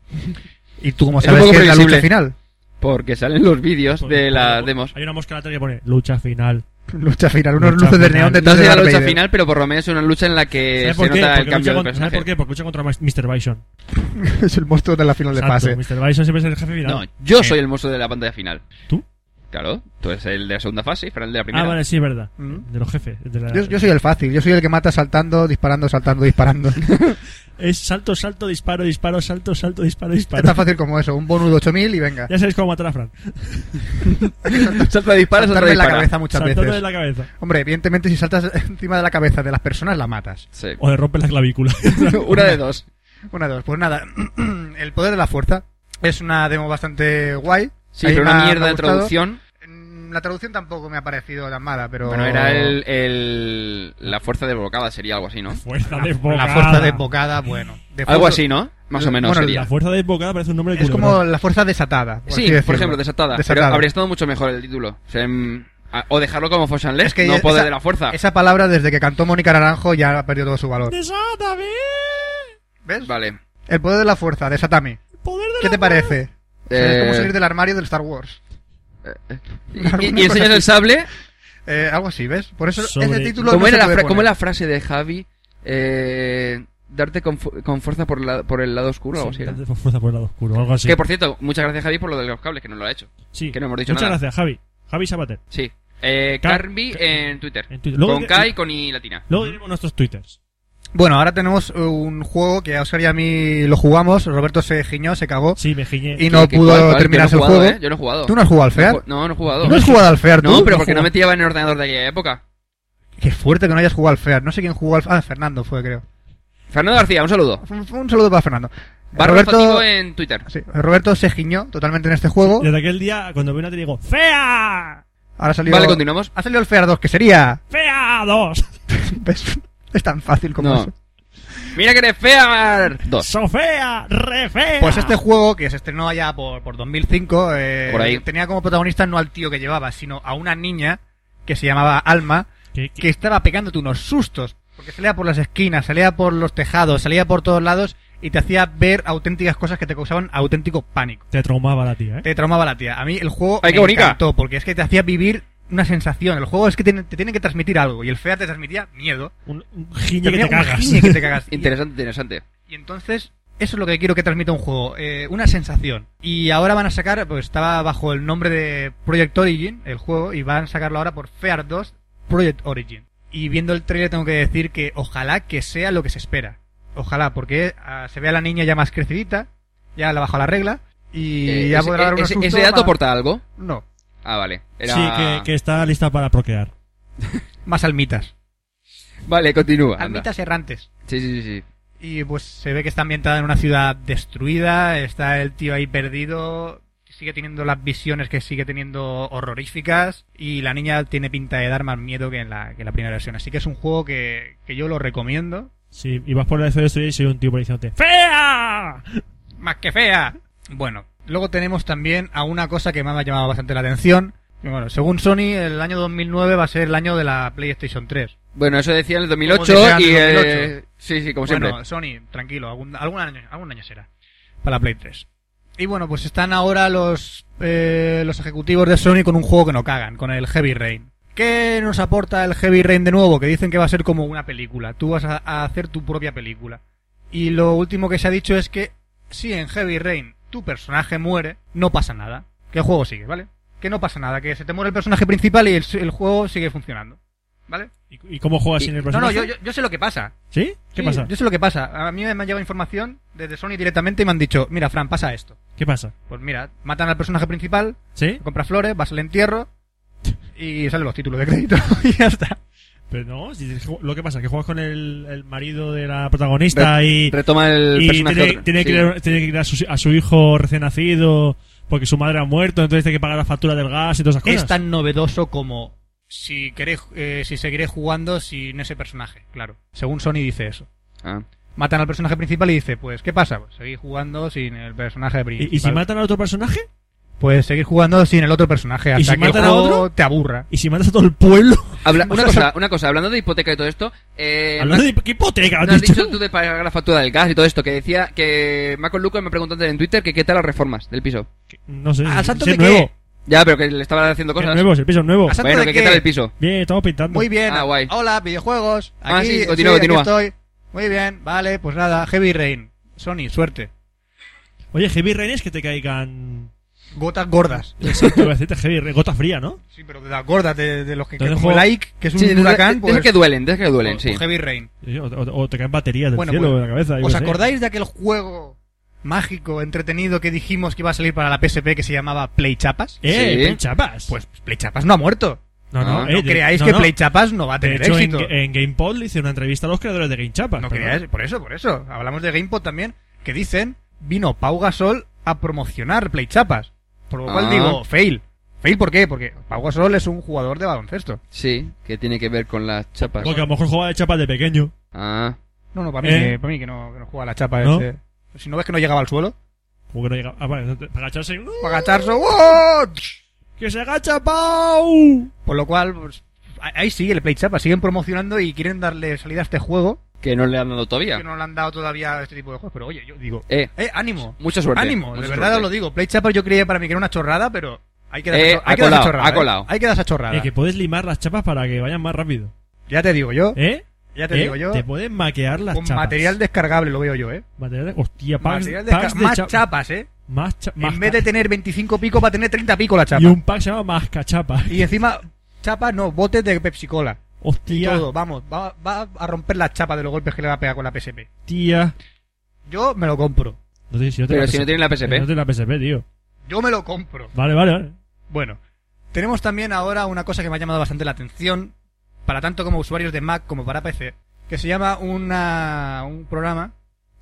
Speaker 5: ¿Y tú cómo
Speaker 3: Es
Speaker 5: sabes
Speaker 3: un poco
Speaker 5: que es la lucha
Speaker 3: previsible.
Speaker 5: final?
Speaker 3: Porque salen los vídeos
Speaker 4: Pues
Speaker 3: de las demos.
Speaker 4: Hay una mosca lateral que pone lucha final.
Speaker 5: Lucha final, unos
Speaker 4: Lucha
Speaker 5: luces de
Speaker 4: final.
Speaker 5: neón
Speaker 3: No
Speaker 5: detrás de
Speaker 3: sé la
Speaker 5: Darth
Speaker 3: lucha
Speaker 5: Vader.
Speaker 3: final, pero por lo menos es una lucha en la que
Speaker 4: ¿Sabes
Speaker 3: Eh, se
Speaker 4: por qué?
Speaker 3: nota el
Speaker 4: Porque
Speaker 3: cambio
Speaker 4: lucha
Speaker 3: del
Speaker 4: con- ¿Sabes
Speaker 3: personaje.
Speaker 4: por qué? Porque lucha contra Mas- Mr. Bison.
Speaker 5: es el monstruo de la final de
Speaker 4: Exacto,
Speaker 5: pase.
Speaker 4: Mr. Bison siempre es el jefe final. Eh.
Speaker 3: No, yo soy el monstruo de la pantalla final.
Speaker 4: ¿Tú?
Speaker 3: Claro, tú eres el de la segunda fase y Fran el de la
Speaker 4: Ah,
Speaker 3: primera.
Speaker 4: vale, sí, es verdad.
Speaker 5: Mm.
Speaker 4: De los jefes. de la-
Speaker 5: Yo, yo soy el fácil, yo soy el que mata saltando, disparando, saltando, disparando.
Speaker 4: Es salto, salto, disparo, disparo, salto, salto, disparo,
Speaker 5: Es tan
Speaker 4: disparo.
Speaker 5: fácil como eso, un bonus de 8000 y venga.
Speaker 4: Ya sabéis cómo matar a Fran.
Speaker 3: Salta, dispara, salta,
Speaker 5: Saltarme en la
Speaker 3: dispara.
Speaker 5: cabeza muchas
Speaker 4: Saltándole de
Speaker 5: veces.
Speaker 4: la cabeza.
Speaker 5: Hombre, evidentemente si saltas encima de la cabeza de las personas la matas.
Speaker 3: Sí.
Speaker 4: O le rompe la clavícula.
Speaker 3: una de dos.
Speaker 5: Una, dos, pues nada. el poder de la fuerza es una demo bastante guay.
Speaker 3: Sí,
Speaker 5: Ahí
Speaker 3: pero
Speaker 5: me ha-
Speaker 3: una
Speaker 5: me ha
Speaker 3: mierda de
Speaker 5: gustado.
Speaker 3: traducción.
Speaker 5: Mm, La traducción tampoco me ha parecido tan mala, pero...
Speaker 3: Bueno, era el, el- la fuerza desbocada, sería algo así, ¿no?
Speaker 4: Fuerza
Speaker 5: La,
Speaker 4: desbocada.
Speaker 5: la fuerza desbocada, bueno. De
Speaker 3: Algo
Speaker 5: fuerza-
Speaker 3: así, ¿no? Más o menos
Speaker 5: Bueno,
Speaker 3: sería.
Speaker 4: La fuerza desbocada parece un nombre de
Speaker 5: Es
Speaker 4: culebrón.
Speaker 5: como la fuerza desatada. por así
Speaker 3: Sí, por
Speaker 5: decirlo.
Speaker 3: ejemplo, desatada.
Speaker 5: Desatada.
Speaker 3: Pero habría estado mucho mejor el título. O, sea, mm, a- o dejarlo como Foshanless,
Speaker 5: Es que
Speaker 3: no
Speaker 5: esa-
Speaker 3: poder de la fuerza.
Speaker 5: Esa palabra, desde que cantó Mónica Naranjo, ya ha perdido todo su valor.
Speaker 4: ¡Desátame!
Speaker 5: ¿Ves?
Speaker 3: Vale.
Speaker 5: El poder de la fuerza, de Satami.
Speaker 4: ¡Poder de
Speaker 5: ¿Qué
Speaker 4: la
Speaker 5: te parece? Es como
Speaker 3: Eh,
Speaker 5: salir del armario del Star Wars.
Speaker 3: y- y,
Speaker 5: alguna
Speaker 3: y enseñas
Speaker 5: cosa
Speaker 3: el
Speaker 5: así.
Speaker 3: sable.
Speaker 5: Eh, algo así, ¿ves? Por eso
Speaker 4: Sobre-
Speaker 5: ese título
Speaker 3: ¿Cómo
Speaker 5: no
Speaker 3: era,
Speaker 5: se
Speaker 3: la
Speaker 5: puede
Speaker 3: fra- cómo
Speaker 5: poner.
Speaker 3: era la frase de Javi? Eh, darte con, fu- con fuerza por, la- por el lado oscuro o algo así. era.
Speaker 4: Sí, fuerza por el lado oscuro, algo así.
Speaker 3: Que por cierto, muchas gracias Javi por lo de los cables, que no lo ha hecho.
Speaker 4: Sí.
Speaker 3: que no hemos dicho
Speaker 4: Muchas
Speaker 3: nada.
Speaker 4: gracias, Javi. Javi Sabater.
Speaker 3: Sí. Eh,
Speaker 4: Car-
Speaker 3: Carby
Speaker 4: Car-
Speaker 3: en Twitter.
Speaker 4: en Twitter. Luego
Speaker 3: con
Speaker 4: diré-
Speaker 3: K y con I latina.
Speaker 4: Luego diremos nuestros twitters.
Speaker 5: Bueno, ahora tenemos eh, un juego que a Oscar y a mí lo jugamos. Roberto se giñó, se cagó.
Speaker 4: Sí, me giñé.
Speaker 5: Y no
Speaker 3: Que- que
Speaker 5: pudo
Speaker 3: cuál, cuál, yo no
Speaker 5: terminar
Speaker 3: he
Speaker 5: su
Speaker 3: jugado,
Speaker 5: juego.
Speaker 3: eh, Yo no he jugado.
Speaker 5: ¿Tú no has jugado al
Speaker 3: No he
Speaker 5: FEAR?
Speaker 3: ju- No, no he jugado.
Speaker 5: ¿Tú no has jugado al FEAR?
Speaker 3: No,
Speaker 5: tú?
Speaker 3: pero
Speaker 4: No
Speaker 3: porque
Speaker 4: he
Speaker 3: no
Speaker 4: jugado.
Speaker 3: me tiraba en el ordenador de aquella época.
Speaker 5: Qué fuerte que no hayas jugado al FEAR. No sé quién jugó al Ah, Fernando fue, creo.
Speaker 3: Fernando García, un saludo.
Speaker 5: Un, un saludo para Fernando.
Speaker 3: Barro
Speaker 5: Roberto...
Speaker 3: Fatigo en Twitter.
Speaker 5: sí, Roberto se giñó totalmente en este juego.
Speaker 4: Desde aquel día, cuando vi una te digo, ¡Fea!
Speaker 5: Ahora salió...
Speaker 3: Vale, continuamos.
Speaker 5: Ha salido el FEAR 2, que sería...
Speaker 4: ¡Fea 2!
Speaker 5: ¿Ves? Es tan fácil como
Speaker 3: No.
Speaker 5: eso.
Speaker 3: Mira que eres fea. Dos.
Speaker 4: ¡Sofea! ¡Re fea!
Speaker 5: Pues este juego, que se estrenó allá por, por 2005, eh,
Speaker 3: Por ahí.
Speaker 5: tenía como protagonista no al tío que llevaba, sino a una niña que se llamaba Alma,
Speaker 4: ¿Qué- qué-
Speaker 5: que estaba pegándote unos sustos. Porque salía por las esquinas, salía por los tejados, salía por todos lados y te hacía ver auténticas cosas que te causaban auténtico pánico.
Speaker 4: Te traumaba la tía, ¿eh?
Speaker 5: Te traumaba la tía. A mí el juego
Speaker 3: ¡Ay, qué
Speaker 5: me
Speaker 3: bonita!
Speaker 5: encantó porque es que te hacía vivir una sensación. El juego es que tiene- te, tiene que transmitir algo y el FEA te transmitía miedo.
Speaker 4: Un, un giñe que
Speaker 5: Tenía
Speaker 4: te
Speaker 5: un
Speaker 4: cagas.
Speaker 5: giñe que te cagas. Y-
Speaker 3: Interesante, interesante.
Speaker 5: y entonces, eso es lo que quiero que transmita un juego, eh, una sensación. Y ahora van a sacar, pues estaba bajo el nombre de Project Origin, el juego, y van a sacarlo ahora por Fear 2 Project Origin. Y viendo el trailer tengo que decir que ojalá que sea lo que se espera. Ojalá, porque ah, se ve a la niña ya más crecidita, ya la bajó la regla, y
Speaker 3: Eh,
Speaker 5: ya
Speaker 3: ese-
Speaker 5: podrá dar unos
Speaker 3: ese,
Speaker 5: sustos
Speaker 3: ese dato
Speaker 5: más-
Speaker 3: aporta algo?
Speaker 5: No,
Speaker 3: Ah, vale. Era-
Speaker 4: Sí, que, que está lista para procrear.
Speaker 5: más almitas.
Speaker 3: Vale, continúa. anda.
Speaker 5: Almitas errantes.
Speaker 3: Sí, sí, sí, sí.
Speaker 5: Y pues se ve que está ambientada en una ciudad destruida, está el tío ahí perdido, sigue teniendo las visiones que sigue teniendo horroríficas y la niña tiene pinta de dar más miedo que en la, que en la primera versión. Así que es un juego que, que yo lo recomiendo.
Speaker 4: Sí, y vas por la FDS y soy un tío por ahí diciéndote ¡Fea!
Speaker 5: ¡Más que fea! Bueno, luego tenemos también a una cosa que me ha llamado bastante la atención. Y Bueno, según Sony, el año 2009 va a ser el año de la PlayStation 3.
Speaker 3: Bueno, eso decía en el
Speaker 5: Como
Speaker 3: 2008
Speaker 5: decía
Speaker 3: y...
Speaker 5: en el
Speaker 3: eh,
Speaker 5: 2008.
Speaker 3: sí, sí, como siempre.
Speaker 5: Bueno, Sony, tranquilo, algún, algún, año, algún año será para la Play 3. Y bueno, pues están ahora los, eh, los ejecutivos de Sony con un juego que no cagan, con el Heavy Rain. ¿Qué nos aporta el Heavy Rain de nuevo? Que dicen que va a ser como una película. Tú vas a, a hacer tu propia película. Y lo último que se ha dicho es que si en Heavy Rain tu personaje muere, no pasa nada. Que el juego sigue, ¿vale? Que no pasa nada, que se te muere el personaje principal y el, el juego sigue funcionando. ¿Vale?
Speaker 4: ¿Y, y cómo juegas sin el
Speaker 5: No,
Speaker 4: personaje?
Speaker 5: no, yo- yo- yo sé lo que pasa.
Speaker 4: ¿Sí?
Speaker 5: Sí,
Speaker 4: ¿Qué pasa?
Speaker 5: Yo sé lo que pasa. A mí me han llegado información desde Sony directamente y me han dicho, mira, Fran, pasa esto.
Speaker 4: ¿Qué pasa?
Speaker 5: Pues mira, matan al personaje principal,
Speaker 4: ¿Sí?
Speaker 5: compra flores, vas al entierro y salen los títulos de crédito y ya está.
Speaker 4: Pero no, si dices, lo que pasa, que juegas con el, el marido de la protagonista y,
Speaker 3: Retoma el
Speaker 4: y
Speaker 3: personaje...
Speaker 4: tiene,
Speaker 3: otro-
Speaker 4: tiene que
Speaker 3: sí.
Speaker 4: ir, tiene que ir a, su, a su hijo recién nacido porque su madre ha muerto, entonces tiene que pagar la factura del gas y todas esas cosas.
Speaker 5: Es tan novedoso como si queréis, eh, si seguiré jugando sin ese personaje, claro. Según Sony dice eso.
Speaker 3: Ah.
Speaker 5: Matan al personaje principal y dice, pues, ¿qué pasa? Pues seguir jugando sin el personaje principal.
Speaker 4: ¿Y, y si matan a otro personaje?
Speaker 5: Pues seguir jugando sin el otro personaje hasta
Speaker 4: si
Speaker 5: que el
Speaker 4: matan a
Speaker 5: juego
Speaker 4: otro?
Speaker 5: te aburra.
Speaker 4: ¿Y si matas a todo el pueblo?
Speaker 3: Habla-
Speaker 4: O
Speaker 3: una,
Speaker 4: sea,
Speaker 3: cosa, una cosa, hablando de hipoteca y todo esto... Eh,
Speaker 4: Hablando de ¿qué hipoteca, has
Speaker 3: No has
Speaker 4: dicho?
Speaker 3: dicho tú de pagar la factura del gas y todo esto, que decía que Marco Lucas me preguntó antes en Twitter que qué tal las reformas del piso.
Speaker 4: No sé.
Speaker 5: ¿Al santo
Speaker 4: sí,
Speaker 5: de
Speaker 4: nuevo.
Speaker 3: Ya, pero que le estaban haciendo
Speaker 4: Es
Speaker 3: cosas.
Speaker 4: nuevo, es el piso es nuevo.
Speaker 5: ¿A santo
Speaker 3: Bueno,
Speaker 5: de
Speaker 3: que
Speaker 5: qué?
Speaker 3: qué tal el piso.
Speaker 4: Bien, estamos pintando.
Speaker 5: Muy bien.
Speaker 3: Ah, guay.
Speaker 5: Hola, videojuegos. Aquí,
Speaker 3: Ah, sí, continúa,
Speaker 5: sí, aquí
Speaker 3: continúa.
Speaker 5: estoy. Muy bien, vale, pues nada, Heavy Rain. Sony, suerte.
Speaker 4: Oye, Heavy Rain es que te caigan.
Speaker 5: Gotas gordas.
Speaker 4: Exacto, voy a decirte Heavy Rain, gota fría, ¿no?
Speaker 5: Sí, pero de las gordas, de, de los que, que
Speaker 4: Entonces,
Speaker 5: como
Speaker 4: juego-
Speaker 5: like, que es un
Speaker 3: Sí, de-
Speaker 5: huracán,
Speaker 3: de-
Speaker 5: pues,
Speaker 3: deja que duelen, deja que duelen,
Speaker 5: o-
Speaker 3: sí.
Speaker 5: o Heavy Rain.
Speaker 4: O, o- o te caen baterías del
Speaker 5: Bueno,
Speaker 4: cielo
Speaker 5: bueno.
Speaker 4: de la cabeza. yo
Speaker 5: ¿Os
Speaker 4: qué sé.
Speaker 5: acordáis de aquel juego mágico, entretenido que dijimos que iba a salir para la PSP que se llamaba Play Chapas?
Speaker 4: ¡Eh,
Speaker 3: Sí.
Speaker 4: Play Chapas!
Speaker 5: Pues Play Chapas no ha muerto.
Speaker 4: no, no,
Speaker 3: Ah.
Speaker 4: eh,
Speaker 5: No
Speaker 4: de-
Speaker 5: creáis
Speaker 4: no,
Speaker 5: que
Speaker 4: no.
Speaker 5: Play Chapas no va a
Speaker 4: De
Speaker 5: tener
Speaker 4: hecho, en,
Speaker 5: éxito.
Speaker 4: en GamePod le hice una entrevista a los creadores de Game Chapas.
Speaker 5: No
Speaker 4: pero-
Speaker 5: quería por eso, por eso. Hablamos de GamePod también, que dicen, vino Pau Gasol a promocionar Play Chapas. Por lo cual
Speaker 3: Ah.
Speaker 5: digo, fail. ¿Fail por qué? Porque Pau Gasol es un jugador de baloncesto.
Speaker 3: Sí, que tiene que ver con las chapas.
Speaker 4: Porque a lo mejor jugaba de chapas de pequeño.
Speaker 3: Ah,
Speaker 5: No, no, para mí,
Speaker 4: ¿Eh?
Speaker 5: que, para mí que, no, que no juega la chapa
Speaker 4: ¿No?
Speaker 5: ese. Si no ves que no llegaba al suelo,
Speaker 4: Como que no llegaba. Ah, vale, para agacharse. ¡uh!
Speaker 5: para agacharse, ¡oh!
Speaker 4: ¡Que se agacha, Pau!
Speaker 5: Por lo cual, pues, ahí sigue el Play Chapas. Siguen promocionando y quieren darle salida a este juego.
Speaker 3: que no le han dado todavía.
Speaker 5: Que no le han dado todavía a este tipo de juegos. Pero oye, yo digo,
Speaker 3: Eh,
Speaker 5: eh, ánimo.
Speaker 3: mucha suerte.
Speaker 5: Ánimo,
Speaker 3: mucha
Speaker 5: de verdad
Speaker 3: suerte.
Speaker 5: os lo digo. Play Chapas yo creía para mí que era una chorrada, pero hay que dar
Speaker 3: Eh,
Speaker 5: esa- hay
Speaker 3: ha
Speaker 5: que dar esa
Speaker 3: colado,
Speaker 5: chorrada.
Speaker 3: ha colado.
Speaker 5: ¿eh? Hay que dar esa chorrada.
Speaker 4: Eh, que puedes limar las chapas para que vayan más rápido.
Speaker 5: Ya te digo yo.
Speaker 4: ¿Eh?
Speaker 5: Ya te
Speaker 4: ¿Eh?
Speaker 5: digo yo.
Speaker 4: Te pueden maquear las
Speaker 5: Con
Speaker 4: chapas.
Speaker 5: material descargable lo veo yo, ¿eh?
Speaker 4: Material de- Hostia, packs,
Speaker 5: Material desca-
Speaker 4: packs de
Speaker 5: más
Speaker 4: cha-
Speaker 5: chapas, ¿eh?
Speaker 4: Más cha- más
Speaker 5: en vez
Speaker 4: ca-
Speaker 5: de tener 25 pico, va a tener 30 pico la chapa.
Speaker 4: Y
Speaker 5: Y,
Speaker 4: un pack se llama Mascachapa.
Speaker 5: encima, chapas no, botes de Pepsi Cola.
Speaker 4: Hostia,
Speaker 5: Todo, vamos. Va, va a romper la chapa de los golpes que le va a pegar con la PSP.
Speaker 4: tía.
Speaker 5: Yo me lo compro.
Speaker 4: No sé si no te
Speaker 3: Pero
Speaker 4: la
Speaker 3: si no
Speaker 4: PSP.
Speaker 3: tienen la
Speaker 4: Eh, No
Speaker 3: PSP.
Speaker 4: tiene la PSP, tío.
Speaker 5: Yo me lo compro.
Speaker 4: Vale, vale, vale.
Speaker 5: Bueno, tenemos también ahora una cosa que me ha llamado bastante la atención, para tanto como usuarios de Mac como para PC, que se llama una, un programa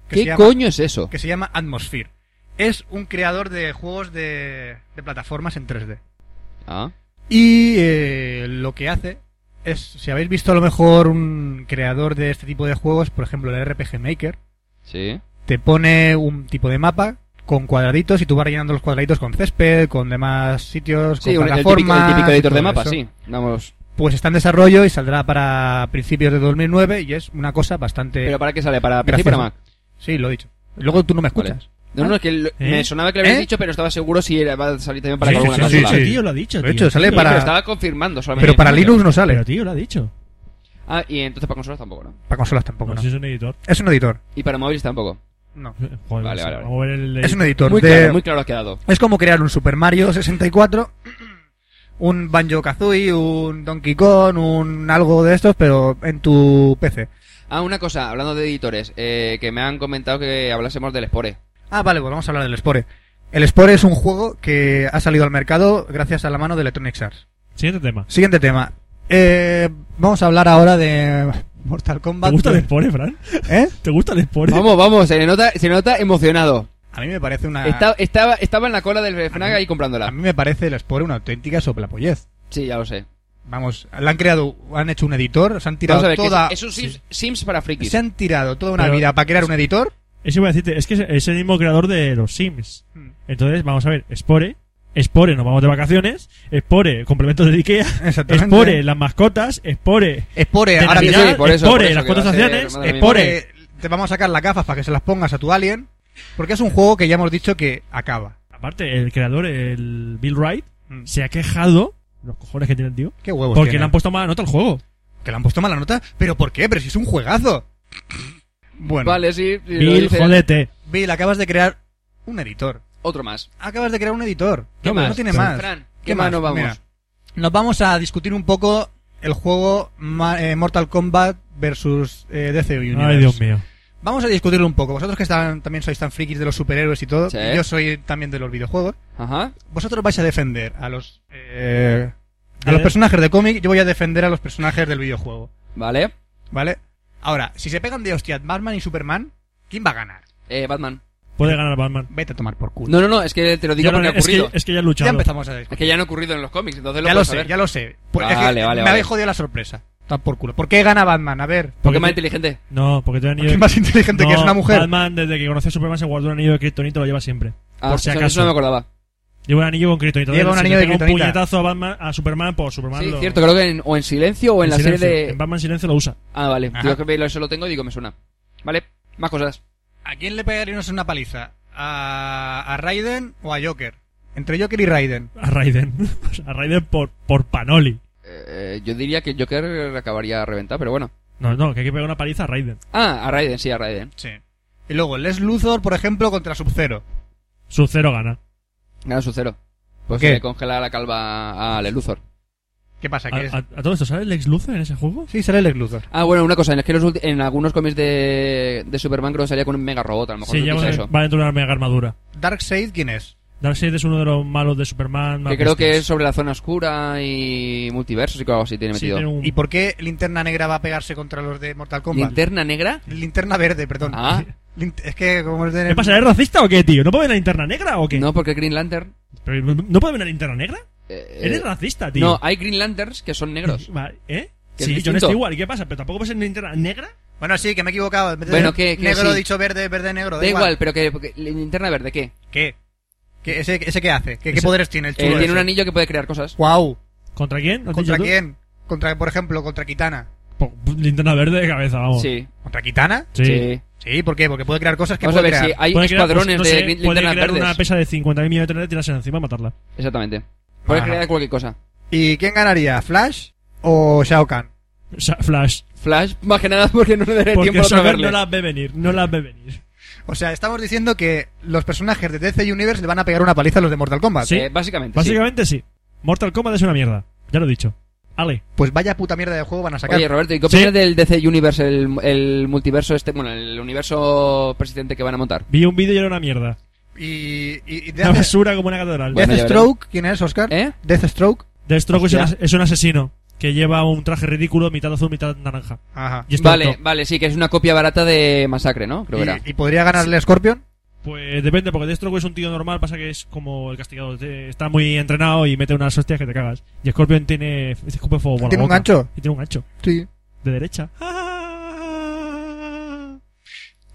Speaker 5: que, se
Speaker 3: ¿Qué
Speaker 5: llama,
Speaker 3: coño es eso?
Speaker 5: que se llama Atmosphere. Es un creador de juegos de, de plataformas en 3D.
Speaker 3: Ah,
Speaker 5: Y eh, lo que hace es, si habéis visto a lo mejor un creador de este tipo de juegos, por ejemplo el RPG Maker,
Speaker 3: sí.
Speaker 5: te pone un tipo de mapa con cuadraditos y tú vas rellenando los cuadraditos con césped, con demás sitios,
Speaker 3: Sí,
Speaker 5: con
Speaker 3: un- el típico, el
Speaker 5: plataformas.
Speaker 3: típico
Speaker 5: y
Speaker 3: editor de
Speaker 5: todo
Speaker 3: mapa,
Speaker 5: eso.
Speaker 3: sí. Vamos.
Speaker 5: Pues está en desarrollo y saldrá para principios de 2009 y es una cosa bastante...
Speaker 3: ¿Pero para qué sale? ¿Para PC y
Speaker 5: graciosa.
Speaker 3: para Mac?
Speaker 5: Sí, lo he dicho. Luego tú no me escuchas.
Speaker 3: No, no, es que lo- me sonaba que lo habías
Speaker 5: ¿Eh?
Speaker 3: dicho, pero estaba seguro si era, va a salir también para
Speaker 5: Sí,
Speaker 3: alguna
Speaker 5: sí,
Speaker 2: Lo ha
Speaker 5: sí,
Speaker 3: consola.
Speaker 2: dicho,
Speaker 5: sí.
Speaker 2: tío, lo ha dicho.
Speaker 5: Lo
Speaker 2: tío.
Speaker 5: he dicho, sale
Speaker 3: Sí,
Speaker 5: para-
Speaker 3: Pero estaba confirmando solamente.
Speaker 5: Pero para Linux no sale.
Speaker 4: Pero tío, lo ha dicho.
Speaker 3: Ah, y entonces para consolas tampoco, ¿no?
Speaker 5: Para consolas
Speaker 4: No,
Speaker 5: tampoco, no.
Speaker 4: si es un editor.
Speaker 5: Es un editor.
Speaker 3: Y para móviles tampoco.
Speaker 5: No.
Speaker 4: Joder, no sé,
Speaker 3: vale, vale.
Speaker 4: Vamos a ver el.
Speaker 5: Es un editor.
Speaker 3: Muy
Speaker 5: de-
Speaker 3: claro, muy claro ha quedado.
Speaker 5: Es como crear un Super Mario 64, un Banjo Kazooie, un Donkey Kong, un algo de estos, pero en tu PC.
Speaker 3: Ah, una cosa, hablando de editores, eh, que me han comentado que hablásemos del Spore.
Speaker 5: Ah, vale, pues vamos a hablar del Spore. El Spore es un juego que ha salido al mercado gracias a la mano de Electronic Arts.
Speaker 4: Siguiente tema.
Speaker 5: Siguiente tema.
Speaker 7: Eh, vamos a hablar ahora de Mortal Kombat.
Speaker 4: ¿Te gusta el Spore, Fran?
Speaker 7: ¿Eh?
Speaker 4: ¿Te gusta el Spore?
Speaker 3: Vamos, vamos, se le nota, se le nota emocionado.
Speaker 7: A mí me parece
Speaker 5: Ah.
Speaker 7: una.
Speaker 3: Está- estaba, estaba en la cola del Fnac
Speaker 7: mí-
Speaker 3: ahí
Speaker 7: A
Speaker 3: comprándola.
Speaker 7: mí me parece el Spore una auténtica soplapollez.
Speaker 3: Sí, ya lo sé.
Speaker 7: Vamos, la han creado, han hecho un editor, se han tirado
Speaker 3: Vamos a ver, que
Speaker 7: toda.
Speaker 3: es, es un Sims, Sims para frikis.
Speaker 7: Se han tirado toda una
Speaker 4: Pero-
Speaker 7: vida para crear un editor.
Speaker 4: Eso iba a decirte, es que es- es el mismo creador de los Sims. Entonces, vamos a ver, Spore. Spore, nos vamos de vacaciones. Spore, complementos de Ikea.
Speaker 7: Exactamente.
Speaker 4: Spore, las mascotas. Spore,
Speaker 7: Spore,
Speaker 4: de
Speaker 7: ahora que
Speaker 4: Navidad.
Speaker 3: Eh, sí, por eso, por
Speaker 4: Spore,
Speaker 3: eso
Speaker 4: las
Speaker 3: que va a
Speaker 4: cuotas
Speaker 3: ser,
Speaker 4: acciones.
Speaker 3: madre mía.
Speaker 4: Spore.
Speaker 7: Spore, te vamos a sacar las gafas para que se las pongas a tu alien. Porque es un juego que ya hemos dicho que acaba.
Speaker 4: Aparte, el creador, el Bill Wright, se ha quejado. Los cojones que tiene el tío.
Speaker 7: Qué
Speaker 3: Pues
Speaker 7: huevos.
Speaker 4: Porque
Speaker 7: tiene.
Speaker 4: le han puesto mala nota al juego.
Speaker 7: que le han puesto mala nota. ¿Pero por qué? Pero si es un juegazo. Bueno,
Speaker 3: Vale, sí. sí, lo
Speaker 4: Bill,
Speaker 3: dice.
Speaker 4: jodete.
Speaker 7: Bill, acabas de crear un editor.
Speaker 3: Otro más.
Speaker 7: Acabas de crear un editor.
Speaker 3: ¿Qué
Speaker 7: no,
Speaker 3: más?
Speaker 7: no tiene más.
Speaker 3: Fran, ¿qué, más nos vamos?
Speaker 7: Mira, nos vamos a discutir un poco el juego Ma- eh, Mortal Kombat versus eh, DC Universe.
Speaker 4: Ay, Dios mío.
Speaker 7: Vamos a discutirlo un poco. Vosotros que están, también sois tan frikis de los superhéroes y todo,
Speaker 3: Sí.
Speaker 7: y yo soy también de los videojuegos,
Speaker 3: Ajá.
Speaker 7: vosotros vais a defender a los eh, a
Speaker 4: De-
Speaker 7: los personajes de cómic, yo voy a defender a los personajes del videojuego,
Speaker 3: Vale.
Speaker 7: ¿vale? Ahora, si se pegan de hostia Batman y Superman, ¿quién va a ganar?
Speaker 3: Eh, Batman.
Speaker 4: Puede ganar Batman.
Speaker 7: Vete a tomar por culo.
Speaker 3: No, no, no, es que te lo digo
Speaker 4: Ya,
Speaker 3: porque ha
Speaker 4: pero es,
Speaker 3: ocurrido.
Speaker 4: que, eh, es que ya han
Speaker 7: ya
Speaker 4: luchado.
Speaker 7: empezamos a
Speaker 3: Es
Speaker 7: discutir.
Speaker 3: que ya no ha ocurrido en los cómics, entonces lo
Speaker 7: Ya lo
Speaker 3: puedes
Speaker 7: sé,
Speaker 3: saber.
Speaker 7: ya lo sé. Pues es que
Speaker 3: Vale, vale,
Speaker 7: me
Speaker 3: vale.
Speaker 7: habéis jodido la sorpresa. Tomad por culo. ¿Por qué gana Batman? A ver.
Speaker 3: Porque más inteligente.
Speaker 4: No, porque te han ido.
Speaker 7: ¿Quién más inteligente que es
Speaker 4: No,
Speaker 7: una mujer?
Speaker 4: Batman, desde que conoció a Superman, se guardó un anillo de Kryptonita, lo lleva siempre.
Speaker 3: Ah,
Speaker 4: Por si
Speaker 3: eso-
Speaker 4: acaso.
Speaker 3: Eso no me acordaba.
Speaker 4: Lleva un anillo con Kryptonita.
Speaker 7: Lleva
Speaker 4: Si
Speaker 7: un
Speaker 4: le
Speaker 7: anillo de
Speaker 4: pega un
Speaker 7: Kryptonita.
Speaker 4: puñetazo a, Batman, a Superman, por Superman
Speaker 3: Sí,
Speaker 4: lo...
Speaker 3: cierto, creo que en- o en silencio o en, la
Speaker 4: silencio.
Speaker 3: serie de.
Speaker 4: En Batman Silencio lo usa.
Speaker 3: Ah, vale.
Speaker 7: Ajá.
Speaker 3: Yo que eso lo tengo y digo, me suena. Vale, más cosas.
Speaker 7: ¿A quién le pegaríamos una paliza? ¿A, a Raiden o a Joker? Entre Joker y Raiden.
Speaker 4: A Raiden. O sea, a Raiden por, por Panoli.
Speaker 3: Eh, yo diría que el Joker acabaría reventado, pero bueno.
Speaker 4: No, no, que hay que pegar una paliza a Raiden.
Speaker 3: Ah, a Raiden, sí, a Raiden.
Speaker 7: Sí. Y luego Les Luthor, por ejemplo, contra Sub-Zero.
Speaker 4: Su cero gana.
Speaker 3: Gana su cero. Pues
Speaker 7: ¿Qué?
Speaker 3: se le congela la calva a Leluthor.
Speaker 7: ¿Qué pasa?
Speaker 4: A,
Speaker 7: ¿Qué es?
Speaker 4: a- a todo esto, ¿sabes Lex Luthor en ese juego?
Speaker 7: Ah, Sí, sale Les Luthor.
Speaker 3: Ah, bueno, una cosa. En, es que los ulti- en algunos cómics de, de Superman creo que salía con un mega robot, a lo mejor.
Speaker 4: Sí,
Speaker 3: no
Speaker 4: ya
Speaker 3: utiliza
Speaker 4: va,
Speaker 3: eso.
Speaker 4: va dentro de una mega armadura.
Speaker 7: Darkseid, ¿quién es?
Speaker 4: Darkseid es uno de los malos de Superman. más
Speaker 3: Que creo que
Speaker 4: bestias.
Speaker 3: es sobre la zona oscura y multiversos y algo así tiene
Speaker 4: Sí,
Speaker 3: metido.
Speaker 4: tiene un-
Speaker 7: ¿Y por qué Linterna Negra va a pegarse contra los de Mortal Kombat?
Speaker 3: ¿Linterna negra?
Speaker 7: Linterna Verde, perdón.
Speaker 3: Ah.
Speaker 7: Lin- Es que como es de...
Speaker 4: ¿Qué pasa? ¿Es racista o qué, tío? ¿No puede ver la linterna negra o qué?
Speaker 3: No, porque Green Lantern.
Speaker 4: Pero, ¿No puede ver la linterna negra?
Speaker 3: eh,
Speaker 4: Eres
Speaker 3: eh,
Speaker 4: racista, tío.
Speaker 3: no, hay Green Lanterns que son negros.
Speaker 4: Va, ¿Eh?
Speaker 3: Que
Speaker 4: Sí,
Speaker 3: es
Speaker 4: John
Speaker 3: distinto.
Speaker 4: Stewart. ¿Y qué pasa? ¿Pero tampoco puede ser linterna negra?
Speaker 7: Bueno, sí, que me he equivocado. En vez de
Speaker 3: Bueno, que- que
Speaker 7: negro
Speaker 3: sí.
Speaker 7: he dicho verde, verde negro. Da,
Speaker 3: da igual, pero que. porque- ¿Linterna verde qué?
Speaker 7: ¿Qué? ¿Qué- ese, ¿Ese qué hace? ¿Qué, qué
Speaker 4: Ese-
Speaker 7: poderes tiene el
Speaker 3: Eh,
Speaker 7: chulo
Speaker 3: tiene un anillo que puede crear cosas.
Speaker 7: ¡Wow!
Speaker 4: ¿Contra quién? ¿No has
Speaker 7: ¿Contra
Speaker 4: dicho tú?
Speaker 7: quién? Contra, por ejemplo, contra Kitana.
Speaker 4: Po- po- Linterna verde de cabeza, vamos.
Speaker 3: Sí,
Speaker 7: ¿Contra Kitana?
Speaker 4: Oh, Sí.
Speaker 3: sí.
Speaker 7: Sí, ¿por qué? Porque puede crear cosas que
Speaker 3: Vamos a
Speaker 7: puede
Speaker 3: ver si
Speaker 7: crear.
Speaker 3: hay
Speaker 4: Puede crear,
Speaker 3: escuadrones
Speaker 4: pues, no sé,
Speaker 3: de
Speaker 4: puede
Speaker 3: linternas
Speaker 4: crear
Speaker 3: verdes.
Speaker 4: una pesa de 50.000 millones de dólares, tirársela encima y matarla.
Speaker 3: Exactamente. Puede
Speaker 4: Ah.
Speaker 7: Ajá.
Speaker 3: crear cualquier cosa.
Speaker 7: ¿Y quién ganaría? ¿Flash o Shao Kahn?
Speaker 4: O sea, Flash.
Speaker 3: Flash, más que nada porque no le daré
Speaker 4: Porque
Speaker 3: tiempo a
Speaker 4: Saber
Speaker 3: verle.
Speaker 4: no las ve venir, no las ve venir.
Speaker 7: O sea, estamos diciendo que los personajes de DC Universe le van a pegar una paliza a los de Mortal Kombat.
Speaker 4: Sí.
Speaker 3: Eh, básicamente,
Speaker 4: Básicamente sí. Mortal Kombat es una mierda. Ya lo he dicho. Ale,
Speaker 7: Pues vaya puta mierda de juego van a
Speaker 3: sí.
Speaker 7: sacar.
Speaker 3: Oye, Roberto, ¿y qué
Speaker 4: Sí.
Speaker 3: opinas del DC Universe, el, el multiverso este, bueno, el universo persistente que van a montar?
Speaker 4: vi un vídeo y era una mierda.
Speaker 7: y, y, y
Speaker 4: Una
Speaker 7: Death,
Speaker 4: basura como una catedral.
Speaker 3: Bueno, ya
Speaker 7: Deathstroke, ¿quién es, Oscar?
Speaker 3: ¿Eh?
Speaker 7: Deathstroke.
Speaker 4: Deathstroke es un,
Speaker 3: Hostia.
Speaker 4: as- es un asesino que lleva un traje ridículo, mitad azul, mitad naranja.
Speaker 7: Ajá.
Speaker 4: Y es
Speaker 3: Vale,
Speaker 4: tonto.
Speaker 3: vale, sí, que es una copia barata de Masacre, ¿no? Creo que era.
Speaker 7: ¿Y, y podría ganarle Scorpion?
Speaker 4: Pues depende, porque Deathstroke es un tío normal, pasa que es como el castigado. te- Está muy entrenado y mete unas hostias que te cagas. Y Scorpion tiene, es escupe fuego por la
Speaker 7: ¿Tiene un
Speaker 4: boca.
Speaker 7: gancho?
Speaker 4: Y tiene un gancho.
Speaker 7: Sí.
Speaker 4: De derecha.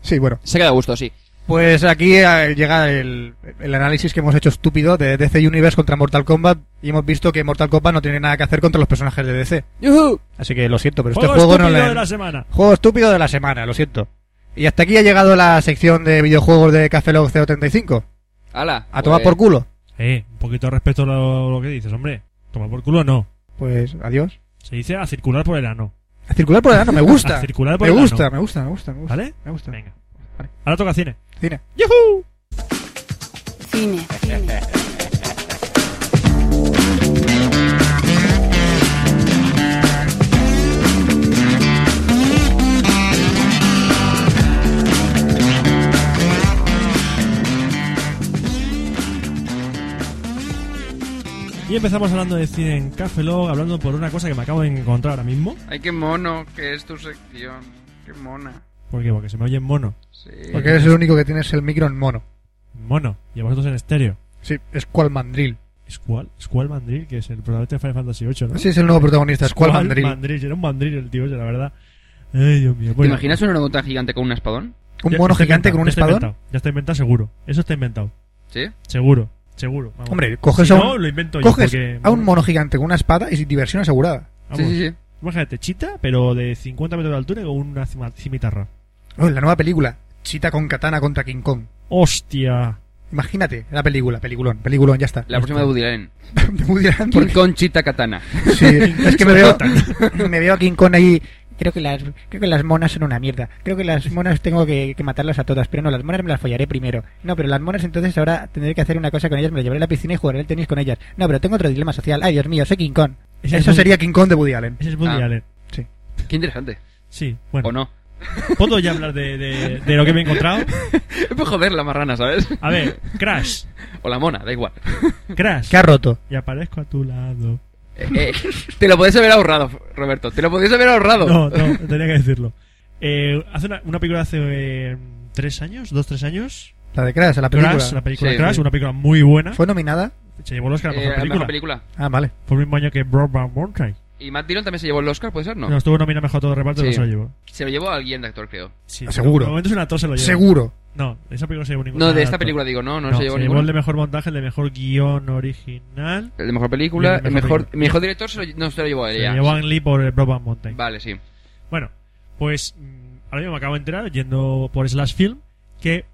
Speaker 7: Sí, bueno.
Speaker 3: Se queda a gusto, sí.
Speaker 7: Pues aquí eh, llega el, el análisis que hemos hecho estúpido de DC Universe contra Mortal Kombat y hemos visto que Mortal Kombat no tiene nada que hacer contra los personajes de DC.
Speaker 3: ¡Yujú!
Speaker 7: Así que lo siento, pero este
Speaker 4: Juego
Speaker 7: juego no
Speaker 4: estúpido
Speaker 7: le...
Speaker 4: de la semana.
Speaker 7: Juego estúpido de la semana, lo siento. Y hasta aquí ha llegado la sección de videojuegos de Café Log 035.
Speaker 3: ¡Hala!
Speaker 7: A tomar por culo.
Speaker 4: Eh, un poquito de respeto a lo, lo que dices, hombre. Toma por culo, no.
Speaker 7: Pues adiós.
Speaker 4: Se dice a circular por el ano.
Speaker 7: A circular por el ano, me
Speaker 4: A
Speaker 7: gusta.
Speaker 4: circular por
Speaker 7: Me
Speaker 4: el
Speaker 7: gusta,
Speaker 4: ano.
Speaker 7: me gusta, me gusta, me gusta.
Speaker 4: ¿Vale?
Speaker 7: Me gusta.
Speaker 4: Venga. Ahora toca cine.
Speaker 7: Cine.
Speaker 6: Cine.
Speaker 4: Y empezamos hablando de cine en Café Log, hablando por una cosa que me acabo de encontrar ahora mismo.
Speaker 3: ¡Ay, qué mono que es tu sección! ¡Qué mona!
Speaker 4: ¿Por qué? Porque se me oye en mono.
Speaker 3: Sí.
Speaker 7: Porque eres el único que tienes el micro en mono.
Speaker 4: Mono. Y a vosotros en estéreo.
Speaker 7: Sí, es cual mandril.
Speaker 4: Squall, Squall Mandrill, que es el protagonista de Final Fantasy VIII, ¿no?
Speaker 7: Sí, es el nuevo protagonista, es cual
Speaker 4: Squall
Speaker 7: mandril.
Speaker 4: Era un mandril el tío, ese, la verdad. Ay, Dios mío.
Speaker 3: ¿Te
Speaker 4: Bueno.
Speaker 3: imaginas un orangután gigante con un espadón?
Speaker 7: Un
Speaker 4: Ya-
Speaker 7: mono
Speaker 4: está
Speaker 7: gigante
Speaker 4: inventado,
Speaker 7: con un
Speaker 4: ya está
Speaker 7: espadón.
Speaker 4: inventado, ya está inventado seguro. Eso está inventado.
Speaker 3: ¿Sí?
Speaker 4: Seguro. Seguro. Vamos.
Speaker 7: Hombre, coges
Speaker 4: Si
Speaker 7: a
Speaker 4: no,
Speaker 7: un-
Speaker 4: lo invento yo.
Speaker 7: Coges
Speaker 4: porque-
Speaker 7: a un mono gigante con una espada y diversión asegurada.
Speaker 4: Vamos.
Speaker 3: Sí, sí, sí.
Speaker 4: Imagínate, chita, pero de 50 metros de altura y con una cima- cimitarra.
Speaker 7: Oh, la nueva película, Chita con katana contra King Kong.
Speaker 4: ¡Hostia!
Speaker 7: Imagínate, la película, peliculón, peliculón, ya está.
Speaker 3: La próxima de Woody Allen.
Speaker 7: Muy bien,
Speaker 3: King
Speaker 7: porque-
Speaker 3: Kong Cheetah Katana.
Speaker 7: Sí, es que me veo, me veo a King Kong ahí. Creo que, las, creo que las monas son una mierda. Creo que las monas tengo que, que matarlas a todas. Pero no, las monas me las follaré primero. No, pero las monas entonces ahora tendré que hacer una cosa con ellas. Me las llevaré a la piscina y jugaré al tenis con ellas. No, pero tengo otro dilema social. Ay, Dios mío, soy King Kong.
Speaker 4: Ese es
Speaker 7: Eso
Speaker 4: Woody-
Speaker 7: sería King Kong de Woody Allen.
Speaker 4: Ese es Woody
Speaker 3: Ah.
Speaker 4: Allen.
Speaker 3: Qué interesante.
Speaker 4: Sí,
Speaker 3: ¿O
Speaker 4: bueno.
Speaker 3: no?
Speaker 4: ¿Puedo ya hablar de, de, de lo que me he encontrado?
Speaker 3: Pues joder, la marrana, ¿sabes?
Speaker 4: A ver, Crash.
Speaker 3: O la mona, da igual.
Speaker 4: Crash.
Speaker 7: ¿Qué ha roto?
Speaker 4: Y aparezco a tu lado.
Speaker 3: Eh, eh, te lo podías haber ahorrado, Roberto. Te lo podías haber ahorrado. Eh,
Speaker 4: No, no, tenía que decirlo. Eh, hace una, una película hace eh, tres años, dos, tres años.
Speaker 7: La de Crash, la película.
Speaker 4: Crash, la película
Speaker 3: Sí,
Speaker 4: Crash,
Speaker 3: sí.
Speaker 4: una película muy buena.
Speaker 7: ¿Fue nominada?
Speaker 4: Se llevó el Oscar a la
Speaker 3: Eh,
Speaker 4: mejor
Speaker 3: la
Speaker 4: película.
Speaker 3: mejor película.
Speaker 7: Ah, vale.
Speaker 4: Fue el mismo año que Broadband Mountain.
Speaker 3: Y Matt Dillon también se llevó el Oscar, ¿puede ser? No.
Speaker 4: No. estuvo nominado mejor todo reparto,
Speaker 3: Sí.
Speaker 4: pero no se lo llevó.
Speaker 3: Se lo llevó alguien de actor, creo.
Speaker 4: Sí,
Speaker 7: Seguro.
Speaker 4: De momento es un actor, se lo llevó.
Speaker 7: Seguro.
Speaker 4: No, de esa película no se llevó ningún
Speaker 3: No, de esta
Speaker 4: actor.
Speaker 3: película digo, no, no, se llevó
Speaker 4: el de
Speaker 3: ninguno.
Speaker 4: mejor montaje, el de mejor guión original.
Speaker 3: El de mejor película,
Speaker 4: El de
Speaker 3: el
Speaker 4: mejor
Speaker 3: mejor,
Speaker 4: película.
Speaker 3: mejor director se lo, no se lo llevó a
Speaker 4: Se
Speaker 3: ella.
Speaker 4: llevó a Ang Lee por el Broadband Mountain.
Speaker 3: Vale, sí.
Speaker 4: Bueno, pues mm, ahora mismo me acabo de enterar, yendo por Slash Film, que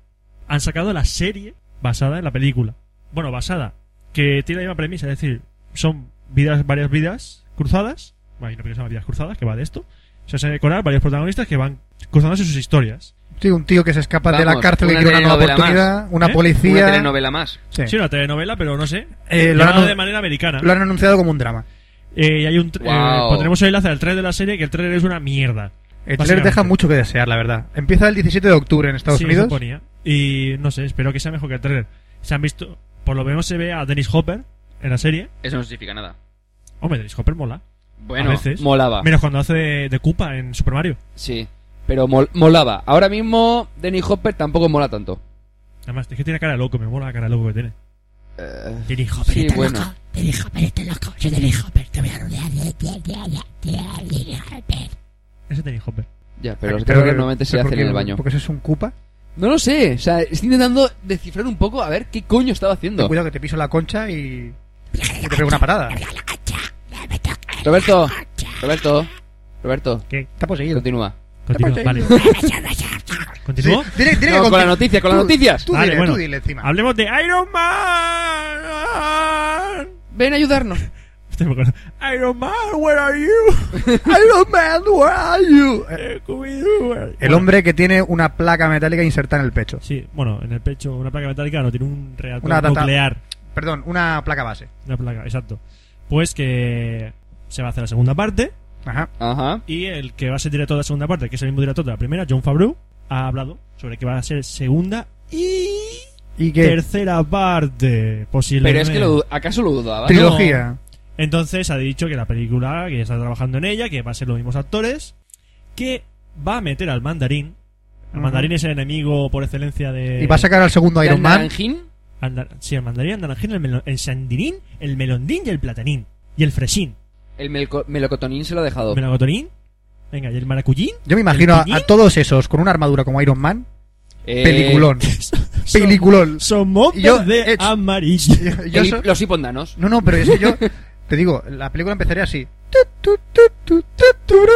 Speaker 4: han sacado la serie basada en la película. Bueno, basada, que tiene la misma premisa, es decir, son vidas, varias vidas cruzadas, bueno, hay una película que se llama Vidas Cruzadas, que va de esto. Se hacen decorar varios protagonistas que van cruzándose sus historias.
Speaker 7: Sí, un tío que se escapa de la
Speaker 3: Vamos,
Speaker 7: cárcel y
Speaker 3: una
Speaker 7: quiere una nueva
Speaker 3: telenovela
Speaker 7: oportunidad. Una
Speaker 4: ¿Eh?
Speaker 3: Una
Speaker 7: policía.
Speaker 3: telenovela más.
Speaker 7: Sí.
Speaker 4: Sí, una telenovela, pero no sé.
Speaker 7: Eh, lo,
Speaker 4: llevada
Speaker 7: han,
Speaker 4: de manera americana.
Speaker 7: lo han anunciado como un drama.
Speaker 4: Eh, y hay un. tr- eh,
Speaker 3: Wow.
Speaker 4: pondremos el enlace al trailer de la serie, que el trailer es una mierda.
Speaker 7: El trailer
Speaker 4: Básicamente.
Speaker 7: deja mucho que desear, la verdad. Empieza el 17 de octubre en Estados
Speaker 4: Sí,
Speaker 7: Unidos.
Speaker 4: se ponía. Y no sé, espero que sea mejor que el trailer. Se han visto, por lo menos se ve a Dennis Hopper en la serie.
Speaker 3: Eso no significa nada.
Speaker 4: Hombre, Dennis Hopper mola.
Speaker 3: Bueno,
Speaker 4: A veces.
Speaker 3: molaba.
Speaker 4: Menos cuando hace de, de Koopa en Super Mario.
Speaker 3: Sí. Pero mol- molaba. Ahora mismo, Denny Hopper tampoco mola tanto.
Speaker 4: Además, es que tiene cara de loco, me mola la cara de loco que tiene.
Speaker 3: Eh,
Speaker 4: Dennis Hopper.
Speaker 3: sí, bueno.
Speaker 1: Dennis Hopper está loco. Yo Dennis Hopper. Te voy a rodear. Dennis Hopper.
Speaker 4: Ese es Dennis Hopper.
Speaker 3: Ya, pero
Speaker 7: Ah,
Speaker 3: los carreras normalmente
Speaker 7: pero
Speaker 3: se hacen
Speaker 7: porque-
Speaker 3: en el baño.
Speaker 7: Porque eso es un cupa.
Speaker 3: No lo sé. O sea, estoy intentando descifrar un poco a ver qué coño estaba haciendo.
Speaker 7: Cuidado que te piso la concha y, y te pego una parada.
Speaker 3: Roberto. Roberto. Roberto.
Speaker 7: Está poseído.
Speaker 3: Continúa.
Speaker 4: Continúa, vale.
Speaker 7: Sí,
Speaker 4: ¿Continuó?
Speaker 7: dile- dile
Speaker 3: No,
Speaker 7: que
Speaker 3: con las
Speaker 7: conti-
Speaker 3: noticias, con las
Speaker 7: tú-
Speaker 3: noticias.
Speaker 7: Tú
Speaker 4: Vale,
Speaker 7: dile,
Speaker 4: bueno.
Speaker 7: tú dile encima.
Speaker 4: Hablemos de Iron Man.
Speaker 3: Ven a ayudarnos.
Speaker 4: Estoy muy contento. Este Iron Man, where are you? Iron Man, where are you? Eh, Scooby-Doo, where are you?
Speaker 7: El hombre que tiene una placa metálica insertada en el pecho.
Speaker 4: Sí, bueno, en el pecho una placa metálica no tiene un reactor
Speaker 7: Una data-
Speaker 4: nuclear.
Speaker 7: Perdón, una placa base.
Speaker 4: Una placa, exacto. Pues que se va a hacer la segunda parte
Speaker 7: Ajá.
Speaker 3: Ajá.
Speaker 4: y el que va a ser director de la segunda parte, que es el mismo director de la primera, John Favreau, ha hablado sobre que va a ser segunda y
Speaker 7: Y que
Speaker 4: tercera parte
Speaker 3: Pero
Speaker 4: posiblemente.
Speaker 3: es que lo, du- acaso lo dudaba.
Speaker 4: Tri-
Speaker 7: trilogía.
Speaker 4: Entonces ha dicho que la película, que ya está trabajando en ella, que va a ser los mismos actores, que va a meter al mandarín. El
Speaker 7: Ujú.
Speaker 4: mandarín es el enemigo por excelencia de...
Speaker 7: Y va a sacar al segundo
Speaker 3: ¿De
Speaker 7: Iron Man.
Speaker 3: Naranjín?
Speaker 4: Andar- sí, el mandarín, el naranjín, el, melo- el sandinín, el melondín y el platanín. Y el fresín.
Speaker 3: El melco- melocotonín se lo ha dejado.
Speaker 4: El melangotonín. Venga, y el maracuyín.
Speaker 7: Yo me imagino a,
Speaker 4: ¿El piñín?
Speaker 7: a todos esos con una armadura como Iron Man
Speaker 3: Eh,
Speaker 5: Peliculón. Peliculón.
Speaker 4: Son mopes
Speaker 5: Yo,
Speaker 4: de
Speaker 5: hecho-
Speaker 4: amarillo.
Speaker 5: Yo- yo
Speaker 3: el-
Speaker 5: so-
Speaker 3: Los hipondanos.
Speaker 5: No, no, pero es que yo te digo, la película empezaría así. Tu, tu, tu, tu, tu, turu.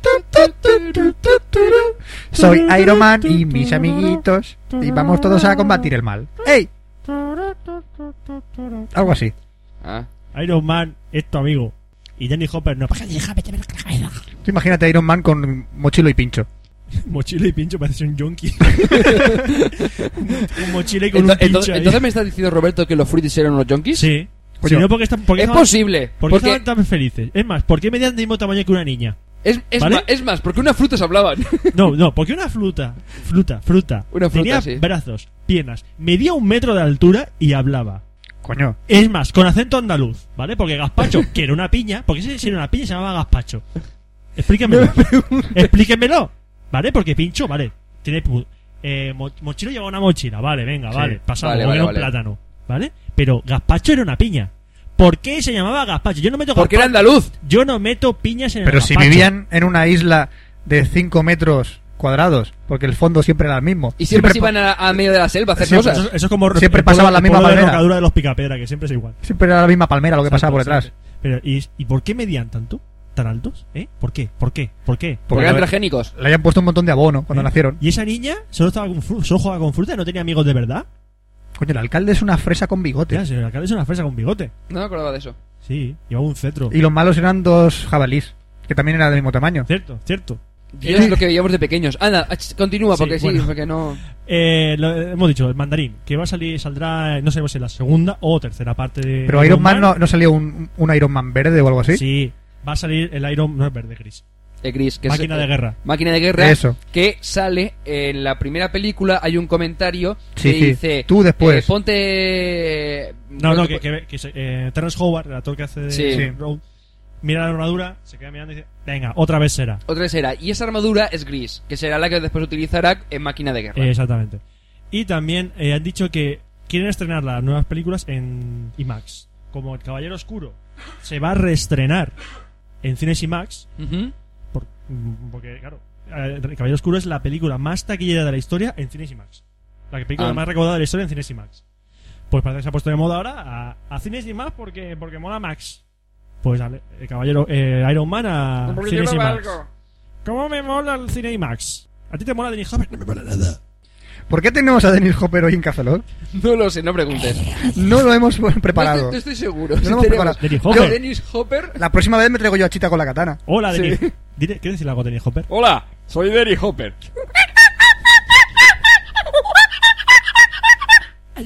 Speaker 5: Tu, tu, tu, tu, tu, turu. Soy Iron Man y mis amiguitos y vamos todos a combatir el mal. ¡Ey! Algo así.
Speaker 3: Ah.
Speaker 4: Iron Man es tu amigo. Y Danny Hopper no.
Speaker 5: Tú imagínate a Iron Man con mochilo y pincho.
Speaker 4: Mochila y pincho parece un yonki. un mochila y con
Speaker 3: Ento-
Speaker 4: un pincho.
Speaker 3: entonces,
Speaker 4: ahí.
Speaker 3: entonces me estás diciendo, Roberto, que los fruitis eran unos junkies?
Speaker 4: sí.
Speaker 5: Coño.
Speaker 4: Si no, porque están, porque
Speaker 3: Es
Speaker 4: estaban-
Speaker 3: posible.
Speaker 4: ¿Por
Speaker 3: porque
Speaker 4: qué estaban tan felices? Es más, ¿por qué medían del mismo tamaño que una niña?
Speaker 3: es, es
Speaker 4: ¿Vale?
Speaker 3: ma- es más, porque unas frutas hablaban.
Speaker 4: No, no, porque una fruta, fruta, fruta,
Speaker 3: Una fruta,
Speaker 4: tenía
Speaker 3: sí.
Speaker 4: brazos, piernas, medía un metro de altura y hablaba.
Speaker 5: Coño.
Speaker 4: Es más, con acento andaluz, ¿vale? Porque Gaspacho, que era una piña, porque ese sí era una piña y se llamaba Gaspacho. Explíquemelo. Explíquemelo, ¿vale? Porque pincho, vale. Tiene pu- eh, mo- mochilo lleva una mochila, vale, venga,
Speaker 5: Sí.
Speaker 4: vale. Pasamos,
Speaker 3: Vale, vale,
Speaker 4: porque era
Speaker 3: vale.
Speaker 4: un plátano, ¿vale? Pero Gaspacho era una piña. ¿Por qué se llamaba Gaspacho? Yo no meto
Speaker 3: porque
Speaker 4: gazpa-
Speaker 3: era andaluz.
Speaker 4: Yo no meto piñas en el
Speaker 5: Pero si
Speaker 4: gazpacho.
Speaker 5: vivían en una isla de 5 metros cuadrados, porque el fondo siempre era el mismo.
Speaker 3: Y siempre, se
Speaker 5: po-
Speaker 3: iban a, a medio de la selva a hacer
Speaker 4: Eso,
Speaker 3: cosas.
Speaker 4: eso- eso es como
Speaker 5: Siempre
Speaker 4: el pueblo-
Speaker 5: pasaba la
Speaker 4: el
Speaker 5: misma
Speaker 4: pueblo de
Speaker 5: palmera.
Speaker 4: rocadura de los picapedra, que siempre es igual.
Speaker 5: siempre era la misma palmera lo que pasaba por
Speaker 4: Exacto,
Speaker 5: detrás.
Speaker 4: siempre. Pero, ¿y, y por qué medían tanto? ¿Tan altos? ¿Eh? ¿Por qué? ¿Por qué? ¿Por qué?
Speaker 3: Porque
Speaker 5: Porque
Speaker 3: eran
Speaker 5: la-
Speaker 3: transgénicos.
Speaker 5: le habían puesto un montón de abono cuando
Speaker 4: ¿Eh?
Speaker 5: nacieron.
Speaker 4: ¿Y esa niña solo, estaba con fru- solo jugaba con fruta y no tenía amigos de verdad?
Speaker 5: Coño, el alcalde es una fresa con bigote.
Speaker 4: Ya, señor alcalde es una fresa con bigote.
Speaker 3: No me acordaba de eso.
Speaker 4: Sí, llevaba un cetro.
Speaker 5: Y los malos eran dos jabalís, que también eran del mismo tamaño.
Speaker 4: Cierto, cierto.
Speaker 3: Yo es lo que veíamos de pequeños. Anda, ach, continúa,
Speaker 4: Sí,
Speaker 3: porque sí,
Speaker 4: bueno.
Speaker 3: porque no.
Speaker 4: Eh, lo- hemos dicho, el mandarín, que va a salir, saldrá, eh, no sabemos si en la segunda o tercera parte de.
Speaker 5: Pero Iron Man no, no salió un, un Iron Man verde o algo así.
Speaker 4: Sí, va a salir el Iron, no es verde, gris.
Speaker 3: Eh, Gris, que es-
Speaker 4: Máquina de guerra.
Speaker 3: Máquina de guerra.
Speaker 5: Eso.
Speaker 3: Que sale en la primera película. Hay un comentario
Speaker 5: Sí,
Speaker 3: que
Speaker 5: sí.
Speaker 3: dice:
Speaker 5: Tú después.
Speaker 3: eh, ponte.
Speaker 4: No, no, que, que, que se- eh, Terrence Howard, el actor que hace de
Speaker 3: pues- Sí.
Speaker 5: Sí.
Speaker 4: Rogue, mira la armadura, se queda mirando y dice, venga, otra vez será.
Speaker 3: Otra vez era. Y esa armadura es gris, que será la que después utilizará en máquina de guerra.
Speaker 4: Eh, exactamente. Y también eh, han dicho que quieren estrenar las nuevas películas en IMAX. Como El Caballero Oscuro se va a reestrenar en cines IMAX,
Speaker 3: Ujú.
Speaker 4: por- mm, porque, claro, eh, El Caballero Oscuro es la película más taquillera de la historia en cines IMAX. La película
Speaker 3: Ah.
Speaker 4: más recaudada de la historia en cines IMAX. Pues parece que se ha puesto de moda ahora a, a cines IMAX porque, porque mola Max. Pues al- el Caballero eh, Iron Man a cines IMAX. ¿Cómo me mola el cine IMAX? ¿A ti te mola Danny Hopper? No me mola nada.
Speaker 5: ¿Por qué tenemos a Dennis Hopper hoy en Cafelot?
Speaker 3: No lo sé, no preguntes.
Speaker 5: No lo hemos
Speaker 3: No
Speaker 5: preparado.
Speaker 3: estoy, estoy seguro.
Speaker 5: No lo
Speaker 3: Sí
Speaker 5: hemos
Speaker 3: tenemos.
Speaker 5: preparado.
Speaker 4: Danny
Speaker 3: Yo,
Speaker 4: Hopper.
Speaker 3: Dennis Hopper.
Speaker 5: La próxima vez me traigo yo a Chita con la katana.
Speaker 4: Hola,
Speaker 3: Sí.
Speaker 4: Denny. Dile- ¿Quieres decir algo, Denny Hopper?
Speaker 3: Hola, soy Dennis Hopper.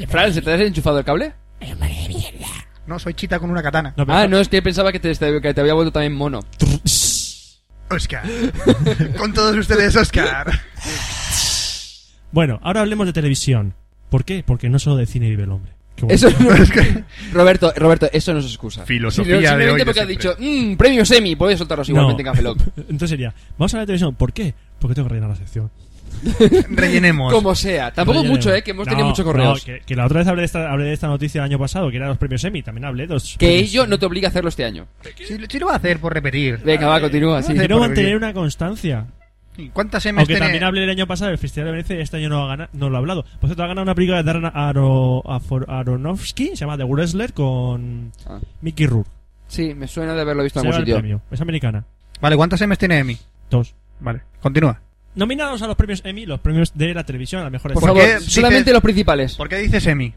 Speaker 3: Fran, ¿se te has enchufado el cable?
Speaker 5: No, soy Chita con una katana.
Speaker 4: No, pero-
Speaker 3: Ah, no, es que pensaba que te, que te había vuelto también mono.
Speaker 5: Oscar. con todos ustedes, Oscar.
Speaker 4: Bueno, ahora hablemos de televisión. ¿Por qué? Porque no solo de cine vive el hombre. Qué bueno.
Speaker 3: Eso no Roberto, Roberto, eso no es excusa.
Speaker 5: Filosofía
Speaker 3: Sí,
Speaker 5: de
Speaker 3: simplemente
Speaker 5: hoy de
Speaker 3: porque has
Speaker 5: siempre.
Speaker 3: dicho, mmm, premio semi, puedes soltarlos
Speaker 4: No.
Speaker 3: igualmente en Café Lock.
Speaker 4: Entonces sería, vamos a hablar de televisión. ¿Por qué? Porque tengo que rellenar la sección.
Speaker 5: Rellenemos.
Speaker 3: Como sea. Tampoco
Speaker 4: Rellenemos.
Speaker 3: mucho, eh, que hemos tenido
Speaker 4: No,
Speaker 3: muchos correos.
Speaker 4: no, que, que la otra vez hablé de, esta, hablé de esta noticia el año pasado, que era los premios Emmy. También hablé de los
Speaker 3: Que
Speaker 4: premios
Speaker 3: ello no te obliga a hacerlo este año.
Speaker 5: Si, si lo va a hacer por repetir.
Speaker 3: Venga, va, continúa, sí.
Speaker 5: hacer
Speaker 4: Quiero
Speaker 5: por
Speaker 4: mantener
Speaker 5: vivir.
Speaker 4: una constancia.
Speaker 5: ¿Cuántas M's
Speaker 4: Aunque
Speaker 5: tiene?
Speaker 4: también hablé el año pasado del Festival de Venecia y este año no, ha gana- no lo ha hablado. Por cierto, ha ganado una película de Darren Aro- Afor- Aronofsky, se llama The Wrestler, con
Speaker 3: Ah.
Speaker 4: Mickey Rourke.
Speaker 3: Sí, me suena de haberlo visto
Speaker 4: Se
Speaker 3: en
Speaker 4: lleva
Speaker 3: algún
Speaker 4: el
Speaker 3: sitio.
Speaker 4: premio. Es americana.
Speaker 5: Vale, ¿cuántas M's tiene Emmy?
Speaker 4: Dos.
Speaker 5: Vale, continúa.
Speaker 4: Nominados a los premios Emmy, los premios de la televisión, a la mejor
Speaker 5: Por
Speaker 3: Por,
Speaker 5: ¿Por
Speaker 4: escena.
Speaker 5: qué
Speaker 3: favor,
Speaker 5: dices-
Speaker 3: solamente los principales.
Speaker 5: ¿Por qué dices Emmy?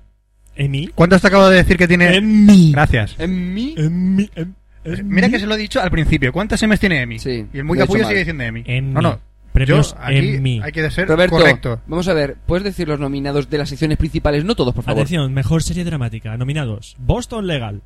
Speaker 4: Emmy.
Speaker 5: ¿Cuántas te acabo de decir que tiene?
Speaker 4: Emmy.
Speaker 5: Gracias.
Speaker 3: En mí.
Speaker 5: Eh,
Speaker 4: Emmy. em- Emmy.
Speaker 5: Mira que se lo he dicho al principio. ¿Cuántas M's tiene Emmy?
Speaker 3: Sí,
Speaker 5: y el muy
Speaker 3: lo he hecho
Speaker 5: capullo
Speaker 3: mal.
Speaker 5: sigue diciendo Emmy.
Speaker 4: Emmy.
Speaker 5: No, no. Yo,
Speaker 4: Premios
Speaker 5: aquí
Speaker 4: Emmy.
Speaker 5: hay que ser
Speaker 3: Roberto,
Speaker 5: correcto.
Speaker 3: vamos a ver, ¿puedes decir los nominados de las secciones principales? No todos, por favor.
Speaker 4: Atención, mejor serie dramática. Nominados: Boston Legal,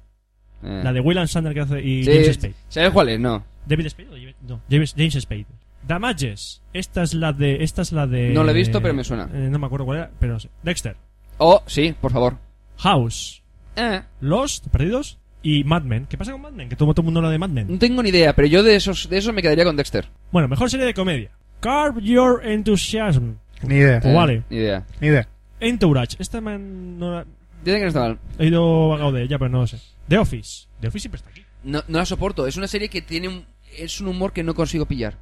Speaker 3: Eh.
Speaker 4: la de Will and Sander que hace y
Speaker 3: Sí,
Speaker 4: James Spade.
Speaker 3: ¿Sabes cuál es? No.
Speaker 4: David Spade o James- no, James, James Spade. Damages, esta es la de esta es la de
Speaker 3: No la he visto, pero me suena.
Speaker 4: eh, no me acuerdo cuál era, pero no sé. Dexter,
Speaker 3: Oh, sí, por favor.
Speaker 4: House,
Speaker 3: Eh,
Speaker 4: Lost, Perdidos y Mad Men. ¿Qué pasa con Mad Men? Que todo, todo el mundo habla de Mad Men.
Speaker 3: no tengo ni idea, pero yo de esos, de esos me quedaría con Dexter.
Speaker 4: Bueno, mejor serie de comedia. Carve Your Enthusiasm.
Speaker 5: Ni idea,
Speaker 4: Pues vale.
Speaker 3: Eh, Ni idea.
Speaker 5: ni idea.
Speaker 4: Entourage, esta man no la,
Speaker 3: Dicen que no está mal.
Speaker 4: he ido vagado de ella, pero no lo sé. The Office, The Office siempre está aquí.
Speaker 3: No, no la soporto. Es una serie que tiene un, es un humor que no consigo pillar.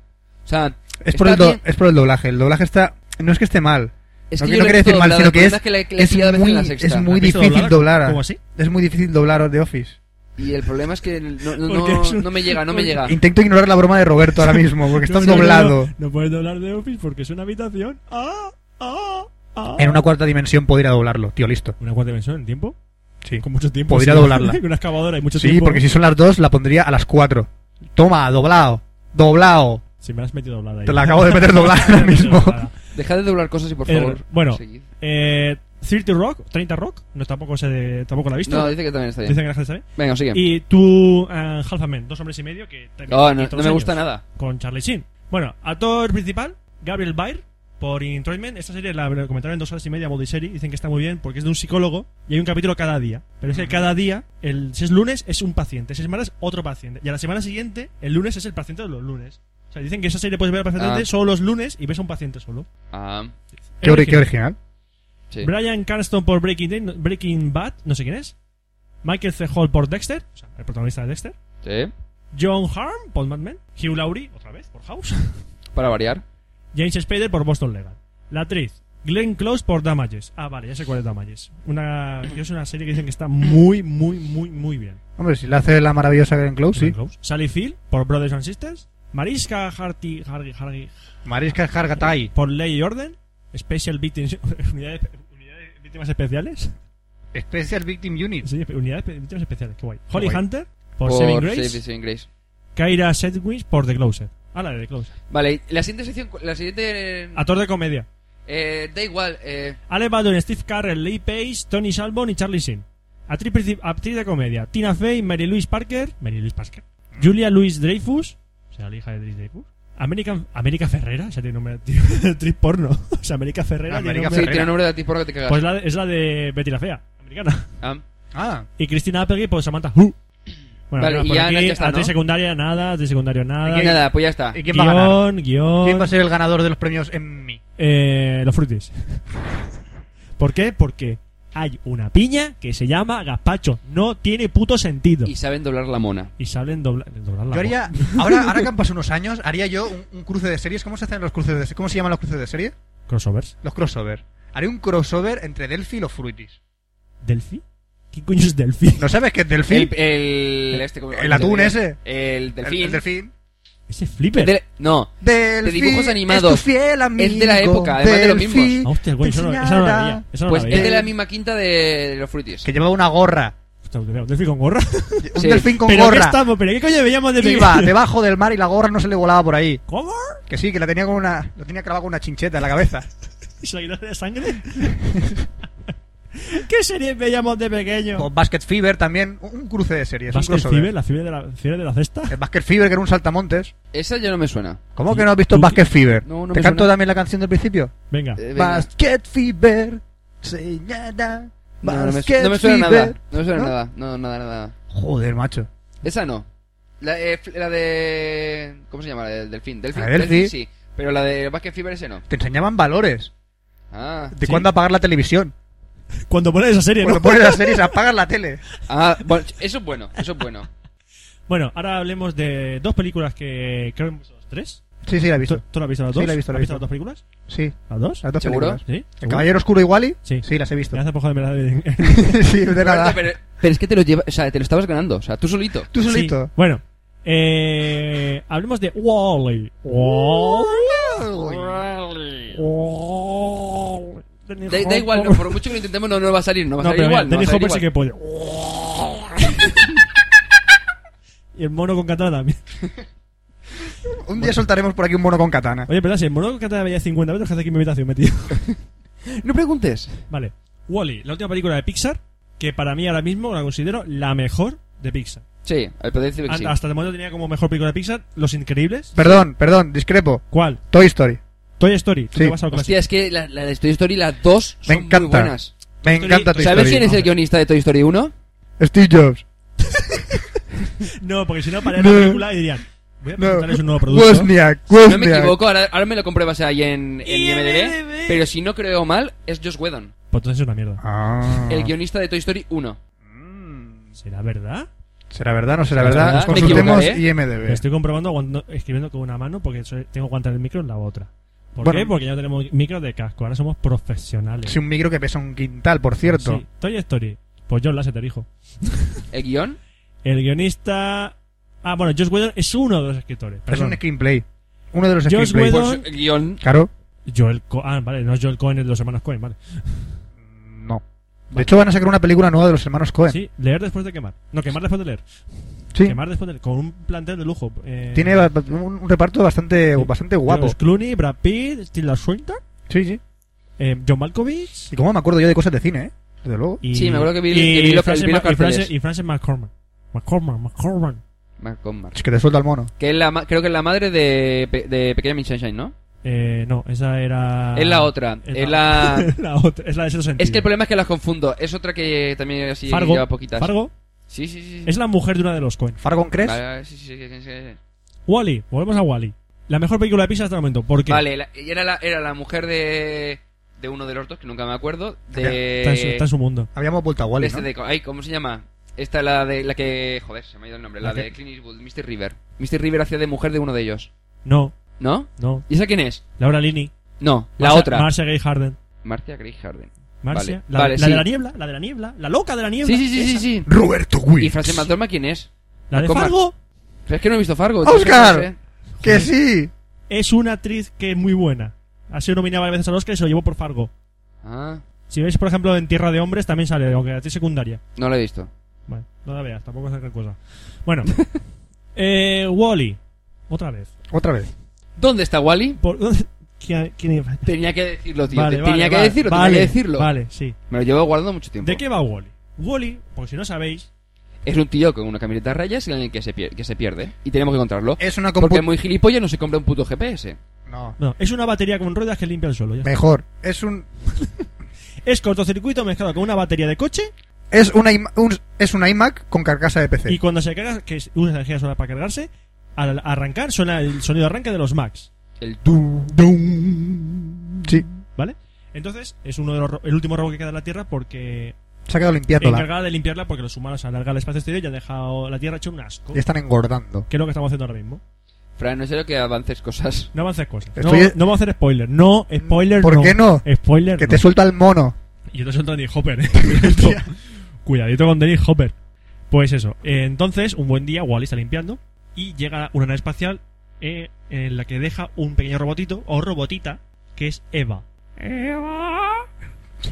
Speaker 3: O sea,
Speaker 5: Es por,
Speaker 3: está
Speaker 5: el do-
Speaker 3: bien.
Speaker 5: es por el doblaje. El doblaje está. No es que esté mal.
Speaker 3: Es
Speaker 5: no
Speaker 3: que
Speaker 5: que-
Speaker 3: yo
Speaker 5: no
Speaker 3: lo he
Speaker 5: quiero decir
Speaker 3: visto
Speaker 5: mal,
Speaker 3: doblado,
Speaker 5: sino
Speaker 3: el
Speaker 5: que es,
Speaker 3: problema es que la- que la he
Speaker 5: es
Speaker 3: pillado a veces
Speaker 5: muy,
Speaker 3: en la sexta.
Speaker 5: es muy
Speaker 4: ¿La has visto
Speaker 5: difícil
Speaker 4: doblar?
Speaker 5: doblar.
Speaker 4: ¿Cómo así?
Speaker 5: Es muy difícil doblar de Office.
Speaker 3: Y el problema es que no, no,
Speaker 4: Porque
Speaker 3: no-
Speaker 4: es un-
Speaker 3: no me llega, no me
Speaker 4: porque-
Speaker 3: llega.
Speaker 5: Intento ignorar la broma de Roberto ahora mismo, porque estás
Speaker 4: No, no,
Speaker 5: doblado.
Speaker 4: No, no puedes doblar de Office porque es una habitación. ¡Ah! ¡Ah! ¡Ah!
Speaker 5: En una cuarta dimensión podría doblarlo, tío, listo.
Speaker 4: ¿Una cuarta dimensión en tiempo?
Speaker 5: Sí.
Speaker 4: Con mucho tiempo.
Speaker 5: Podría
Speaker 4: sí.
Speaker 5: doblarla.
Speaker 4: Con una excavadora y mucho
Speaker 5: Sí,
Speaker 4: tiempo.
Speaker 5: porque si son las dos, la pondría a las cuatro. Toma, doblado. Doblado.
Speaker 4: Si me la has metido doblada ahí.
Speaker 5: Te la acabo de meter doblada
Speaker 4: Me la
Speaker 5: ahora
Speaker 4: has metido
Speaker 5: mismo.
Speaker 4: doblada.
Speaker 3: Dejad de doblar cosas y por
Speaker 4: Eh,
Speaker 3: favor.
Speaker 4: bueno.
Speaker 3: seguid.
Speaker 4: Eh, 30 Rock, 30 Rock, no tampoco sé, de- tampoco la he visto.
Speaker 3: No, dice que también está
Speaker 4: Dicen
Speaker 3: bien.
Speaker 4: que la gente sabe.
Speaker 3: Venga, sigue.
Speaker 4: Y tú, eh, Half a Man, dos hombres y medio que también
Speaker 3: No, no,
Speaker 4: hizo
Speaker 3: no
Speaker 4: los
Speaker 3: me
Speaker 4: años,
Speaker 3: gusta nada.
Speaker 4: Con Charlie Sheen. Bueno, actor principal, Gabriel Byrne, por Introitment. Esta serie la la comentaron en dos horas y media, Serie Dicen que está muy bien porque es de un psicólogo y hay un capítulo cada día. Pero es que cada día, el, si es lunes, es un paciente. Si es martes, otro paciente. Y a la semana siguiente, el lunes es el paciente de los lunes. O sea, dicen que esa serie puedes ver perfectamente
Speaker 3: Ah.
Speaker 4: solo los lunes y ves a un paciente solo. Eh,
Speaker 3: Ah,
Speaker 5: Qué, ori- qué original.
Speaker 3: sí.
Speaker 4: Brian Carston por Breaking, Day- Breaking Bad, no sé quién es. Michael C. Hall por Dexter, o sea, el protagonista de Dexter.
Speaker 3: Sí.
Speaker 4: John Harm por Mad Men. Hugh Laurie, otra vez, por House.
Speaker 3: Para variar.
Speaker 4: James Spader por Boston Legal. La actriz, Glenn Close por Damages. Ah, vale, ya sé cuál es Damages. Una, que es una serie que dicen que está muy, muy, muy, muy bien.
Speaker 5: Hombre, si la hace la maravillosa Glenn Close,
Speaker 4: Glenn
Speaker 5: sí.
Speaker 4: Close. Sally Field por Brothers and Sisters. Mariska Harty, Hargy, Hargy
Speaker 5: Mariska Hargitay.
Speaker 4: por Ley y Orden. Special Victims, unidades, unidades- víctimas especiales.
Speaker 5: Special Victim Unit.
Speaker 4: Sí, unidades pe- víctimas especiales, qué guay. Holly
Speaker 5: guay.
Speaker 4: Hunter por, Saving Grace.
Speaker 3: Save- Saving Grace.
Speaker 4: Kyra Sedgwick por The Closet. Ah, la de The Closet.
Speaker 3: Vale, la siguiente sección. cu- La siguiente. eh,
Speaker 4: Actor de comedia.
Speaker 3: eh, da igual. Eh,
Speaker 4: Ale Baldwin, Steve Carell, Lee Pace, Tony Salmon y Charlie Sheen. Actriz, princip- actriz de comedia. Tina Fey, Mary Louise Parker. Mary Louise Parker. Julia Louise Dreyfus. O sea, la hija de Louise Dreyfus. American, América Ferrera. O sea, tiene nombre de actriz- actriz porno. O sea, América Ferrera. tiene
Speaker 5: América
Speaker 3: sí,
Speaker 4: nombre-
Speaker 5: Ferrera.
Speaker 3: tiene nombre de tipo que te cagas.
Speaker 4: Pues la de- es la de Betty la Fea. Americana.
Speaker 3: Ah,
Speaker 5: Ah,
Speaker 4: Y Cristina Applegate por Samantha Who. Bueno,
Speaker 3: Vale,
Speaker 4: por
Speaker 3: y ya-
Speaker 4: aquí,
Speaker 3: ya está,
Speaker 4: actriz
Speaker 3: ¿no?
Speaker 4: secundaria nada, actriz secundario nada.
Speaker 3: y nada, pues ya está.
Speaker 5: ¿Y quién va a ganar?
Speaker 4: Guión, guión.
Speaker 5: ¿Quién va a ser el ganador de los premios Emmy?
Speaker 4: Eh, los frutis. ¿Por qué? Porque hay una piña que se llama gazpacho. No tiene puto sentido.
Speaker 3: Y saben doblar la mona.
Speaker 4: Y salen dobla- doblar la
Speaker 5: Yo
Speaker 4: voz.
Speaker 5: haría, ahora, ahora que han pasado unos años, haría yo un, un cruce de series. ¿Cómo se hacen los cruces de series? ¿Cómo se llaman los cruces de series?
Speaker 4: Crossovers.
Speaker 5: Los crossover. Haré un crossover entre Delphi y los Fruitis.
Speaker 4: ¿Delphi? ¿Qué coño es Delphi?
Speaker 5: ¿No sabes qué es Delphi?
Speaker 3: El, el, este, ¿cómo-
Speaker 5: El atún
Speaker 3: el-
Speaker 5: ese.
Speaker 3: El delfín.
Speaker 5: El delfín.
Speaker 4: Ese flipper.
Speaker 3: Del- no,
Speaker 5: Delfín
Speaker 3: dibujos animados.
Speaker 5: Es, tu fiel amigo,
Speaker 3: Es de la época, además de los
Speaker 5: Delfín,
Speaker 4: Ah,
Speaker 3: mismos.
Speaker 4: hostia, güey,
Speaker 5: te
Speaker 4: eso no, esa no la
Speaker 5: enseñará.
Speaker 4: veía. Esa no
Speaker 3: pues
Speaker 4: la
Speaker 3: es
Speaker 4: veía.
Speaker 3: de la misma quinta de los frutis.
Speaker 5: Que llevaba una gorra.
Speaker 4: Hostia, te veo. Delphi con gorra.
Speaker 5: Un
Speaker 3: Sí.
Speaker 5: delfín con
Speaker 4: ¿Pero qué
Speaker 5: gorra.
Speaker 4: estamos? ¿Pero qué coño veíamos de
Speaker 5: Iba
Speaker 4: pequeño?
Speaker 5: debajo del mar y la gorra no se le volaba por ahí.
Speaker 4: ¿Cómo?
Speaker 5: Que sí, que la tenía con una, lo tenía clavado con una chincheta en la cabeza.
Speaker 4: ¿Y ¿Se la llenó de sangre? ¿Qué serie veíamos de pequeño?
Speaker 5: Con Basket Fever también. Un un cruce de series.
Speaker 4: Basket
Speaker 5: un crossover.
Speaker 4: Fever, la fiebre de la, fiebre de la cesta.
Speaker 5: El Basket Fever, que era un saltamontes.
Speaker 3: Esa ya no me suena.
Speaker 5: ¿Cómo que no has visto
Speaker 4: ¿Tú-
Speaker 5: Basket Fever?
Speaker 3: No, no
Speaker 5: ¿Te
Speaker 3: me
Speaker 5: canto
Speaker 3: suena.
Speaker 5: también la canción del principio?
Speaker 4: Venga.
Speaker 3: Eh, venga.
Speaker 5: Basket Fever, señala.
Speaker 3: No, no, me,
Speaker 5: Basket
Speaker 3: no me suena
Speaker 5: Fever.
Speaker 3: nada. No me suena
Speaker 5: ¿No?
Speaker 3: nada. No, nada, nada.
Speaker 5: Joder, macho.
Speaker 3: Esa no. La, eh, fl- la de. ¿Cómo se llama? La del delfín. Delfín,
Speaker 5: La del
Speaker 3: delfín,
Speaker 5: delfín.
Speaker 3: sí. Pero la de Basket Fever ese no.
Speaker 5: Te enseñaban valores.
Speaker 3: Ah,
Speaker 5: De
Speaker 4: Sí.
Speaker 5: cuándo apagar la televisión.
Speaker 4: Cuando pones esa serie,
Speaker 5: Cuando
Speaker 4: ¿no?
Speaker 5: pones las series, apagas la tele.
Speaker 3: ah bueno, eso es bueno. Eso es bueno.
Speaker 4: Bueno, ahora hablemos de dos películas que creo que hemos visto los tres.
Speaker 5: Sí, sí, la he visto.
Speaker 4: ¿Tú, tú la has visto las
Speaker 5: Sí,
Speaker 4: dos?
Speaker 5: la he visto, la
Speaker 4: ¿Has
Speaker 5: he visto.
Speaker 4: visto las dos películas?
Speaker 5: Sí,
Speaker 4: ¿Las dos?
Speaker 5: las dos
Speaker 3: ¿Seguro?
Speaker 5: películas.
Speaker 4: ¿Sí?
Speaker 5: ¿El Caballero Oscuro y Wally?
Speaker 4: Sí.
Speaker 5: Sí, las he visto.
Speaker 4: Gracias por joderme la de...
Speaker 5: sí, de nada.
Speaker 3: Pero, pero es que te lo lleva, o sea, te lo estabas ganando. O sea, tú solito.
Speaker 5: Tú solito.
Speaker 4: Sí. Bueno, eh, hablemos de Wally. Wally.
Speaker 3: Da, da igual, no, por mucho que lo intentemos, no, no va a salir. No va a
Speaker 4: No,
Speaker 3: salir
Speaker 4: pero
Speaker 3: igual.
Speaker 4: igual,
Speaker 3: No va a
Speaker 4: Danny
Speaker 3: salir
Speaker 4: Hopper sí
Speaker 3: igual.
Speaker 4: que puede. y el mono con katana también.
Speaker 5: Un día soltaremos por aquí un mono con katana.
Speaker 4: Oye, verdad, si el mono con katana veía 50 metros, que hace aquí en mi habitación metido.
Speaker 3: No preguntes.
Speaker 4: Vale. Wally, la última película de Pixar, que para mí ahora mismo la considero la mejor de Pixar.
Speaker 3: Sí, al poder decir que sí.
Speaker 4: An- Hasta el momento tenía como mejor película de Pixar Los Increíbles.
Speaker 5: Perdón, perdón, discrepo.
Speaker 4: ¿Cuál?
Speaker 5: Toy Story.
Speaker 4: Toy Story. Tú
Speaker 5: Sí.
Speaker 4: te vas a lo
Speaker 3: Hostia,
Speaker 4: clásico.
Speaker 3: es que la, la de Toy Story, las dos
Speaker 5: Me
Speaker 3: son muy
Speaker 5: encanta.
Speaker 3: buenas.
Speaker 5: Me
Speaker 4: Story-
Speaker 5: encanta Toy
Speaker 4: ¿Sabes
Speaker 3: ¿Sabes
Speaker 5: Story.
Speaker 3: quién es el guionista de Toy Story 1?
Speaker 5: Steve Jobs.
Speaker 4: No, porque si no, para la película y dirían: Voy a
Speaker 5: No. Pues
Speaker 4: presentarles un nuevo producto.
Speaker 5: Wozniak,
Speaker 3: No me
Speaker 5: Wozniak.
Speaker 3: equivoco, ahora, ahora me lo compruebas ahí en, en IMDb,
Speaker 4: IMDb.
Speaker 3: Pero si no creo mal, es Josh Whedon,
Speaker 4: Pues entonces es una mierda.
Speaker 5: Ah.
Speaker 3: el guionista de Toy Story 1.
Speaker 4: ¿Será verdad?
Speaker 5: ¿Será verdad o no será
Speaker 4: ¿Será
Speaker 5: verdad?
Speaker 3: verdad? Me
Speaker 5: Consultemos
Speaker 3: equivocaré.
Speaker 4: Lo
Speaker 5: IMDB.
Speaker 4: estoy comprobando aguantando- escribiendo con una mano porque soy- tengo que aguantar el micro en la otra. ¿Por
Speaker 5: Bueno.
Speaker 4: qué? Porque ya no tenemos micro de casco, ahora somos profesionales.
Speaker 5: Es un micro que pesa un quintal, por cierto.
Speaker 4: Sí. Toy Story. Pues John Lasseter, hijo.
Speaker 3: ¿El guión?
Speaker 4: El guionista... Ah, bueno, Josh Whedon es uno de los escritores.
Speaker 5: es
Speaker 4: perdón.
Speaker 5: un screenplay. Uno de los
Speaker 4: Josh
Speaker 5: screenplays.
Speaker 4: Whedon-
Speaker 3: Pues el guión.
Speaker 5: Claro.
Speaker 4: Joel Co Ah, vale, no es Joel Cohen, es de los hermanos Cohen, vale.
Speaker 5: No. De hecho, van a sacar una película nueva de los hermanos Cohen.
Speaker 4: Sí, leer después de quemar. No, quemar después de leer.
Speaker 5: Sí.
Speaker 4: Quemar después de leer. Con un plantel de lujo. Eh,
Speaker 5: Tiene ba- ba- un un reparto bastante,
Speaker 4: Sí.
Speaker 5: bastante guapo.
Speaker 4: George Clooney, Brad Pitt, Tilda Swinton,
Speaker 5: Sí, sí.
Speaker 4: eh, John Malkovich.
Speaker 5: Y como me acuerdo yo de cosas de cine, ¿eh? Desde luego.
Speaker 4: Y,
Speaker 3: Sí, me acuerdo que vi- que vi lo-
Speaker 4: Frances
Speaker 3: vi los
Speaker 4: Ma- y Frances-
Speaker 3: carteles.
Speaker 4: y Frances McCormack. McCormack, McCormack.
Speaker 3: Malcolm Marx.
Speaker 5: Es que te suelta el mono.
Speaker 3: Que es la, ma- creo que es la madre de, Pe- de Pequeña Miss Sunshine, ¿no?
Speaker 4: Eh, no, esa era.
Speaker 3: Es la otra. Es la-
Speaker 4: Ah, la otra. Es la de ese sentido.
Speaker 3: Es que el problema es que las confundo. Es otra que también así
Speaker 4: Fargo,
Speaker 3: lleva poquitas.
Speaker 4: Fargo
Speaker 3: Sí, sí, sí. sí.
Speaker 4: es la mujer de una de los Cohen.
Speaker 5: ¿Fargon crees?
Speaker 3: Vale, vale, sí, sí, sí, sí, sí.
Speaker 4: Wally, volvemos a Wally. La mejor película de Pixar hasta el momento. Porque
Speaker 3: Vale, la- y era, la, era la mujer de, de uno de los dos, que nunca me acuerdo. De,
Speaker 4: está, en su, está en su mundo.
Speaker 5: Habíamos vuelto a Wally,
Speaker 3: este de- ay, ¿Cómo se llama? Esta la de la que... Joder, se me ha ido el nombre. La,
Speaker 4: ¿La
Speaker 3: de Clint Eastwood, Mr. River. Mr. River hacía de mujer de uno de ellos.
Speaker 4: No,
Speaker 3: ¿No?
Speaker 4: no.
Speaker 3: ¿Y esa quién es?
Speaker 4: Laura Linney.
Speaker 3: No, la
Speaker 4: Marcia-
Speaker 3: otra.
Speaker 4: Marcia Gay Harden.
Speaker 3: Marcia Grace Harden.
Speaker 4: Marcia.
Speaker 3: Vale,
Speaker 4: La,
Speaker 3: vale,
Speaker 4: la
Speaker 3: sí.
Speaker 4: de la niebla, la de la niebla, la loca de la niebla.
Speaker 3: Sí, sí, sí, sí,
Speaker 4: esa.
Speaker 3: sí.
Speaker 5: Roberto
Speaker 3: ¿Y
Speaker 5: Williams.
Speaker 3: Frances McDormand quién es?
Speaker 4: La de
Speaker 3: Coma.
Speaker 4: Fargo
Speaker 3: Pero es que no he visto Fargo. entonces
Speaker 5: ¡Oscar!
Speaker 3: no sé.
Speaker 5: ¡Que sí!
Speaker 4: es una actriz que es muy buena. Ha sido nominada varias veces al Oscar y se lo llevó por Fargo.
Speaker 3: Ah,
Speaker 4: Si veis, por ejemplo, en Tierra de Hombres también sale, aunque actriz secundaria.
Speaker 3: no lo he visto.
Speaker 4: Vale, no la veas, tampoco es gran cosa. Bueno, eh, Wally, otra vez.
Speaker 5: Otra vez.
Speaker 3: ¿Dónde está Wally?
Speaker 4: Por- ¿Quién, quién iba?
Speaker 3: Tenía que decirlo, tío.
Speaker 4: Vale,
Speaker 3: Te-
Speaker 4: vale,
Speaker 3: tenía que
Speaker 4: vale,
Speaker 3: decirlo,
Speaker 4: vale,
Speaker 3: tenía que decirlo.
Speaker 4: Vale, sí.
Speaker 3: Me lo llevo guardando mucho tiempo.
Speaker 4: ¿De qué va Wally? Wally, por si no sabéis,
Speaker 3: Es un tío con una camiseta a rayas y alguien que se, pier- que se pierde. Y tenemos que encontrarlo.
Speaker 5: Es una
Speaker 3: Porque
Speaker 5: compu...
Speaker 3: es muy gilipollas no se compra un puto GPS.
Speaker 5: No.
Speaker 4: no, es una batería con ruedas que limpia el suelo. ya está.
Speaker 5: Mejor. Es un...
Speaker 4: Es cortocircuito mezclado con una batería de coche
Speaker 5: Es una, ima- un- es una iMac con carcasa de PC.
Speaker 4: y cuando se carga, que es una energía solar para cargarse, al arrancar suena el sonido de arranque de los Macs.
Speaker 3: El tú.
Speaker 5: Sí.
Speaker 4: ¿Vale? Entonces, es uno de los ro- el último robo que queda en la Tierra porque
Speaker 5: Se ha quedado limpiándola.
Speaker 4: encargada de limpiarla porque los humanos han alargado el espacio exterior y han dejado la Tierra hecha un asco.
Speaker 5: Y están engordando.
Speaker 4: Que es lo que estamos haciendo ahora mismo.
Speaker 3: Fran, no es serio que avances cosas.
Speaker 4: No avances cosas. No,
Speaker 5: Estoy-
Speaker 4: no vamos a hacer spoiler. No, spoiler
Speaker 5: ¿Por
Speaker 4: no.
Speaker 5: qué no?
Speaker 4: Spoiler
Speaker 5: Que
Speaker 4: no.
Speaker 5: te suelta el mono.
Speaker 4: Y yo te suelto a Dennis Hopper, eh. Cuidadito. Cuidadito con Dennis Hopper. Pues eso. eh, entonces, un buen día, Wally está limpiando y llega una nave espacial eh, en la que deja un pequeño robotito o robotita que es Eva.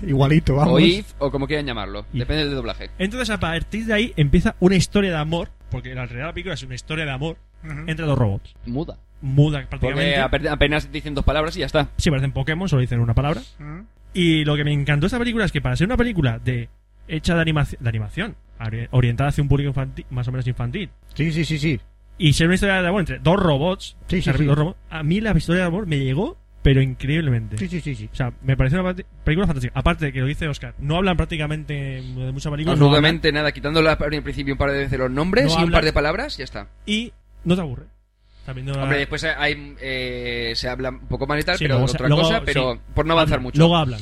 Speaker 5: Igualito, vamos.
Speaker 3: O IF, o como quieran llamarlo.
Speaker 4: If.
Speaker 3: Depende del doblaje.
Speaker 4: Entonces, a partir de ahí empieza una historia de amor, porque en realidad la película es una historia de amor
Speaker 5: Ujú.
Speaker 4: entre dos robots.
Speaker 3: Muda.
Speaker 4: Muda
Speaker 3: Porque
Speaker 4: prácticamente.
Speaker 3: ape- apenas dicen dos palabras y ya está.
Speaker 4: Sí, parecen Pokémon, solo dicen una palabra.
Speaker 5: Ujú.
Speaker 4: Y lo que me encantó de esta película es que para ser una película de hecha de, animaci- de animación, ori- orientada hacia un público infantil, más o menos infantil,
Speaker 5: Sí, sí, sí, sí.
Speaker 4: y ser una historia de amor entre dos robots,
Speaker 5: Sí,
Speaker 4: o sea,
Speaker 5: sí, sí.
Speaker 4: dos robots, a mí la historia de amor me llegó, pero increíblemente.
Speaker 5: Sí, sí, sí, sí.
Speaker 4: O sea, me pareció una parte- película fantástica. Aparte de que lo dice Oscar, no hablan prácticamente de mucha película. no hablan,
Speaker 3: Absolutamente Pues nada. Quitando la- en principio un par de veces los nombres
Speaker 4: No
Speaker 3: y un
Speaker 4: habla-
Speaker 3: par de palabras, ya está.
Speaker 4: y no te aburre. También no
Speaker 3: Hombre, después hay, eh, se habla un poco mal y tal,
Speaker 4: Sí,
Speaker 3: pero
Speaker 4: luego
Speaker 3: es
Speaker 4: se-
Speaker 3: otra
Speaker 4: luego-
Speaker 3: cosa, pero
Speaker 4: sí.
Speaker 3: por no avanzar
Speaker 4: hablan,
Speaker 3: mucho.
Speaker 4: Luego hablan.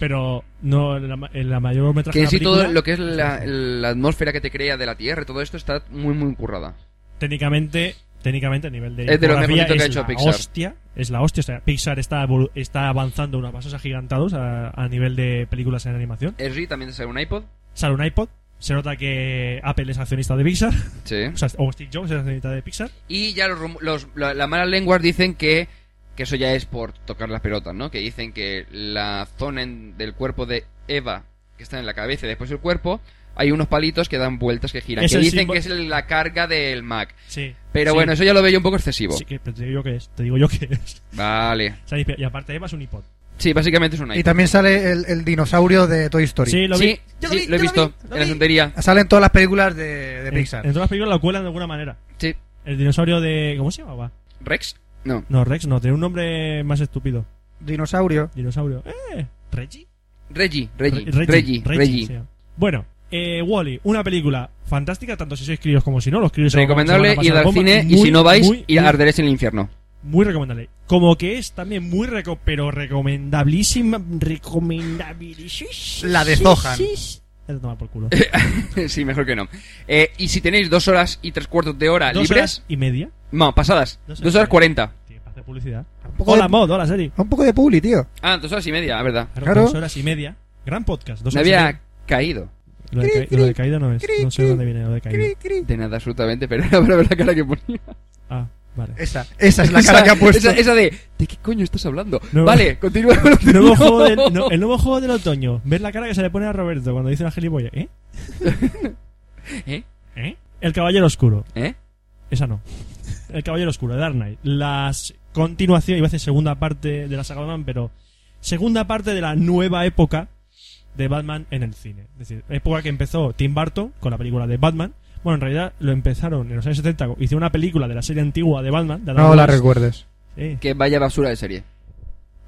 Speaker 4: Pero no en la, ma- en la mayor metraje
Speaker 3: que
Speaker 4: de
Speaker 3: en
Speaker 4: la
Speaker 3: sí todo
Speaker 4: película-
Speaker 3: lo que es la, la atmósfera que te crea de la Tierra, y todo esto está muy, muy currada.
Speaker 4: técnicamente técnicamente a nivel de
Speaker 3: Es de lo
Speaker 4: iconografía,
Speaker 3: mejorcito que ha
Speaker 4: es
Speaker 3: hecho
Speaker 4: la
Speaker 3: Pixar.
Speaker 4: hostia es la hostia o sea, Pixar está evolu- está avanzando a unos pasos agigantados a, a nivel de películas en animación
Speaker 3: Esri también sale un iPod.
Speaker 4: sale un iPod se nota que Apple es accionista de Pixar
Speaker 3: Sí.
Speaker 4: o, sea, o Steve Jobs es accionista de Pixar
Speaker 3: Y ya los, rum- los la- las malas lenguas dicen que, que eso ya es por tocar las pelotas, ¿no? Que dicen que la zona en- del cuerpo de Eva, que está en la cabeza y después el cuerpo, hay unos palitos que dan vueltas que giran.
Speaker 4: Es
Speaker 3: que
Speaker 4: el
Speaker 3: dicen
Speaker 4: símbolo-
Speaker 3: que es la carga del Mac.
Speaker 4: sí
Speaker 3: Pero
Speaker 4: Sí.
Speaker 3: bueno, eso ya lo veo yo un poco excesivo.
Speaker 4: Sí, que- pero te digo yo que es te digo yo que es
Speaker 3: Vale.
Speaker 4: O sea, y aparte Eva es un iPod
Speaker 3: Sí, básicamente es un
Speaker 5: Y
Speaker 3: iPod.
Speaker 5: también sale el, el dinosaurio de Toy Story.
Speaker 4: sí lo vi
Speaker 3: Sí,
Speaker 4: Yo
Speaker 3: sí,
Speaker 4: vi,
Speaker 3: lo he
Speaker 4: yo
Speaker 3: visto
Speaker 4: vi, lo
Speaker 3: en la
Speaker 4: vi.
Speaker 3: tontería.
Speaker 5: Salen todas las películas de, de
Speaker 4: en,
Speaker 5: Pixar.
Speaker 4: en todas las películas lo cuelan de alguna manera
Speaker 3: Sí.
Speaker 4: el dinosaurio de ¿cómo se llamaba?
Speaker 3: ¿Rex? No.
Speaker 4: no Rex no tiene un nombre más estúpido
Speaker 5: Dinosaurio.
Speaker 4: dinosaurio eh Reggie
Speaker 3: Reggie, Reggie,
Speaker 4: Re-
Speaker 3: Reggie, Reggie.
Speaker 4: sí. Bueno, eh, Wally, una película fantástica, tanto si sois críos como si no. Los críos se lo van- se
Speaker 3: Recomendable
Speaker 4: van a
Speaker 3: ir
Speaker 4: pasar
Speaker 3: al
Speaker 4: bomba.
Speaker 3: cine y
Speaker 4: Muy,
Speaker 3: si no vais,
Speaker 4: muy,
Speaker 3: ir a
Speaker 4: muy-
Speaker 3: arderéis en el infierno.
Speaker 4: Muy recomendable. Como que es también muy reco pero recomendabilísima. Recomendabilísima.
Speaker 5: La de Zohan.
Speaker 4: Vete a tomar por culo.
Speaker 3: ¿Eh, sí, mejor que no. Eh, y si tenéis dos horas y tres cuartos de hora
Speaker 4: Dos
Speaker 3: libres,
Speaker 4: horas y media.
Speaker 3: no, pasadas,
Speaker 4: Dos
Speaker 3: dos
Speaker 4: horas
Speaker 3: horas
Speaker 4: y
Speaker 3: cuarenta.
Speaker 4: Tío, para hacer publicidad.
Speaker 5: Un poco,
Speaker 4: Hola,
Speaker 5: de,
Speaker 4: mod, hola, Seri.
Speaker 5: un poco de publi, tío.
Speaker 3: Ah, dos horas y media, la verdad.
Speaker 5: Claro.
Speaker 4: Dos horas y media. Gran podcast. Dos
Speaker 3: Me
Speaker 4: horas y
Speaker 3: había
Speaker 4: media.
Speaker 3: caído.
Speaker 4: Lo de, ca- lo de caída no es. No sé dónde viene lo de caída.
Speaker 3: De nada, absolutamente, pero era para ver la cara que ponía.
Speaker 4: Ah, vale.
Speaker 5: Esa, esa es la cara
Speaker 3: Esa-
Speaker 5: que ha puesto.
Speaker 3: Esa, esa de, ¿de qué coño estás hablando?
Speaker 4: No.
Speaker 3: Vale, continúa con lo que-
Speaker 4: Nuevo juego del-
Speaker 3: No.
Speaker 4: no, el nuevo juego del otoño. Ver la cara que se le pone a Roberto cuando dice una gilipollas. ¿Eh?
Speaker 3: ¿Eh?
Speaker 4: ¿Eh? El Caballero Oscuro.
Speaker 3: ¿Eh?
Speaker 4: Esa no. El Caballero Oscuro, Dark Knight. La s- continuación, iba a decir segunda parte de la saga Batman, pero segunda parte de la nueva época de Batman en el cine. Es decir, época que empezó Tim Burton con la película de Batman. Bueno, en realidad lo empezaron en los años 70. Hice una película de la serie antigua de Batman. de Adam
Speaker 5: No la
Speaker 4: West.
Speaker 5: recuerdes.
Speaker 4: Sí.
Speaker 3: Que vaya basura de serie.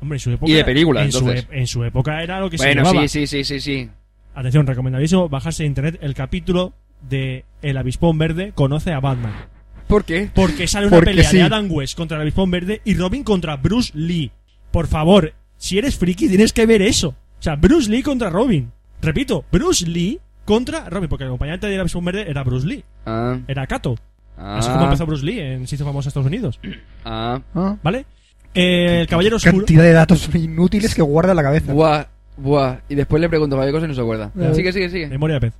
Speaker 4: Hombre, en su época.
Speaker 3: Y de película,
Speaker 4: en su
Speaker 3: entonces.
Speaker 4: e- en su época era lo que se
Speaker 3: bueno,
Speaker 4: llamaba.
Speaker 3: sí, sí, sí, sí, sí.
Speaker 4: Atención, recomendadísimo bajarse de internet el capítulo de El Avispón Verde conoce a Batman.
Speaker 3: ¿Por qué?
Speaker 4: Porque sale una
Speaker 5: Porque
Speaker 4: pelea
Speaker 5: sí.
Speaker 4: de Adam West contra el Avispón Verde y Robin contra Bruce Lee. Por favor, si eres friki, tienes que ver eso. O sea, Bruce Lee contra Robin. Repito, Bruce Lee contra Robin, porque el acompañante del Avispón Verde era Bruce Lee,
Speaker 3: Ah,
Speaker 4: era Kato.
Speaker 3: ah,
Speaker 4: Así como empezó Bruce Lee en se hizo famoso en Estados Unidos.
Speaker 3: ah.
Speaker 4: ¿Vale? Eh, el Caballero Oscuro.
Speaker 5: Cantidad de datos inútiles que guarda en la cabeza.
Speaker 3: Buah, buah. Y después le pregunto cualquier cosa y no se acuerda.
Speaker 4: Ya.
Speaker 3: Sigue, sigue, sigue.
Speaker 4: Memoria de pez.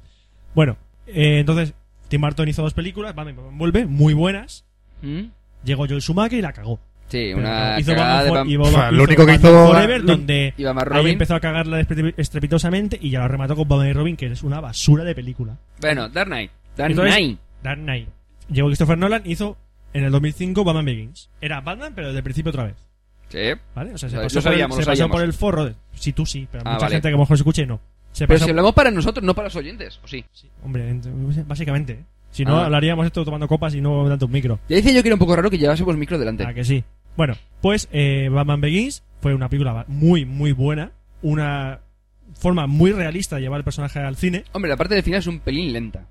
Speaker 4: Bueno, eh, entonces, Tim Burton hizo dos películas, Batman vuelve, muy buenas.
Speaker 3: ¿Mm?
Speaker 4: Llegó Joel Schumacher y la cagó.
Speaker 3: Sí,
Speaker 4: Pero
Speaker 3: una
Speaker 4: hizo
Speaker 3: cagada
Speaker 4: Batman
Speaker 3: de
Speaker 4: For-
Speaker 3: pam-
Speaker 4: y
Speaker 5: Fa,
Speaker 4: Batman-
Speaker 5: lo único que
Speaker 4: Batman
Speaker 5: hizo-
Speaker 4: Forever,
Speaker 5: lo-
Speaker 4: donde
Speaker 3: y Batman
Speaker 4: ahí
Speaker 3: Robin.
Speaker 4: empezó a cagarla estrepit- estrepitosamente y ya la remató con Batman y Robin, que es una basura de película.
Speaker 3: Bueno, Dark Knight. Dark
Speaker 4: Entonces-
Speaker 3: Knight.
Speaker 4: Dark Knight. Llegó Christopher Nolan y hizo en el 2005 Batman Begins. Era Batman, pero desde el principio otra vez.
Speaker 3: Sí.
Speaker 4: ¿Vale? O sea, se
Speaker 3: Lo
Speaker 4: pasó,
Speaker 3: sabíamos,
Speaker 4: por, el,
Speaker 3: lo
Speaker 4: se pasó
Speaker 3: sabíamos.
Speaker 4: por el forro. de- sí, tú sí, pero
Speaker 3: Ah,
Speaker 4: mucha
Speaker 3: vale.
Speaker 4: gente que a lo mejor se escuche no. Se
Speaker 3: Pero
Speaker 4: pasó-
Speaker 3: si hablamos para nosotros, no para los oyentes, ¿o sí?
Speaker 4: Hombre, ent- básicamente. ¿eh? Si no,
Speaker 3: Ah.
Speaker 4: hablaríamos esto tomando copas y no dando un micro.
Speaker 3: Ya dice yo que era un poco raro que llevásemos micro delante.
Speaker 4: Ah, que sí. Bueno, pues eh, Batman Begins fue una película ba- muy, muy buena. Una forma muy realista de llevar el personaje al cine.
Speaker 3: Hombre, la parte del final es un pelín lenta.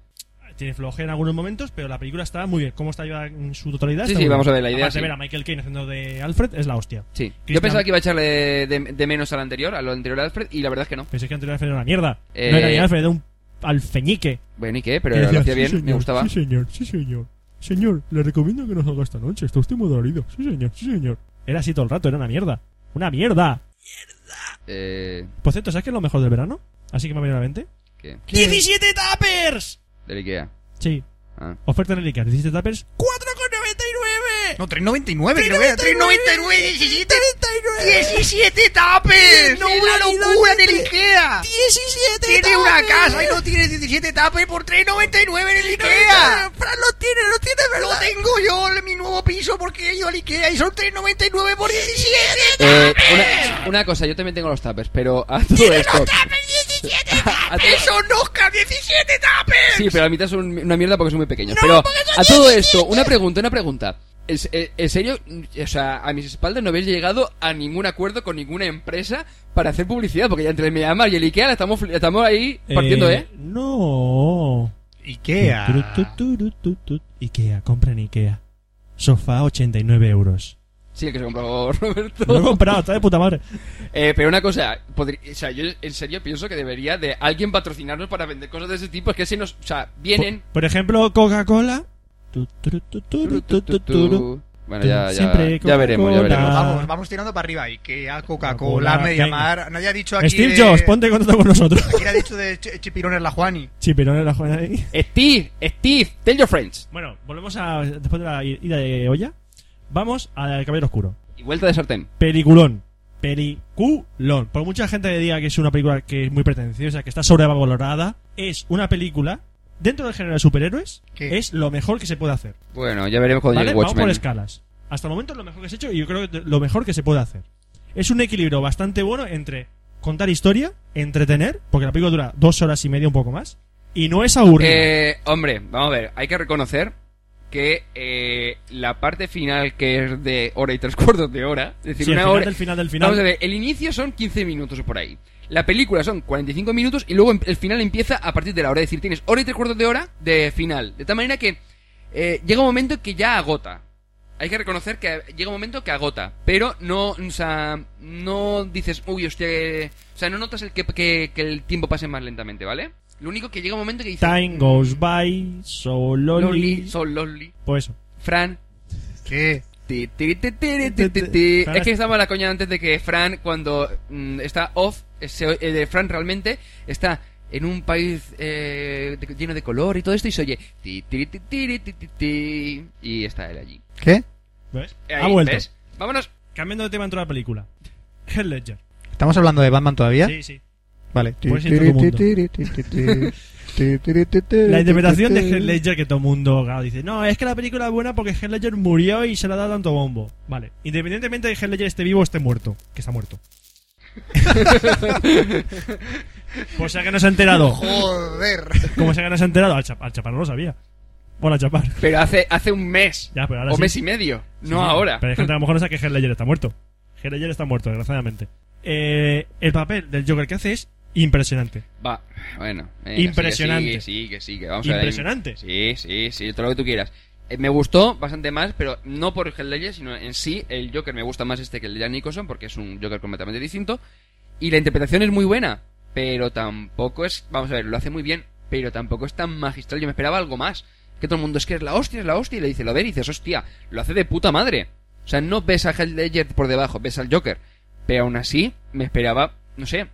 Speaker 4: Tiene flojera en algunos momentos, pero la película está muy bien. ¿Cómo está llevada en su totalidad?
Speaker 3: Sí,
Speaker 4: está
Speaker 3: sí,
Speaker 4: muy
Speaker 3: vamos
Speaker 4: bien.
Speaker 3: a ver, la idea,
Speaker 4: Aparte de
Speaker 3: sí.
Speaker 4: ver a Michael Caine haciendo de Alfred es la hostia.
Speaker 3: Sí. Yo
Speaker 4: Christian-
Speaker 3: pensaba que iba a echarle de, de- de menos al anterior, a lo anterior a Alfred, y la verdad es que no.
Speaker 4: Pensé que anterior Alfred era una mierda.
Speaker 3: Eh,
Speaker 4: No era ni Alfred, era un alfeñique.
Speaker 3: Bueno, ¿y qué? Pero
Speaker 4: Que
Speaker 3: lo
Speaker 4: decía,
Speaker 3: hacía bien,
Speaker 4: "Sí, señor,
Speaker 3: me gustaba.
Speaker 4: Sí, señor, sí, señor. Señor, le recomiendo que nos haga esta noche. Está usted muy dolorido. Sí, señor, sí, señor. Era así todo el rato, era una mierda. ¡Una mierda!
Speaker 3: Eh,
Speaker 4: Por cierto, ¿sabes qué es lo mejor del verano? Así que me ha venido a la mente.
Speaker 3: ¿Qué?
Speaker 4: ¡17 tappers!
Speaker 3: Del Ikea.
Speaker 4: Sí.
Speaker 3: Ah.
Speaker 4: Oferta en el Ikea, 17 tappers.
Speaker 5: No, 3.99, creo que era. 3.99, 17. 17
Speaker 11: tapes.
Speaker 5: No, Es la locura del Ikea.
Speaker 11: 17
Speaker 5: Tiene una casa y no tiene 17 tapes por 3.99 en el Ikea.
Speaker 11: Fran lo tiene, lo tiene,
Speaker 5: Lo tengo yo en mi nuevo piso porque he ido al Ikea y son 3.99 por 17.
Speaker 3: Eh, una, una cosa, yo también tengo los tapers, pero a todo esto. A- a todo-
Speaker 5: Son Oscar 17 tapes.
Speaker 3: Sí, pero la mitad son una mierda porque son muy pequeños. pero a todo esto, una pregunta, una pregunta. ¿En, se- eh, en serio, mm, o sea, a mis espaldas no habéis llegado a ningún acuerdo con ninguna empresa para hacer publicidad, porque ya entre mi ama y el Ikea la estamos, fli- la estamos ahí partiendo, ¿eh?
Speaker 4: No. Turu, tu, turu, tu, tu. Ikea, compra en Ikea. Sofá, 89 euros.
Speaker 3: Sí, el que se compró Roberto.
Speaker 4: Lo he comprado, está de puta madre.
Speaker 3: Eh, pero una cosa, podri- o sea, yo en serio pienso que debería de alguien patrocinarnos para vender cosas de ese tipo. Es que si nos, o sea, vienen.
Speaker 4: Por, por ejemplo, Coca-Cola. Tu, turu, tu, turu, tu, tu, turu.
Speaker 3: Bueno, ya, ya,
Speaker 4: Siempre
Speaker 3: ya veremos, ya
Speaker 4: Coca-Cola.
Speaker 3: veremos.
Speaker 7: Vamos, vamos tirando para arriba. Ikea,
Speaker 4: Coca-Cola,
Speaker 7: Coca-Cola, Mediamar. Nadie ha dicho aquí.
Speaker 4: Steve
Speaker 7: de-
Speaker 4: Jobs, ponte en contacto con nosotros.
Speaker 7: Aquí ha dicho de Ch- Chipirones la Juani.
Speaker 4: Sí, pero no era joven ahí.
Speaker 3: Steve, Steve, tell your friends.
Speaker 4: Bueno, volvemos a. Después de la ida de olla, vamos al Caballero Oscuro.
Speaker 3: Y vuelta de sartén.
Speaker 4: Peliculón. Peliculón. Por mucha gente que diga que es una película que es muy pretenciosa, que está sobrevalorada, es una película dentro del género de superhéroes,
Speaker 7: ¿Qué?
Speaker 4: es lo mejor que se puede hacer.
Speaker 3: Bueno, ya veremos cuando
Speaker 4: ¿Vale?
Speaker 3: llegue
Speaker 4: Vamos por
Speaker 3: Watchmen.
Speaker 4: escalas. Hasta el momento es lo mejor que se ha hecho y yo creo que lo mejor que se puede hacer. Es un equilibrio bastante bueno entre contar historia, entretener, porque la película dura dos horas y media, un poco más, y no es aburrida.
Speaker 3: Eh, hombre, vamos a ver, hay que reconocer que eh, la parte final que es de hora y tres cuartos de hora, es decir,
Speaker 4: Sí, el
Speaker 3: una
Speaker 4: final
Speaker 3: hora...
Speaker 4: del final del final.
Speaker 3: Vamos a ver, el inicio son 15 minutos o por ahí. La película son 45 minutos y luego em- el final empieza a partir de la hora. Es decir, tienes hora y tres cuartos de hora de final. De tal manera que eh, llega un momento que ya agota. Hay que reconocer que llega un momento que agota. Pero no, o sea, no dices, uy, hostia, que-". o sea, no notas el que, que- que el tiempo pase más lentamente, ¿vale? Lo único que llega un momento que dices... "Mm,
Speaker 4: Time goes by, so lonely.
Speaker 3: Loli, son Loli.
Speaker 4: Pues eso.
Speaker 3: Fran,
Speaker 7: ¿Qué?
Speaker 3: Ti, ti, ti, ti, ti, ti, ti. Es que estaba la coña antes de que Fran, cuando mm, está off, se oye- eh, de Fran realmente está en un país eh, de- lleno de color y todo esto y se oye. ti, ti, ti, ti, ti, ti, ti, y está él allí.
Speaker 5: ¿Qué?
Speaker 4: ¿Ves?
Speaker 3: Ahí,
Speaker 4: ha vuelto.
Speaker 3: ¿ves? Vámonos.
Speaker 4: Cambiando de tema dentro de la película. Heath Ledger.
Speaker 5: ¿Estamos hablando de Batman todavía?
Speaker 4: Sí, sí.
Speaker 5: Vale.
Speaker 4: Pues sí, todo el mundo.
Speaker 5: Eh,
Speaker 4: La interpretación de Heath Ledger que todo el mundo claro, dice, no, es que la película es buena porque Heath Ledger murió y se le ha dado tanto bombo. Vale, independientemente de que Heath Ledger esté vivo o esté muerto, que está muerto. Por si alguien no se ha enterado.
Speaker 12: Joder.
Speaker 4: Como si alguien no se ha enterado, al, chap- al chapar no lo sabía. Bueno, al chapar.
Speaker 3: Pero hace, hace un mes.
Speaker 4: Ya, pero ahora
Speaker 3: o
Speaker 4: sí.
Speaker 3: mes y medio.
Speaker 4: Sí,
Speaker 3: no
Speaker 4: sí.
Speaker 3: ahora.
Speaker 4: Pero hay gente que a lo mejor no sabe que Heath Ledger está muerto. Heath Ledger está muerto, desgraciadamente. Eh, el papel del Joker que hace es impresionante.
Speaker 3: Va, bueno. venga, sigue, Sigue,
Speaker 4: Impresionante.
Speaker 3: sigue, sigue. Vamos a ver.
Speaker 4: Impresionante.
Speaker 3: Sí, sí, sí, todo lo que tú quieras. Eh, Me gustó bastante más, pero no por Heath Ledger, sino en sí el Joker me gusta más este que el de Jack Nicholson porque es un Joker completamente distinto y la interpretación es muy buena, pero tampoco es, vamos a ver, lo hace muy bien, pero tampoco es tan magistral, yo me esperaba algo más. Que todo el mundo es que es la hostia, es la hostia y le dice, lo ver y dices, hostia, lo hace de puta madre. O sea, no ves a Heath Ledger por debajo, ves al Joker, pero aún así me esperaba, no sé,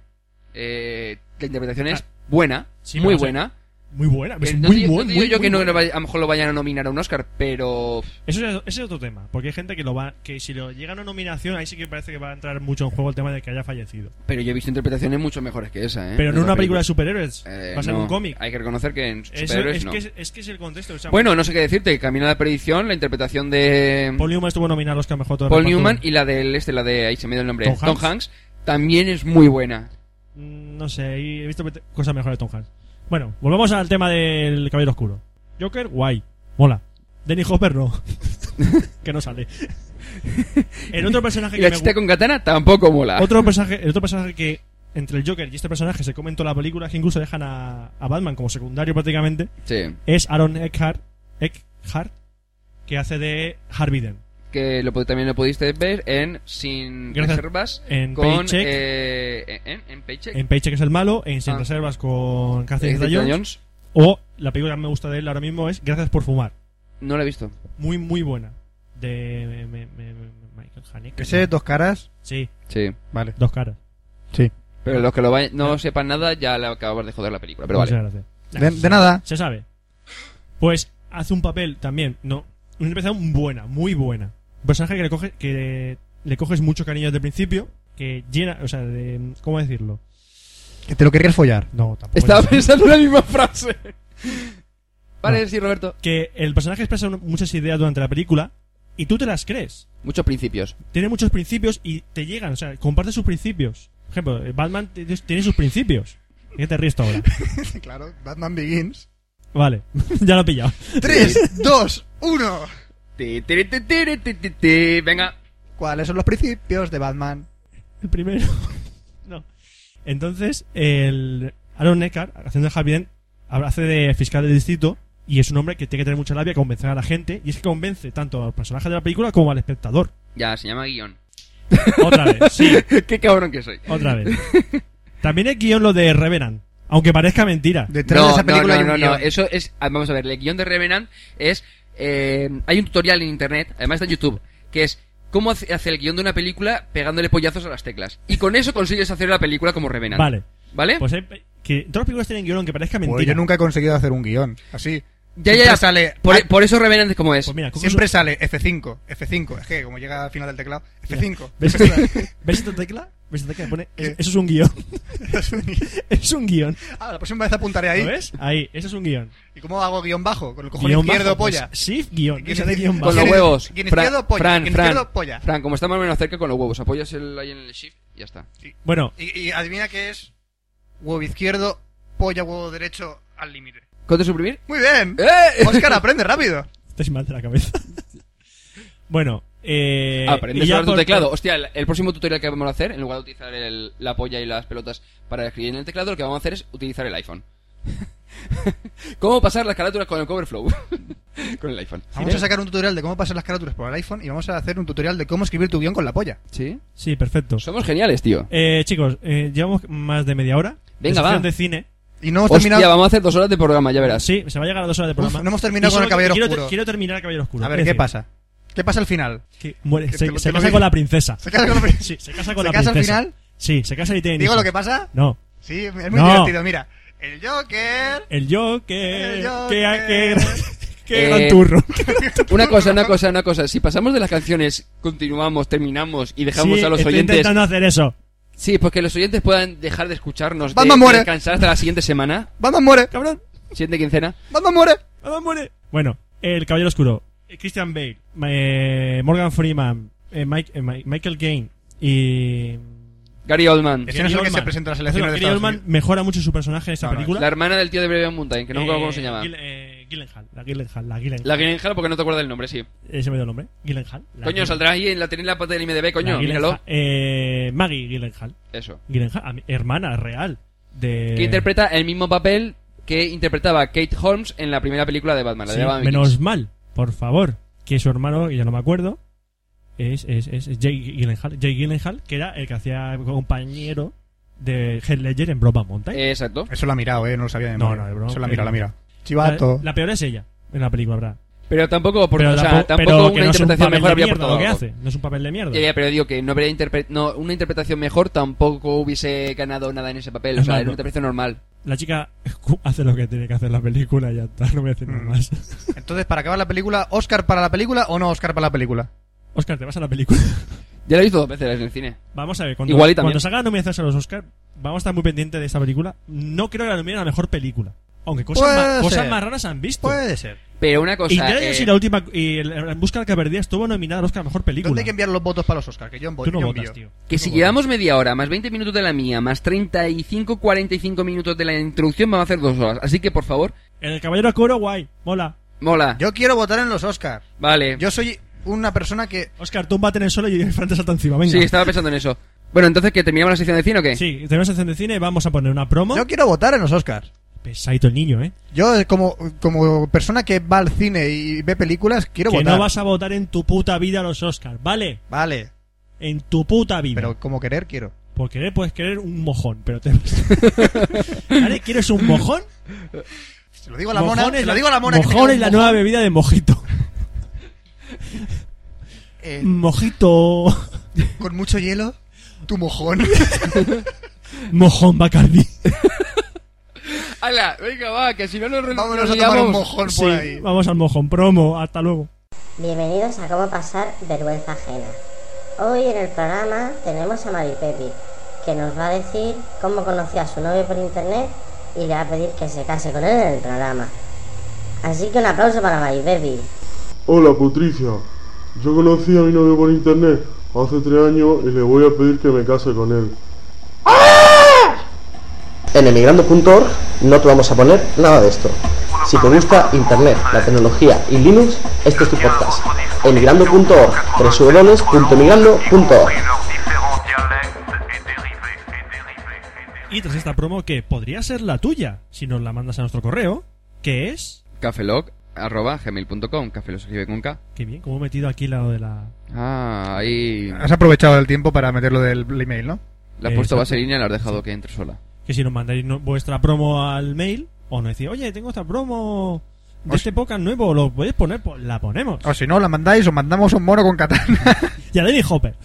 Speaker 3: eh, la interpretación es buena,
Speaker 4: Ah. sí,
Speaker 3: muy
Speaker 4: vamos a ver.
Speaker 3: buena.
Speaker 4: Muy buena.
Speaker 3: Que
Speaker 4: Es
Speaker 3: no
Speaker 4: muy
Speaker 3: digo- no
Speaker 4: buena.
Speaker 3: digo
Speaker 4: muy,
Speaker 3: yo que
Speaker 4: muy
Speaker 3: no
Speaker 4: buena.
Speaker 3: lo vaya- a lo mejor lo vayan a nominar a un Oscar, pero
Speaker 4: Eso es, ese es otro tema, porque hay gente que lo va, que si lo llega a una nominación, ahí sí que parece que va a entrar mucho en juego el tema de que haya fallecido.
Speaker 3: pero yo he visto interpretaciones mucho mejores que esa, ¿eh?
Speaker 4: Pero no
Speaker 3: Esa
Speaker 4: una película de superhéroes,
Speaker 3: Eh,
Speaker 4: va a ser
Speaker 3: no,
Speaker 4: un cómic.
Speaker 3: Hay que reconocer que en
Speaker 4: Eso-
Speaker 3: superhéroes
Speaker 4: es,
Speaker 3: no.
Speaker 4: que es, es que es el contexto. o sea,
Speaker 3: Bueno, no sé qué decirte, Camino a la perdición, la interpretación de
Speaker 4: Paul Newman estuvo nominado a los que mejor actor
Speaker 3: Paul
Speaker 4: reparto.
Speaker 3: Newman y la del este, la de ahí se me dio el nombre,
Speaker 4: Tom Hanks.
Speaker 3: también es muy buena.
Speaker 4: Mm, No sé, ahí he visto pete- cosas mejores de Tom Hanks. Bueno, volvamos al tema del Caballero Oscuro. Joker, guay, mola. Danny Hopper no. que no sale. el otro personaje
Speaker 3: Y
Speaker 4: que
Speaker 3: la
Speaker 4: me
Speaker 3: chica con katana tampoco mola.
Speaker 4: Otro personaje, el otro personaje que entre el Joker y este personaje se comentó la película, que incluso dejan a, a Batman como secundario prácticamente,
Speaker 3: Sí,
Speaker 4: es Aaron Eckhart, Eckhart que hace de Harvey Dent.
Speaker 3: que lo, pod- también lo pudiste ver en Sin
Speaker 4: Gracias.
Speaker 3: Reservas
Speaker 4: En
Speaker 3: con
Speaker 4: Paycheck.
Speaker 3: eh, en, en Paycheck.
Speaker 4: En Paycheck es el malo, en Sin
Speaker 3: Ah.
Speaker 4: Reservas con Catherine
Speaker 3: Catherine Jones.
Speaker 4: Zeta-Jones, o la película que me gusta de él ahora mismo es Gracias por fumar.
Speaker 3: No la he visto.
Speaker 4: Muy, muy buena. De me- me- me- me- Michael Haneke.
Speaker 5: ¿Ese es dos caras?
Speaker 4: Sí,
Speaker 3: Sí.
Speaker 5: Vale.
Speaker 4: dos caras.
Speaker 3: Pero los que lo vayan-
Speaker 4: Ah.
Speaker 3: no sepan nada ya le acabas de joder la película, pero
Speaker 4: Muchas
Speaker 3: vale.
Speaker 4: gracias.
Speaker 5: De, de nada.
Speaker 4: Se sabe. Pues hace un papel también, no, una interpretación buena, muy buena. Un personaje que le coges, que le coges mucho cariño desde el principio, que llena, o sea, de, ¿cómo decirlo?
Speaker 5: Que te lo querrías follar.
Speaker 4: No, tampoco.
Speaker 3: Estaba
Speaker 4: es así.
Speaker 3: pensando en la misma frase. Vale,
Speaker 4: Ah.
Speaker 3: sí, Roberto.
Speaker 4: Que el personaje expresa un- muchas ideas durante la película y tú te las crees.
Speaker 3: Muchos principios.
Speaker 4: Tiene muchos principios y te llegan, o sea, comparte sus principios. Por ejemplo, eh, Batman t- tiene sus principios. ¿Qué te ríes tú ahora?
Speaker 12: claro, Batman Begins.
Speaker 4: Vale, ya lo he pillado.
Speaker 12: 3, 2, 1.
Speaker 3: Ti, ti, ti, ti, ti, ti, ti. Venga.
Speaker 7: ¿Cuáles son los principios de Batman?
Speaker 4: El primero. no. Entonces, el Aaron Eckhart, haciendo de Harvey Dent, hace de fiscal del distrito y es un hombre que tiene que tener mucha labia, convencer a la gente y es que convence tanto al personaje de la película como al espectador.
Speaker 3: Ya, se llama guión.
Speaker 4: Otra vez, sí,
Speaker 3: Qué cabrón que soy.
Speaker 4: otra vez. También el guión lo de Revenant, aunque parezca mentira.
Speaker 5: Detrás de
Speaker 3: No,
Speaker 5: esa
Speaker 3: no,
Speaker 5: película
Speaker 3: no,
Speaker 5: hay
Speaker 3: no,
Speaker 5: un
Speaker 3: no.
Speaker 5: guión. Pues
Speaker 3: Eso es. ah, Vamos a ver, el guión de Revenant es. eh, hay un tutorial en internet, además está en YouTube, que es cómo hace hace el guión de una película pegándole pollazos a las teclas. Y con eso consigues hacer la película como Revenant.
Speaker 4: Vale,
Speaker 3: ¿Vale?
Speaker 4: pues hay pe- que todas las películas tienen guión aunque parezca
Speaker 5: Pues
Speaker 4: mentira.
Speaker 5: yo nunca he conseguido hacer un guión. Así.
Speaker 3: ya, ya,
Speaker 5: siempre
Speaker 3: ya.
Speaker 5: sale-
Speaker 3: por,
Speaker 5: ah.
Speaker 3: por eso Revenant es como es.
Speaker 4: Pues mira, concluso-
Speaker 5: Siempre sale F5, F5. Es que como llega al final del teclado, F5.
Speaker 4: ¿Ves esta, ¿ves esta tecla? ¿Ves esta tecla? que Pone,
Speaker 5: ¿Qué?
Speaker 4: eso es un guión. es un guión.
Speaker 5: ah, la próxima vez apuntaré
Speaker 4: ¿Lo
Speaker 5: ahí.
Speaker 4: ves? Ahí, eso es un guión.
Speaker 5: ¿Y cómo hago guión bajo? Con el cojón
Speaker 4: Guión
Speaker 5: izquierdo,
Speaker 4: bajo,
Speaker 5: polla.
Speaker 4: pues, shift guión.
Speaker 5: Quiero
Speaker 4: Ese de
Speaker 5: decir,
Speaker 4: guión
Speaker 3: Con
Speaker 4: bajo.
Speaker 3: los
Speaker 5: Quien-
Speaker 3: huevos.
Speaker 5: quien
Speaker 3: Fran-
Speaker 5: izquierdo, polla,
Speaker 3: Fran,
Speaker 5: quien
Speaker 3: Fran,
Speaker 5: izquierdo, polla.
Speaker 3: Fran, como está más o menos cerca con los huevos, apoyas el, ahí en el shift y ya está.
Speaker 4: Bueno,
Speaker 5: Y, y adivina qué es huevo izquierdo, polla, huevo derecho al límite.
Speaker 3: ¿Cuánto suprimir?
Speaker 5: Muy bien.
Speaker 3: ¡Eh!
Speaker 5: Oscar, aprende rápido.
Speaker 4: estáis mal de la cabeza. bueno, eh.
Speaker 3: Aprendes
Speaker 4: y
Speaker 3: a
Speaker 4: ya
Speaker 3: usar tu
Speaker 4: por-
Speaker 3: teclado. Hostia, el, el próximo tutorial que vamos a hacer, en lugar de utilizar el- la polla y las pelotas para escribir en el teclado, lo que vamos a hacer es utilizar el iPhone. ¿Cómo pasar las carátulas con el cover flow? con el iPhone.
Speaker 5: Vamos a sacar un tutorial de cómo pasar las carátulas por el iPhone y vamos a hacer un tutorial de cómo escribir tu guión con la polla.
Speaker 3: Sí.
Speaker 4: Sí, perfecto.
Speaker 3: Somos geniales, tío.
Speaker 4: Eh, chicos, eh, llevamos más de media hora. de
Speaker 3: Venga, va.
Speaker 4: sección de cine.
Speaker 5: Y no hemos
Speaker 3: Hostia,
Speaker 5: terminado,
Speaker 3: vamos a hacer dos horas de programa, ya verás.
Speaker 4: Sí, se va a llegar a dos horas de
Speaker 5: Uf,
Speaker 4: programa.
Speaker 5: no hemos terminado
Speaker 4: Y
Speaker 5: con
Speaker 4: solo
Speaker 5: el Caballero
Speaker 4: quiero,
Speaker 5: Oscuro.
Speaker 4: quiero terminar el Caballero Oscuro.
Speaker 5: A ver,
Speaker 4: Es
Speaker 5: ¿qué
Speaker 4: decir,
Speaker 5: pasa? ¿Qué pasa al final?
Speaker 4: Que muere-
Speaker 5: Que
Speaker 4: se,
Speaker 5: te lo- te
Speaker 4: se
Speaker 5: lo
Speaker 4: casa
Speaker 5: digo.
Speaker 4: con la princesa.
Speaker 5: ¿Se casa con la princesa?
Speaker 4: Sí, se casa con
Speaker 5: ¿Se
Speaker 4: la
Speaker 5: casa al
Speaker 4: princesa.
Speaker 5: final?
Speaker 4: Sí, se casa y tiene
Speaker 5: ¿Digo lo que pasa?
Speaker 4: No.
Speaker 5: Sí, es muy
Speaker 4: No.
Speaker 5: divertido. Mira, el Joker.
Speaker 4: El Joker.
Speaker 5: El Joker.
Speaker 4: Qué, qué, qué
Speaker 3: Eh,
Speaker 4: gran turro.
Speaker 3: Una cosa, una cosa, una cosa. Si pasamos de las canciones, continuamos, terminamos y dejamos
Speaker 4: Sí,
Speaker 3: a los
Speaker 4: estoy
Speaker 3: oyentes.
Speaker 4: intentando hacer eso.
Speaker 3: Sí, pues que los oyentes puedan dejar de escucharnos. de-
Speaker 4: Batman
Speaker 3: de,
Speaker 4: muere.
Speaker 3: descansar hasta la siguiente semana.
Speaker 5: Batman muere.
Speaker 4: Cabrón.
Speaker 3: Siguiente quincena.
Speaker 5: Batman muere.
Speaker 4: Batman muere. Bueno, el Caballero Oscuro. eh, Christian Bale. eh, Morgan Freeman. eh, Mike- eh, Mi- Michael Caine. Y.
Speaker 3: Gary Oldman.
Speaker 4: Gary Oldman. Por cierto, Gary Oldman mejora mucho su personaje en esta película.
Speaker 3: La hermana del tío de Breven Mountain, que no me acuerdo
Speaker 4: Eh,
Speaker 3: cómo se llama.
Speaker 4: Gil- eh, Gyllenhaal, la Gyllenhaal, la Gyllenhaal.
Speaker 3: La Gyllenhaal, porque no te acuerdas del nombre, sí.
Speaker 4: Eh, se me dio el nombre. Gyllenhaal. la
Speaker 3: coño,
Speaker 4: Gyllenhaal.
Speaker 3: saldrá ahí en la tenéis la pata del IMDB,
Speaker 4: La
Speaker 3: coño,
Speaker 4: Gyllenhaal-
Speaker 3: míralo.
Speaker 4: Eh, Maggie Gyllenhaal.
Speaker 3: Eso.
Speaker 4: Gyllenhaal, am- hermana real de.
Speaker 3: Que interpreta el mismo papel que interpretaba Kate Holmes en la primera película de Batman, la
Speaker 4: Sí,
Speaker 3: de Batman
Speaker 4: menos mal, por favor, que su hermano, que ya no me acuerdo, es, es, es es Jake Gyllenhaal, Jake Gyllenhaal, que era el que hacía compañero de Heath Ledger en Brokeback
Speaker 3: Eh,
Speaker 4: Mountain.
Speaker 3: exacto.
Speaker 5: Eso lo ha mirado, eh. No lo sabía de
Speaker 4: no,
Speaker 5: memoria.
Speaker 4: no, de broma.
Speaker 5: Eso la mira, la mira.
Speaker 4: La-
Speaker 5: Chivato.
Speaker 4: La, peor es ella en la película, ¿verdad?
Speaker 3: Pero tampoco, por- o sea,
Speaker 4: tampo-
Speaker 3: tampoco
Speaker 4: pero
Speaker 3: una
Speaker 4: que no es un
Speaker 3: interpretación
Speaker 4: papel de
Speaker 3: mejor habría
Speaker 4: mierda
Speaker 3: aportado
Speaker 4: lo que
Speaker 3: algo.
Speaker 4: hace. No es un papel de mierda.
Speaker 3: Ya, ya, pero digo que no habría interpre- no, una interpretación mejor tampoco hubiese ganado nada en ese papel. O
Speaker 4: Es
Speaker 3: sea,
Speaker 4: más,
Speaker 3: era una
Speaker 4: no.
Speaker 3: interpretación normal.
Speaker 4: La chica hace lo que tiene que hacer la película y ya está, no voy a decir nada más.
Speaker 5: Mm. Entonces, para acabar la película, ¿Oscar para la película o no Oscar para la película?
Speaker 4: Oscar, te vas a la película.
Speaker 3: Ya la he visto dos veces en el cine.
Speaker 4: Vamos a ver, cuando,
Speaker 3: Igual y también.
Speaker 4: cuando salgan las nominaciones a los Oscar, vamos a estar muy pendientes de esta película. No creo que la nominen a la mejor película. Aunque cosas,
Speaker 5: Puede
Speaker 4: ma- cosas
Speaker 5: ser.
Speaker 4: más raras han visto.
Speaker 5: Puede ser.
Speaker 3: Pero una cosa.
Speaker 4: y Indiana
Speaker 3: eh,
Speaker 4: Jones y la última. Y el- En busca de la cobardía estuvo nominada al Oscar a mejor película.
Speaker 5: ¿Dónde hay que enviar los votos para los Oscar? Que yo voy.
Speaker 4: Tú no
Speaker 5: yo
Speaker 4: votas,
Speaker 5: envío.
Speaker 4: tío.
Speaker 3: Que si llevamos media hora, más 20 minutos de la mía, más 35, 45 minutos de la introducción, vamos a hacer dos horas. Así que, por favor,
Speaker 4: En el Caballero Oscuro, guay. Mola.
Speaker 3: mola.
Speaker 5: Yo quiero votar en los Oscar.
Speaker 3: Vale.
Speaker 5: Yo soy una persona que.
Speaker 4: Oscar, túmbate en el suelo y Fran te salta encima. Venga.
Speaker 3: Sí, estaba pensando en eso. Bueno, entonces, ¿que terminamos la sección de cine o qué?
Speaker 4: Sí, tenemos sección de cine. Vamos a poner una promo.
Speaker 5: Yo quiero votar en los Oscars.
Speaker 4: Pesadito el niño, ¿eh?
Speaker 5: Yo, eh, como, como persona que va al cine y ve películas, quiero
Speaker 4: que
Speaker 5: votar.
Speaker 4: no vas a votar en tu puta vida a los Oscars, ¿vale?
Speaker 5: Vale.
Speaker 4: En tu puta vida.
Speaker 5: Pero como querer, quiero.
Speaker 4: Por querer puedes querer un mojón, pero te. ¿Vale? ¿Quieres un mojón?
Speaker 5: Se lo digo a la mona. Se lo digo a la mona. que
Speaker 4: Mojón
Speaker 5: tenga
Speaker 4: es
Speaker 5: un
Speaker 4: la
Speaker 5: mojón.
Speaker 4: nueva bebida de mojito.
Speaker 5: Eh,
Speaker 4: Mojito.
Speaker 5: Con mucho hielo, tu mojón.
Speaker 4: Mojón Bacardi.
Speaker 3: ¡Hala! Venga, va, que si no nos re-
Speaker 5: Vámonos
Speaker 3: nos
Speaker 5: a tomar un
Speaker 3: liamos.
Speaker 5: mojón pues. por
Speaker 4: Sí,
Speaker 5: ahí.
Speaker 4: vamos al mojón promo. Hasta luego.
Speaker 1: Bienvenidos a Cómo Pasar Vergüenza Ajena. Hoy en el programa tenemos a Mari Pepi, que nos va a decir cómo conoció a su novio por internet y le va a pedir que se case con él en el programa. Así que un aplauso para Mari Pepi.
Speaker 13: Hola Patricia, yo conocí a mi novio por internet hace tres años y le voy a pedir que me case con él.
Speaker 7: En emigrando.org no te vamos a poner nada de esto. Si te gusta Internet, la tecnología y Linux, este es tu podcast. Emigrando.org, www.emigrando.org.
Speaker 4: Y tras esta promo, que podría ser la tuya, si nos la mandas a nuestro correo, que es.
Speaker 3: Cafelog, arroba, gmail.com. Café lo se escribe con K.
Speaker 4: Qué bien, como he metido aquí la de la.
Speaker 3: Ah, ahí.
Speaker 5: Has aprovechado el tiempo para meterlo del email, ¿no?
Speaker 3: La has puesto
Speaker 4: Exacto.
Speaker 3: vaselina y la has dejado que entre sola.
Speaker 4: Que si nos mandáis no- vuestra promo al mail, o nos decís, oye, tengo esta promo de este podcast nuevo, ¿lo podéis poner? Pues la ponemos.
Speaker 5: O si no, la mandáis o mandamos un mono con katana.
Speaker 4: Y a Denny Hopper.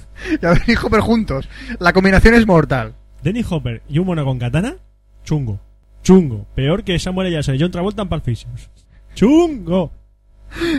Speaker 5: y a ver, hijo, pero juntos. La combinación es mortal.
Speaker 4: Denny Hopper y un mono con katana, chungo. Chungo. Peor que Samuel L. Jackson y John Travolta en Pulp Fiction. Chungo.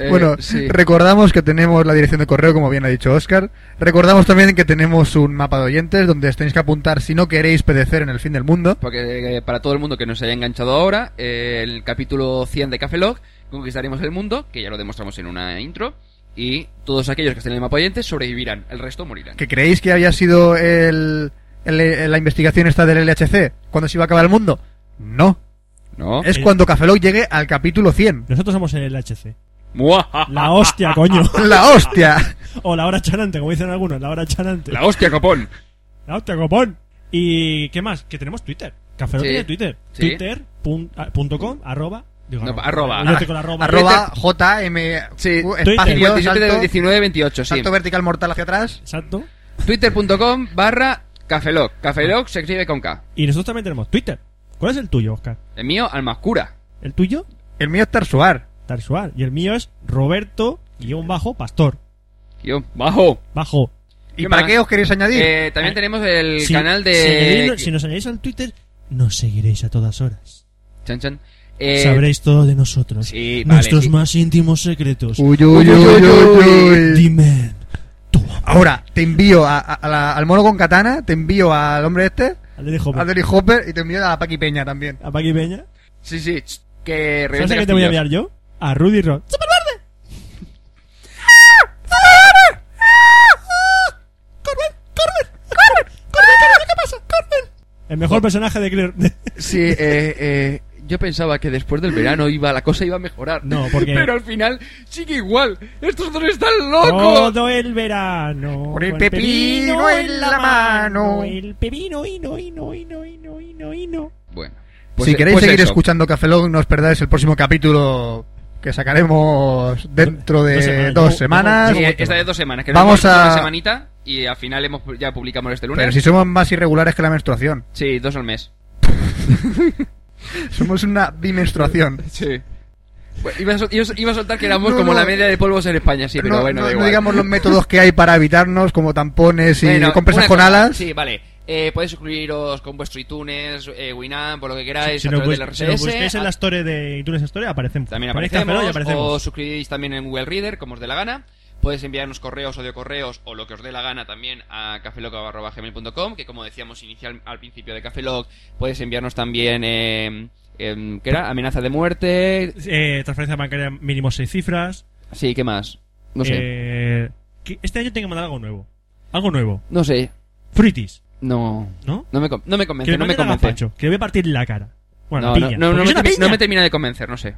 Speaker 5: bueno,
Speaker 3: Eh,
Speaker 5: recordamos que tenemos la dirección de correo, como bien ha dicho Oscar. Recordamos también que tenemos un mapa de oyentes donde os tenéis que apuntar si no queréis pedecer en el fin del mundo.
Speaker 3: Porque eh, para todo el mundo que nos haya enganchado ahora, eh, el capítulo 100 de Café Log, conquistaremos el mundo, que ya lo demostramos en una intro, y todos aquellos que estén en el mapa oyente sobrevivirán, el resto morirán.
Speaker 5: ¿Que creéis que había sido el, el- la investigación esta del LHC cuando se iba a acabar el mundo? No.
Speaker 3: No.
Speaker 5: Es cuando Cafelog llegue al capítulo 100.
Speaker 4: Nosotros somos el HC.
Speaker 3: ¡Mua!
Speaker 4: La hostia, coño.
Speaker 5: ¡La hostia!
Speaker 4: O la hora chanante, como dicen algunos, la hora chanante.
Speaker 3: ¡La hostia, copón!
Speaker 4: La hostia, copón. ¿Y qué más? Que tenemos Twitter. Café Lock
Speaker 3: Sí.
Speaker 4: tiene Twitter.
Speaker 3: Sí.
Speaker 4: Twitter.com, arroba. digo,
Speaker 3: No, arroba.
Speaker 4: Yo estoy con arroba.
Speaker 5: Arroba JM espacio
Speaker 3: 57 de
Speaker 5: salto,
Speaker 3: 19 28, sí.
Speaker 5: salto vertical mortal hacia atrás.
Speaker 4: Exacto.
Speaker 3: Twitter.com barra Cafelog. Cafelog se escribe con K.
Speaker 4: Y nosotros también tenemos Twitter. ¿Cuál es el tuyo, Oscar?
Speaker 3: El mío, Almascura.
Speaker 4: ¿El tuyo?
Speaker 5: El mío es Tarsuar.
Speaker 4: Tarsuar. Y el mío es Roberto, guión bajo, pastor.
Speaker 3: Guión bajo.
Speaker 4: Bajo.
Speaker 3: ¿Y para qué os queréis añadir? Eh, también tenemos el canal de-
Speaker 4: Si, añadís- si nos añadís al Twitter, nos seguiréis a todas horas.
Speaker 3: Chan, chan. Eh,
Speaker 4: Sabréis todo de nosotros.
Speaker 3: Sí, vale,
Speaker 4: Nuestros
Speaker 3: sí.
Speaker 4: más íntimos secretos.
Speaker 5: Uy, uy, uy, uy, uy.
Speaker 4: Dime.
Speaker 5: Ahora, te envío a- a- a la- al mono con katana, te envío al hombre este,
Speaker 4: al Derry Hopper,
Speaker 5: y te envío a Paqui Peña también.
Speaker 4: ¿A Paqui Peña?
Speaker 3: Sí, sí. ch- Que
Speaker 4: ¿Sabes
Speaker 3: reviente
Speaker 4: a qué te voy a
Speaker 3: castillos.
Speaker 4: enviar yo? A Rudy Rod. ¡Ah!
Speaker 14: ¿Qué pasa?
Speaker 4: El mejor personaje de Clear.
Speaker 3: Sí, eh, eh, yo pensaba que después del verano iba la cosa iba a mejorar.
Speaker 4: No, porque-
Speaker 3: Pero al final sigue igual. Estos dos están locos.
Speaker 4: Todo el verano.
Speaker 3: Con el
Speaker 5: pepino en la mano.
Speaker 4: El pepino, y no, y no, y no, y no, y no, y no.
Speaker 3: Bueno.
Speaker 5: si
Speaker 3: eh,
Speaker 5: queréis
Speaker 3: pues
Speaker 5: seguir
Speaker 3: eso.
Speaker 5: escuchando Café Lock, no os perdáis el próximo capítulo que sacaremos dentro de dos semanas.
Speaker 3: Sí, Eh, esta de dos semanas. Que
Speaker 5: Vamos
Speaker 3: nos hemos hecho
Speaker 5: a...
Speaker 3: Una semanita y al final hemos, ya publicamos este lunes.
Speaker 5: Pero si somos más irregulares que la menstruación.
Speaker 3: Sí, dos al mes.
Speaker 5: Somos una bimenstruación.
Speaker 3: Sí. Bueno, iba, a sol- iba a sol- iba a soltar que éramos
Speaker 5: No,
Speaker 3: como
Speaker 5: no.
Speaker 3: la media de polvos en España, sí, pero
Speaker 5: no,
Speaker 3: bueno,
Speaker 5: no-
Speaker 3: da
Speaker 5: no
Speaker 3: igual.
Speaker 5: digamos los métodos que hay para evitarnos, como tampones y
Speaker 3: Bueno,
Speaker 5: compresas
Speaker 3: una
Speaker 5: con
Speaker 3: cosa,
Speaker 5: alas.
Speaker 3: Sí, vale. Eh, podéis suscribiros con vuestro iTunes, eh, Winamp, por lo que queráis,
Speaker 4: Si
Speaker 3: a
Speaker 4: nos
Speaker 3: través
Speaker 4: bus-
Speaker 3: del
Speaker 4: si nos
Speaker 3: RSS.
Speaker 4: busquéis en la story de iTunes Story, aparecemos.
Speaker 3: También
Speaker 4: Ponéis Café Lock
Speaker 3: aparecemos,
Speaker 4: y
Speaker 3: o
Speaker 4: aparecemos.
Speaker 3: suscribís también en Google Reader, como os dé la gana. Podéis enviarnos correos, audio correos o lo que os dé la gana también a cafeloc.gmail.com, que como decíamos inicial al principio de Cafeloc, podéis enviarnos también, eh, em, ¿qué era? Amenaza de muerte.
Speaker 4: Eh, transferencia bancaria mínimo seis cifras.
Speaker 3: Sí, ¿qué más? No sé.
Speaker 4: Eh, que este año tengo que mandar algo nuevo. Algo nuevo.
Speaker 3: No sé.
Speaker 4: Fritis.
Speaker 3: No.
Speaker 4: ¿No?
Speaker 3: No me, con- no me
Speaker 4: que
Speaker 3: convence, no me
Speaker 4: manden
Speaker 3: convence.
Speaker 4: agafacho, que le voy a partir la cara. Bueno,
Speaker 3: no,
Speaker 4: la
Speaker 3: no,
Speaker 4: piña.
Speaker 3: no, no
Speaker 4: porque
Speaker 3: me
Speaker 4: es una
Speaker 3: termi-
Speaker 4: piña.
Speaker 3: no me termina de convencer, no sé.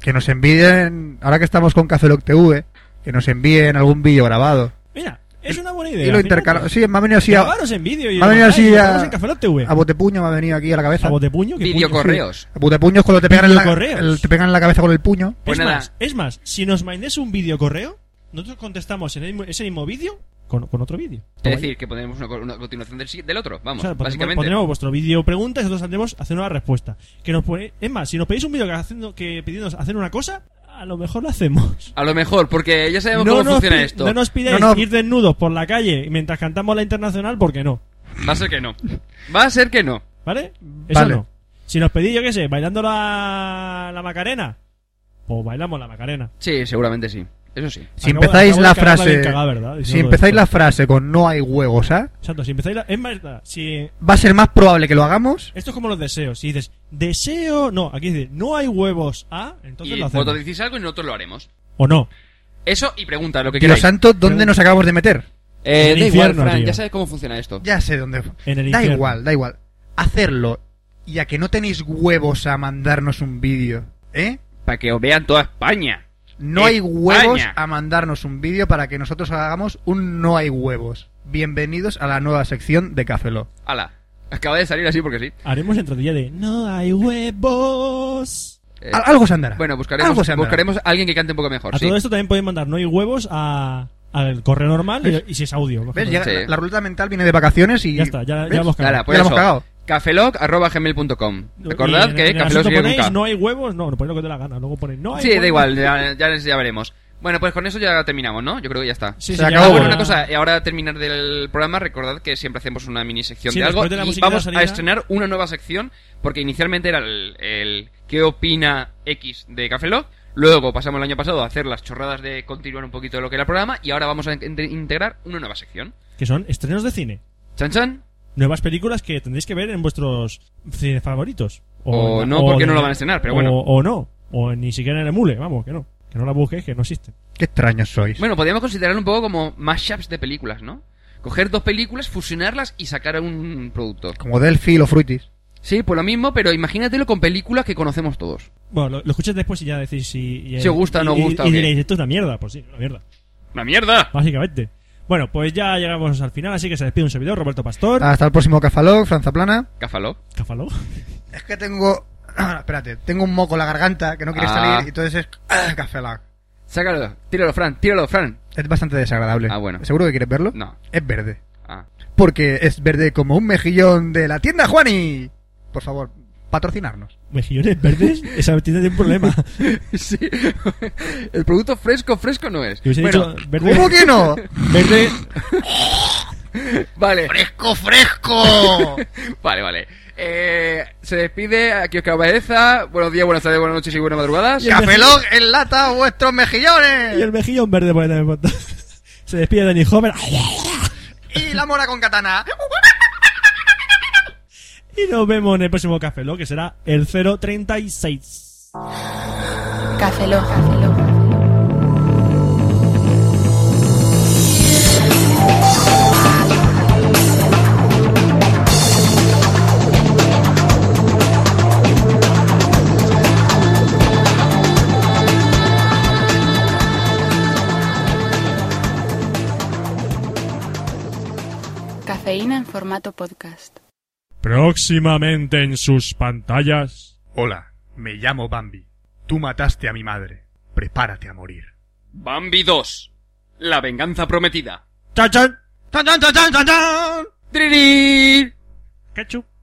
Speaker 5: Que nos envíen, ahora que estamos con Café Lock TV, que nos envíen algún vídeo grabado.
Speaker 4: Mira, es una buena idea.
Speaker 5: Y lo
Speaker 4: fíjate.
Speaker 5: intercalamos. Sí, me ha venido así a.
Speaker 4: Grabaros en vídeo y
Speaker 5: me
Speaker 4: lo
Speaker 5: ha venido
Speaker 4: mandáis,
Speaker 5: así
Speaker 4: lo
Speaker 5: a.
Speaker 4: grabamos en Café Lock TV.
Speaker 5: A botepuño me ha venido aquí a la cabeza. ¿A
Speaker 4: botepuño?
Speaker 3: ¿Qué Videocorreos.
Speaker 5: A botepuños cuando te pegan, en la,
Speaker 4: Videocorreos.
Speaker 5: el- te pegan en la cabeza con el puño.
Speaker 3: Pues
Speaker 4: Es más, es más, si nos mandéis un vídeo correo, nosotros contestamos en el mismo- ese mismo vídeo con, con otro vídeo. Toma
Speaker 3: Es decir, que pondremos una, co- una continuación del, si- del otro, vamos,
Speaker 4: O sea, pon-
Speaker 3: básicamente.
Speaker 4: pondremos vuestro vídeo pregunta y nosotros andemos haciendo la respuesta. Que nos pone, es más, si nos pedís un vídeo que, haciendo, que pidiéndonos hacer una cosa, a lo mejor lo hacemos.
Speaker 3: A lo mejor, porque ya sabemos cómo
Speaker 4: nos
Speaker 3: funciona
Speaker 4: pi-
Speaker 3: esto.
Speaker 4: no nos pidáis ir desnudos por la calle mientras cantamos la internacional, porque no.
Speaker 3: Va a ser que no. Va a ser que no.
Speaker 4: ¿Vale? Eso
Speaker 3: Vale.
Speaker 4: no. Si nos pedís, yo qué sé, bailando la, la Macarena, pues bailamos la Macarena.
Speaker 3: Sí, seguramente sí. Eso sí.
Speaker 5: Si empezáis
Speaker 4: acabo de
Speaker 5: la
Speaker 4: cagarla
Speaker 5: frase.
Speaker 4: bien cagada, ¿verdad?
Speaker 5: si
Speaker 4: Diciendo
Speaker 5: empezáis
Speaker 4: esto.
Speaker 5: la frase con no hay huevos, ¿ah?
Speaker 4: Exacto, si empezáis la. Es más, si.
Speaker 5: Va a ser más probable que lo hagamos.
Speaker 4: Esto es como los deseos. Si dices, deseo. No, aquí dice, no hay huevos. Ah, entonces
Speaker 3: Y
Speaker 4: lo hacemos.
Speaker 3: vosotros decís algo y nosotros lo haremos.
Speaker 4: O no.
Speaker 3: Eso y pregunta lo que
Speaker 5: Dios
Speaker 3: queráis.
Speaker 5: santo, ¿dónde nos acabamos de meter?
Speaker 3: Eh, da igual, Fran, ya sabes cómo funciona esto.
Speaker 5: Ya sé dónde.
Speaker 4: En el
Speaker 5: da
Speaker 4: infierno.
Speaker 5: igual, da igual. Hacerlo. Y a que no tenéis huevos a mandarnos un vídeo, ¿eh?
Speaker 3: Para que os vean toda España.
Speaker 5: No hay
Speaker 3: España.
Speaker 5: huevos a mandarnos un vídeo para que nosotros hagamos un no hay huevos. Bienvenidos a la nueva sección de Café Lock.
Speaker 3: Ala. Acaba de salir así porque sí.
Speaker 4: Haremos entradilla de no hay huevos.
Speaker 3: Eh,
Speaker 5: Al- algo se andará.
Speaker 3: Bueno, buscaremos,
Speaker 5: Algo se andará.
Speaker 3: buscaremos a alguien que cante un poco mejor.
Speaker 4: a
Speaker 3: sí.
Speaker 4: todo esto también podéis mandar no hay huevos a, al correo normal y- y, si es audio. por
Speaker 5: ¿Ves?
Speaker 4: ejemplo.
Speaker 5: Llega- la, la ruleta mental viene de vacaciones y.
Speaker 4: Ya está, ya- ya
Speaker 5: ¿ves?
Speaker 4: hemos cagado.
Speaker 3: Ala, pues
Speaker 5: Ya lo
Speaker 3: eso.
Speaker 5: hemos cagado.
Speaker 3: Cafeloc.gmail.com.
Speaker 4: Y
Speaker 3: Recordad
Speaker 4: en-
Speaker 3: que
Speaker 4: en el
Speaker 3: Cafeloc
Speaker 4: asunto
Speaker 3: sigue con
Speaker 4: ponéis,
Speaker 3: K.
Speaker 4: No hay huevos, no, no ponéis lo que te la gana. Luego ponéis no hay
Speaker 3: Sí,
Speaker 4: huevos.
Speaker 3: da igual, ya, ya, ya veremos. Bueno, pues con eso ya terminamos, ¿no? Yo creo que ya está.
Speaker 4: Sí, Se sí, ya acabó.
Speaker 3: Ah, bueno,
Speaker 4: ya.
Speaker 3: una cosa, y ahora al terminar del programa, recordad que siempre hacemos una mini sección
Speaker 4: Sí,
Speaker 3: de algo
Speaker 4: después de la
Speaker 3: y
Speaker 4: musiquita
Speaker 3: vamos
Speaker 4: de
Speaker 3: a
Speaker 4: salida.
Speaker 3: estrenar una nueva sección porque inicialmente era el, el ¿Qué opina X de Café Lock? Luego pasamos el año pasado a hacer las chorradas de continuar un poquito de lo que era el programa y ahora vamos a in- integrar una nueva sección.
Speaker 4: Que son estrenos de cine.
Speaker 3: Chan chan.
Speaker 4: Nuevas películas que tendréis que ver en vuestros cine favoritos.
Speaker 3: O no, porque
Speaker 4: de-
Speaker 3: no lo van a estrenar, pero
Speaker 4: o-
Speaker 3: bueno.
Speaker 4: O no. O ni siquiera en el mule, vamos, que no. Que no la busquéis, que no existen.
Speaker 5: Qué extraños sois.
Speaker 3: Bueno, podríamos considerarlo un poco como mashups de películas, ¿no? Coger dos películas, fusionarlas y sacar un producto.
Speaker 5: Como Delphi y los Fruitis.
Speaker 3: Sí, pues lo mismo, pero imagínatelo con películas que conocemos todos.
Speaker 4: Bueno, lo, lo escucháis después y ya decís si. y-
Speaker 3: Si os gusta o no
Speaker 4: y- y-
Speaker 3: gusta,
Speaker 4: Y,
Speaker 3: ¿o qué?
Speaker 4: diréis, esto es una mierda, pues sí, una mierda.
Speaker 3: ¡Una mierda!
Speaker 4: Básicamente. Bueno, pues ya llegamos al final, así que se despide un servidor, Roberto
Speaker 3: Ah.
Speaker 4: Pastor.
Speaker 5: Hasta el próximo Café Lock, Franza Plana.
Speaker 3: Cáfalo.
Speaker 4: Cáfalo.
Speaker 5: Es que tengo. Espérate, tengo un moco en la garganta que no quiere
Speaker 3: Ah.
Speaker 5: salir, y entonces es. Café Lock.
Speaker 3: Sácalo, tíralo, Fran, tíralo, Fran.
Speaker 5: Es bastante desagradable.
Speaker 3: Ah, bueno.
Speaker 5: ¿Seguro que quieres verlo?
Speaker 3: No.
Speaker 5: Es verde.
Speaker 3: Ah.
Speaker 5: Porque es verde como un mejillón de la tienda Juani. Por favor,
Speaker 7: patrocinarnos.
Speaker 4: Mejillones verdes, esa tiene un problema.
Speaker 3: sí. El producto fresco, fresco no es.
Speaker 4: Yo os he
Speaker 3: Bueno,
Speaker 4: dicho verde- Verde.
Speaker 3: Vale.
Speaker 15: ¡Fresco, fresco!
Speaker 3: vale, vale. Eh, se despide aquí Oscar Baeza. Buenos días, buenas tardes, buenas noches y buenas madrugadas.
Speaker 5: Capelón enlata vuestros mejillones.
Speaker 4: Y el mejillón verde puede también botar. Se despide Danny Hover.
Speaker 5: Y la mora con katana.
Speaker 4: Y nos vemos en el próximo Café Lock, que será el 036.
Speaker 6: Café Lock. Cafeína en formato podcast.
Speaker 16: Próximamente en sus pantallas.
Speaker 5: Hola, me llamo Bambi. Tú mataste a mi madre. Prepárate a morir.
Speaker 3: Bambi 2. La venganza prometida.
Speaker 4: ¡Chan, chan!
Speaker 5: ¡Tan, tan, tan, tan, tan, tan!
Speaker 3: ¡Tririr!
Speaker 4: ¡Ketchup!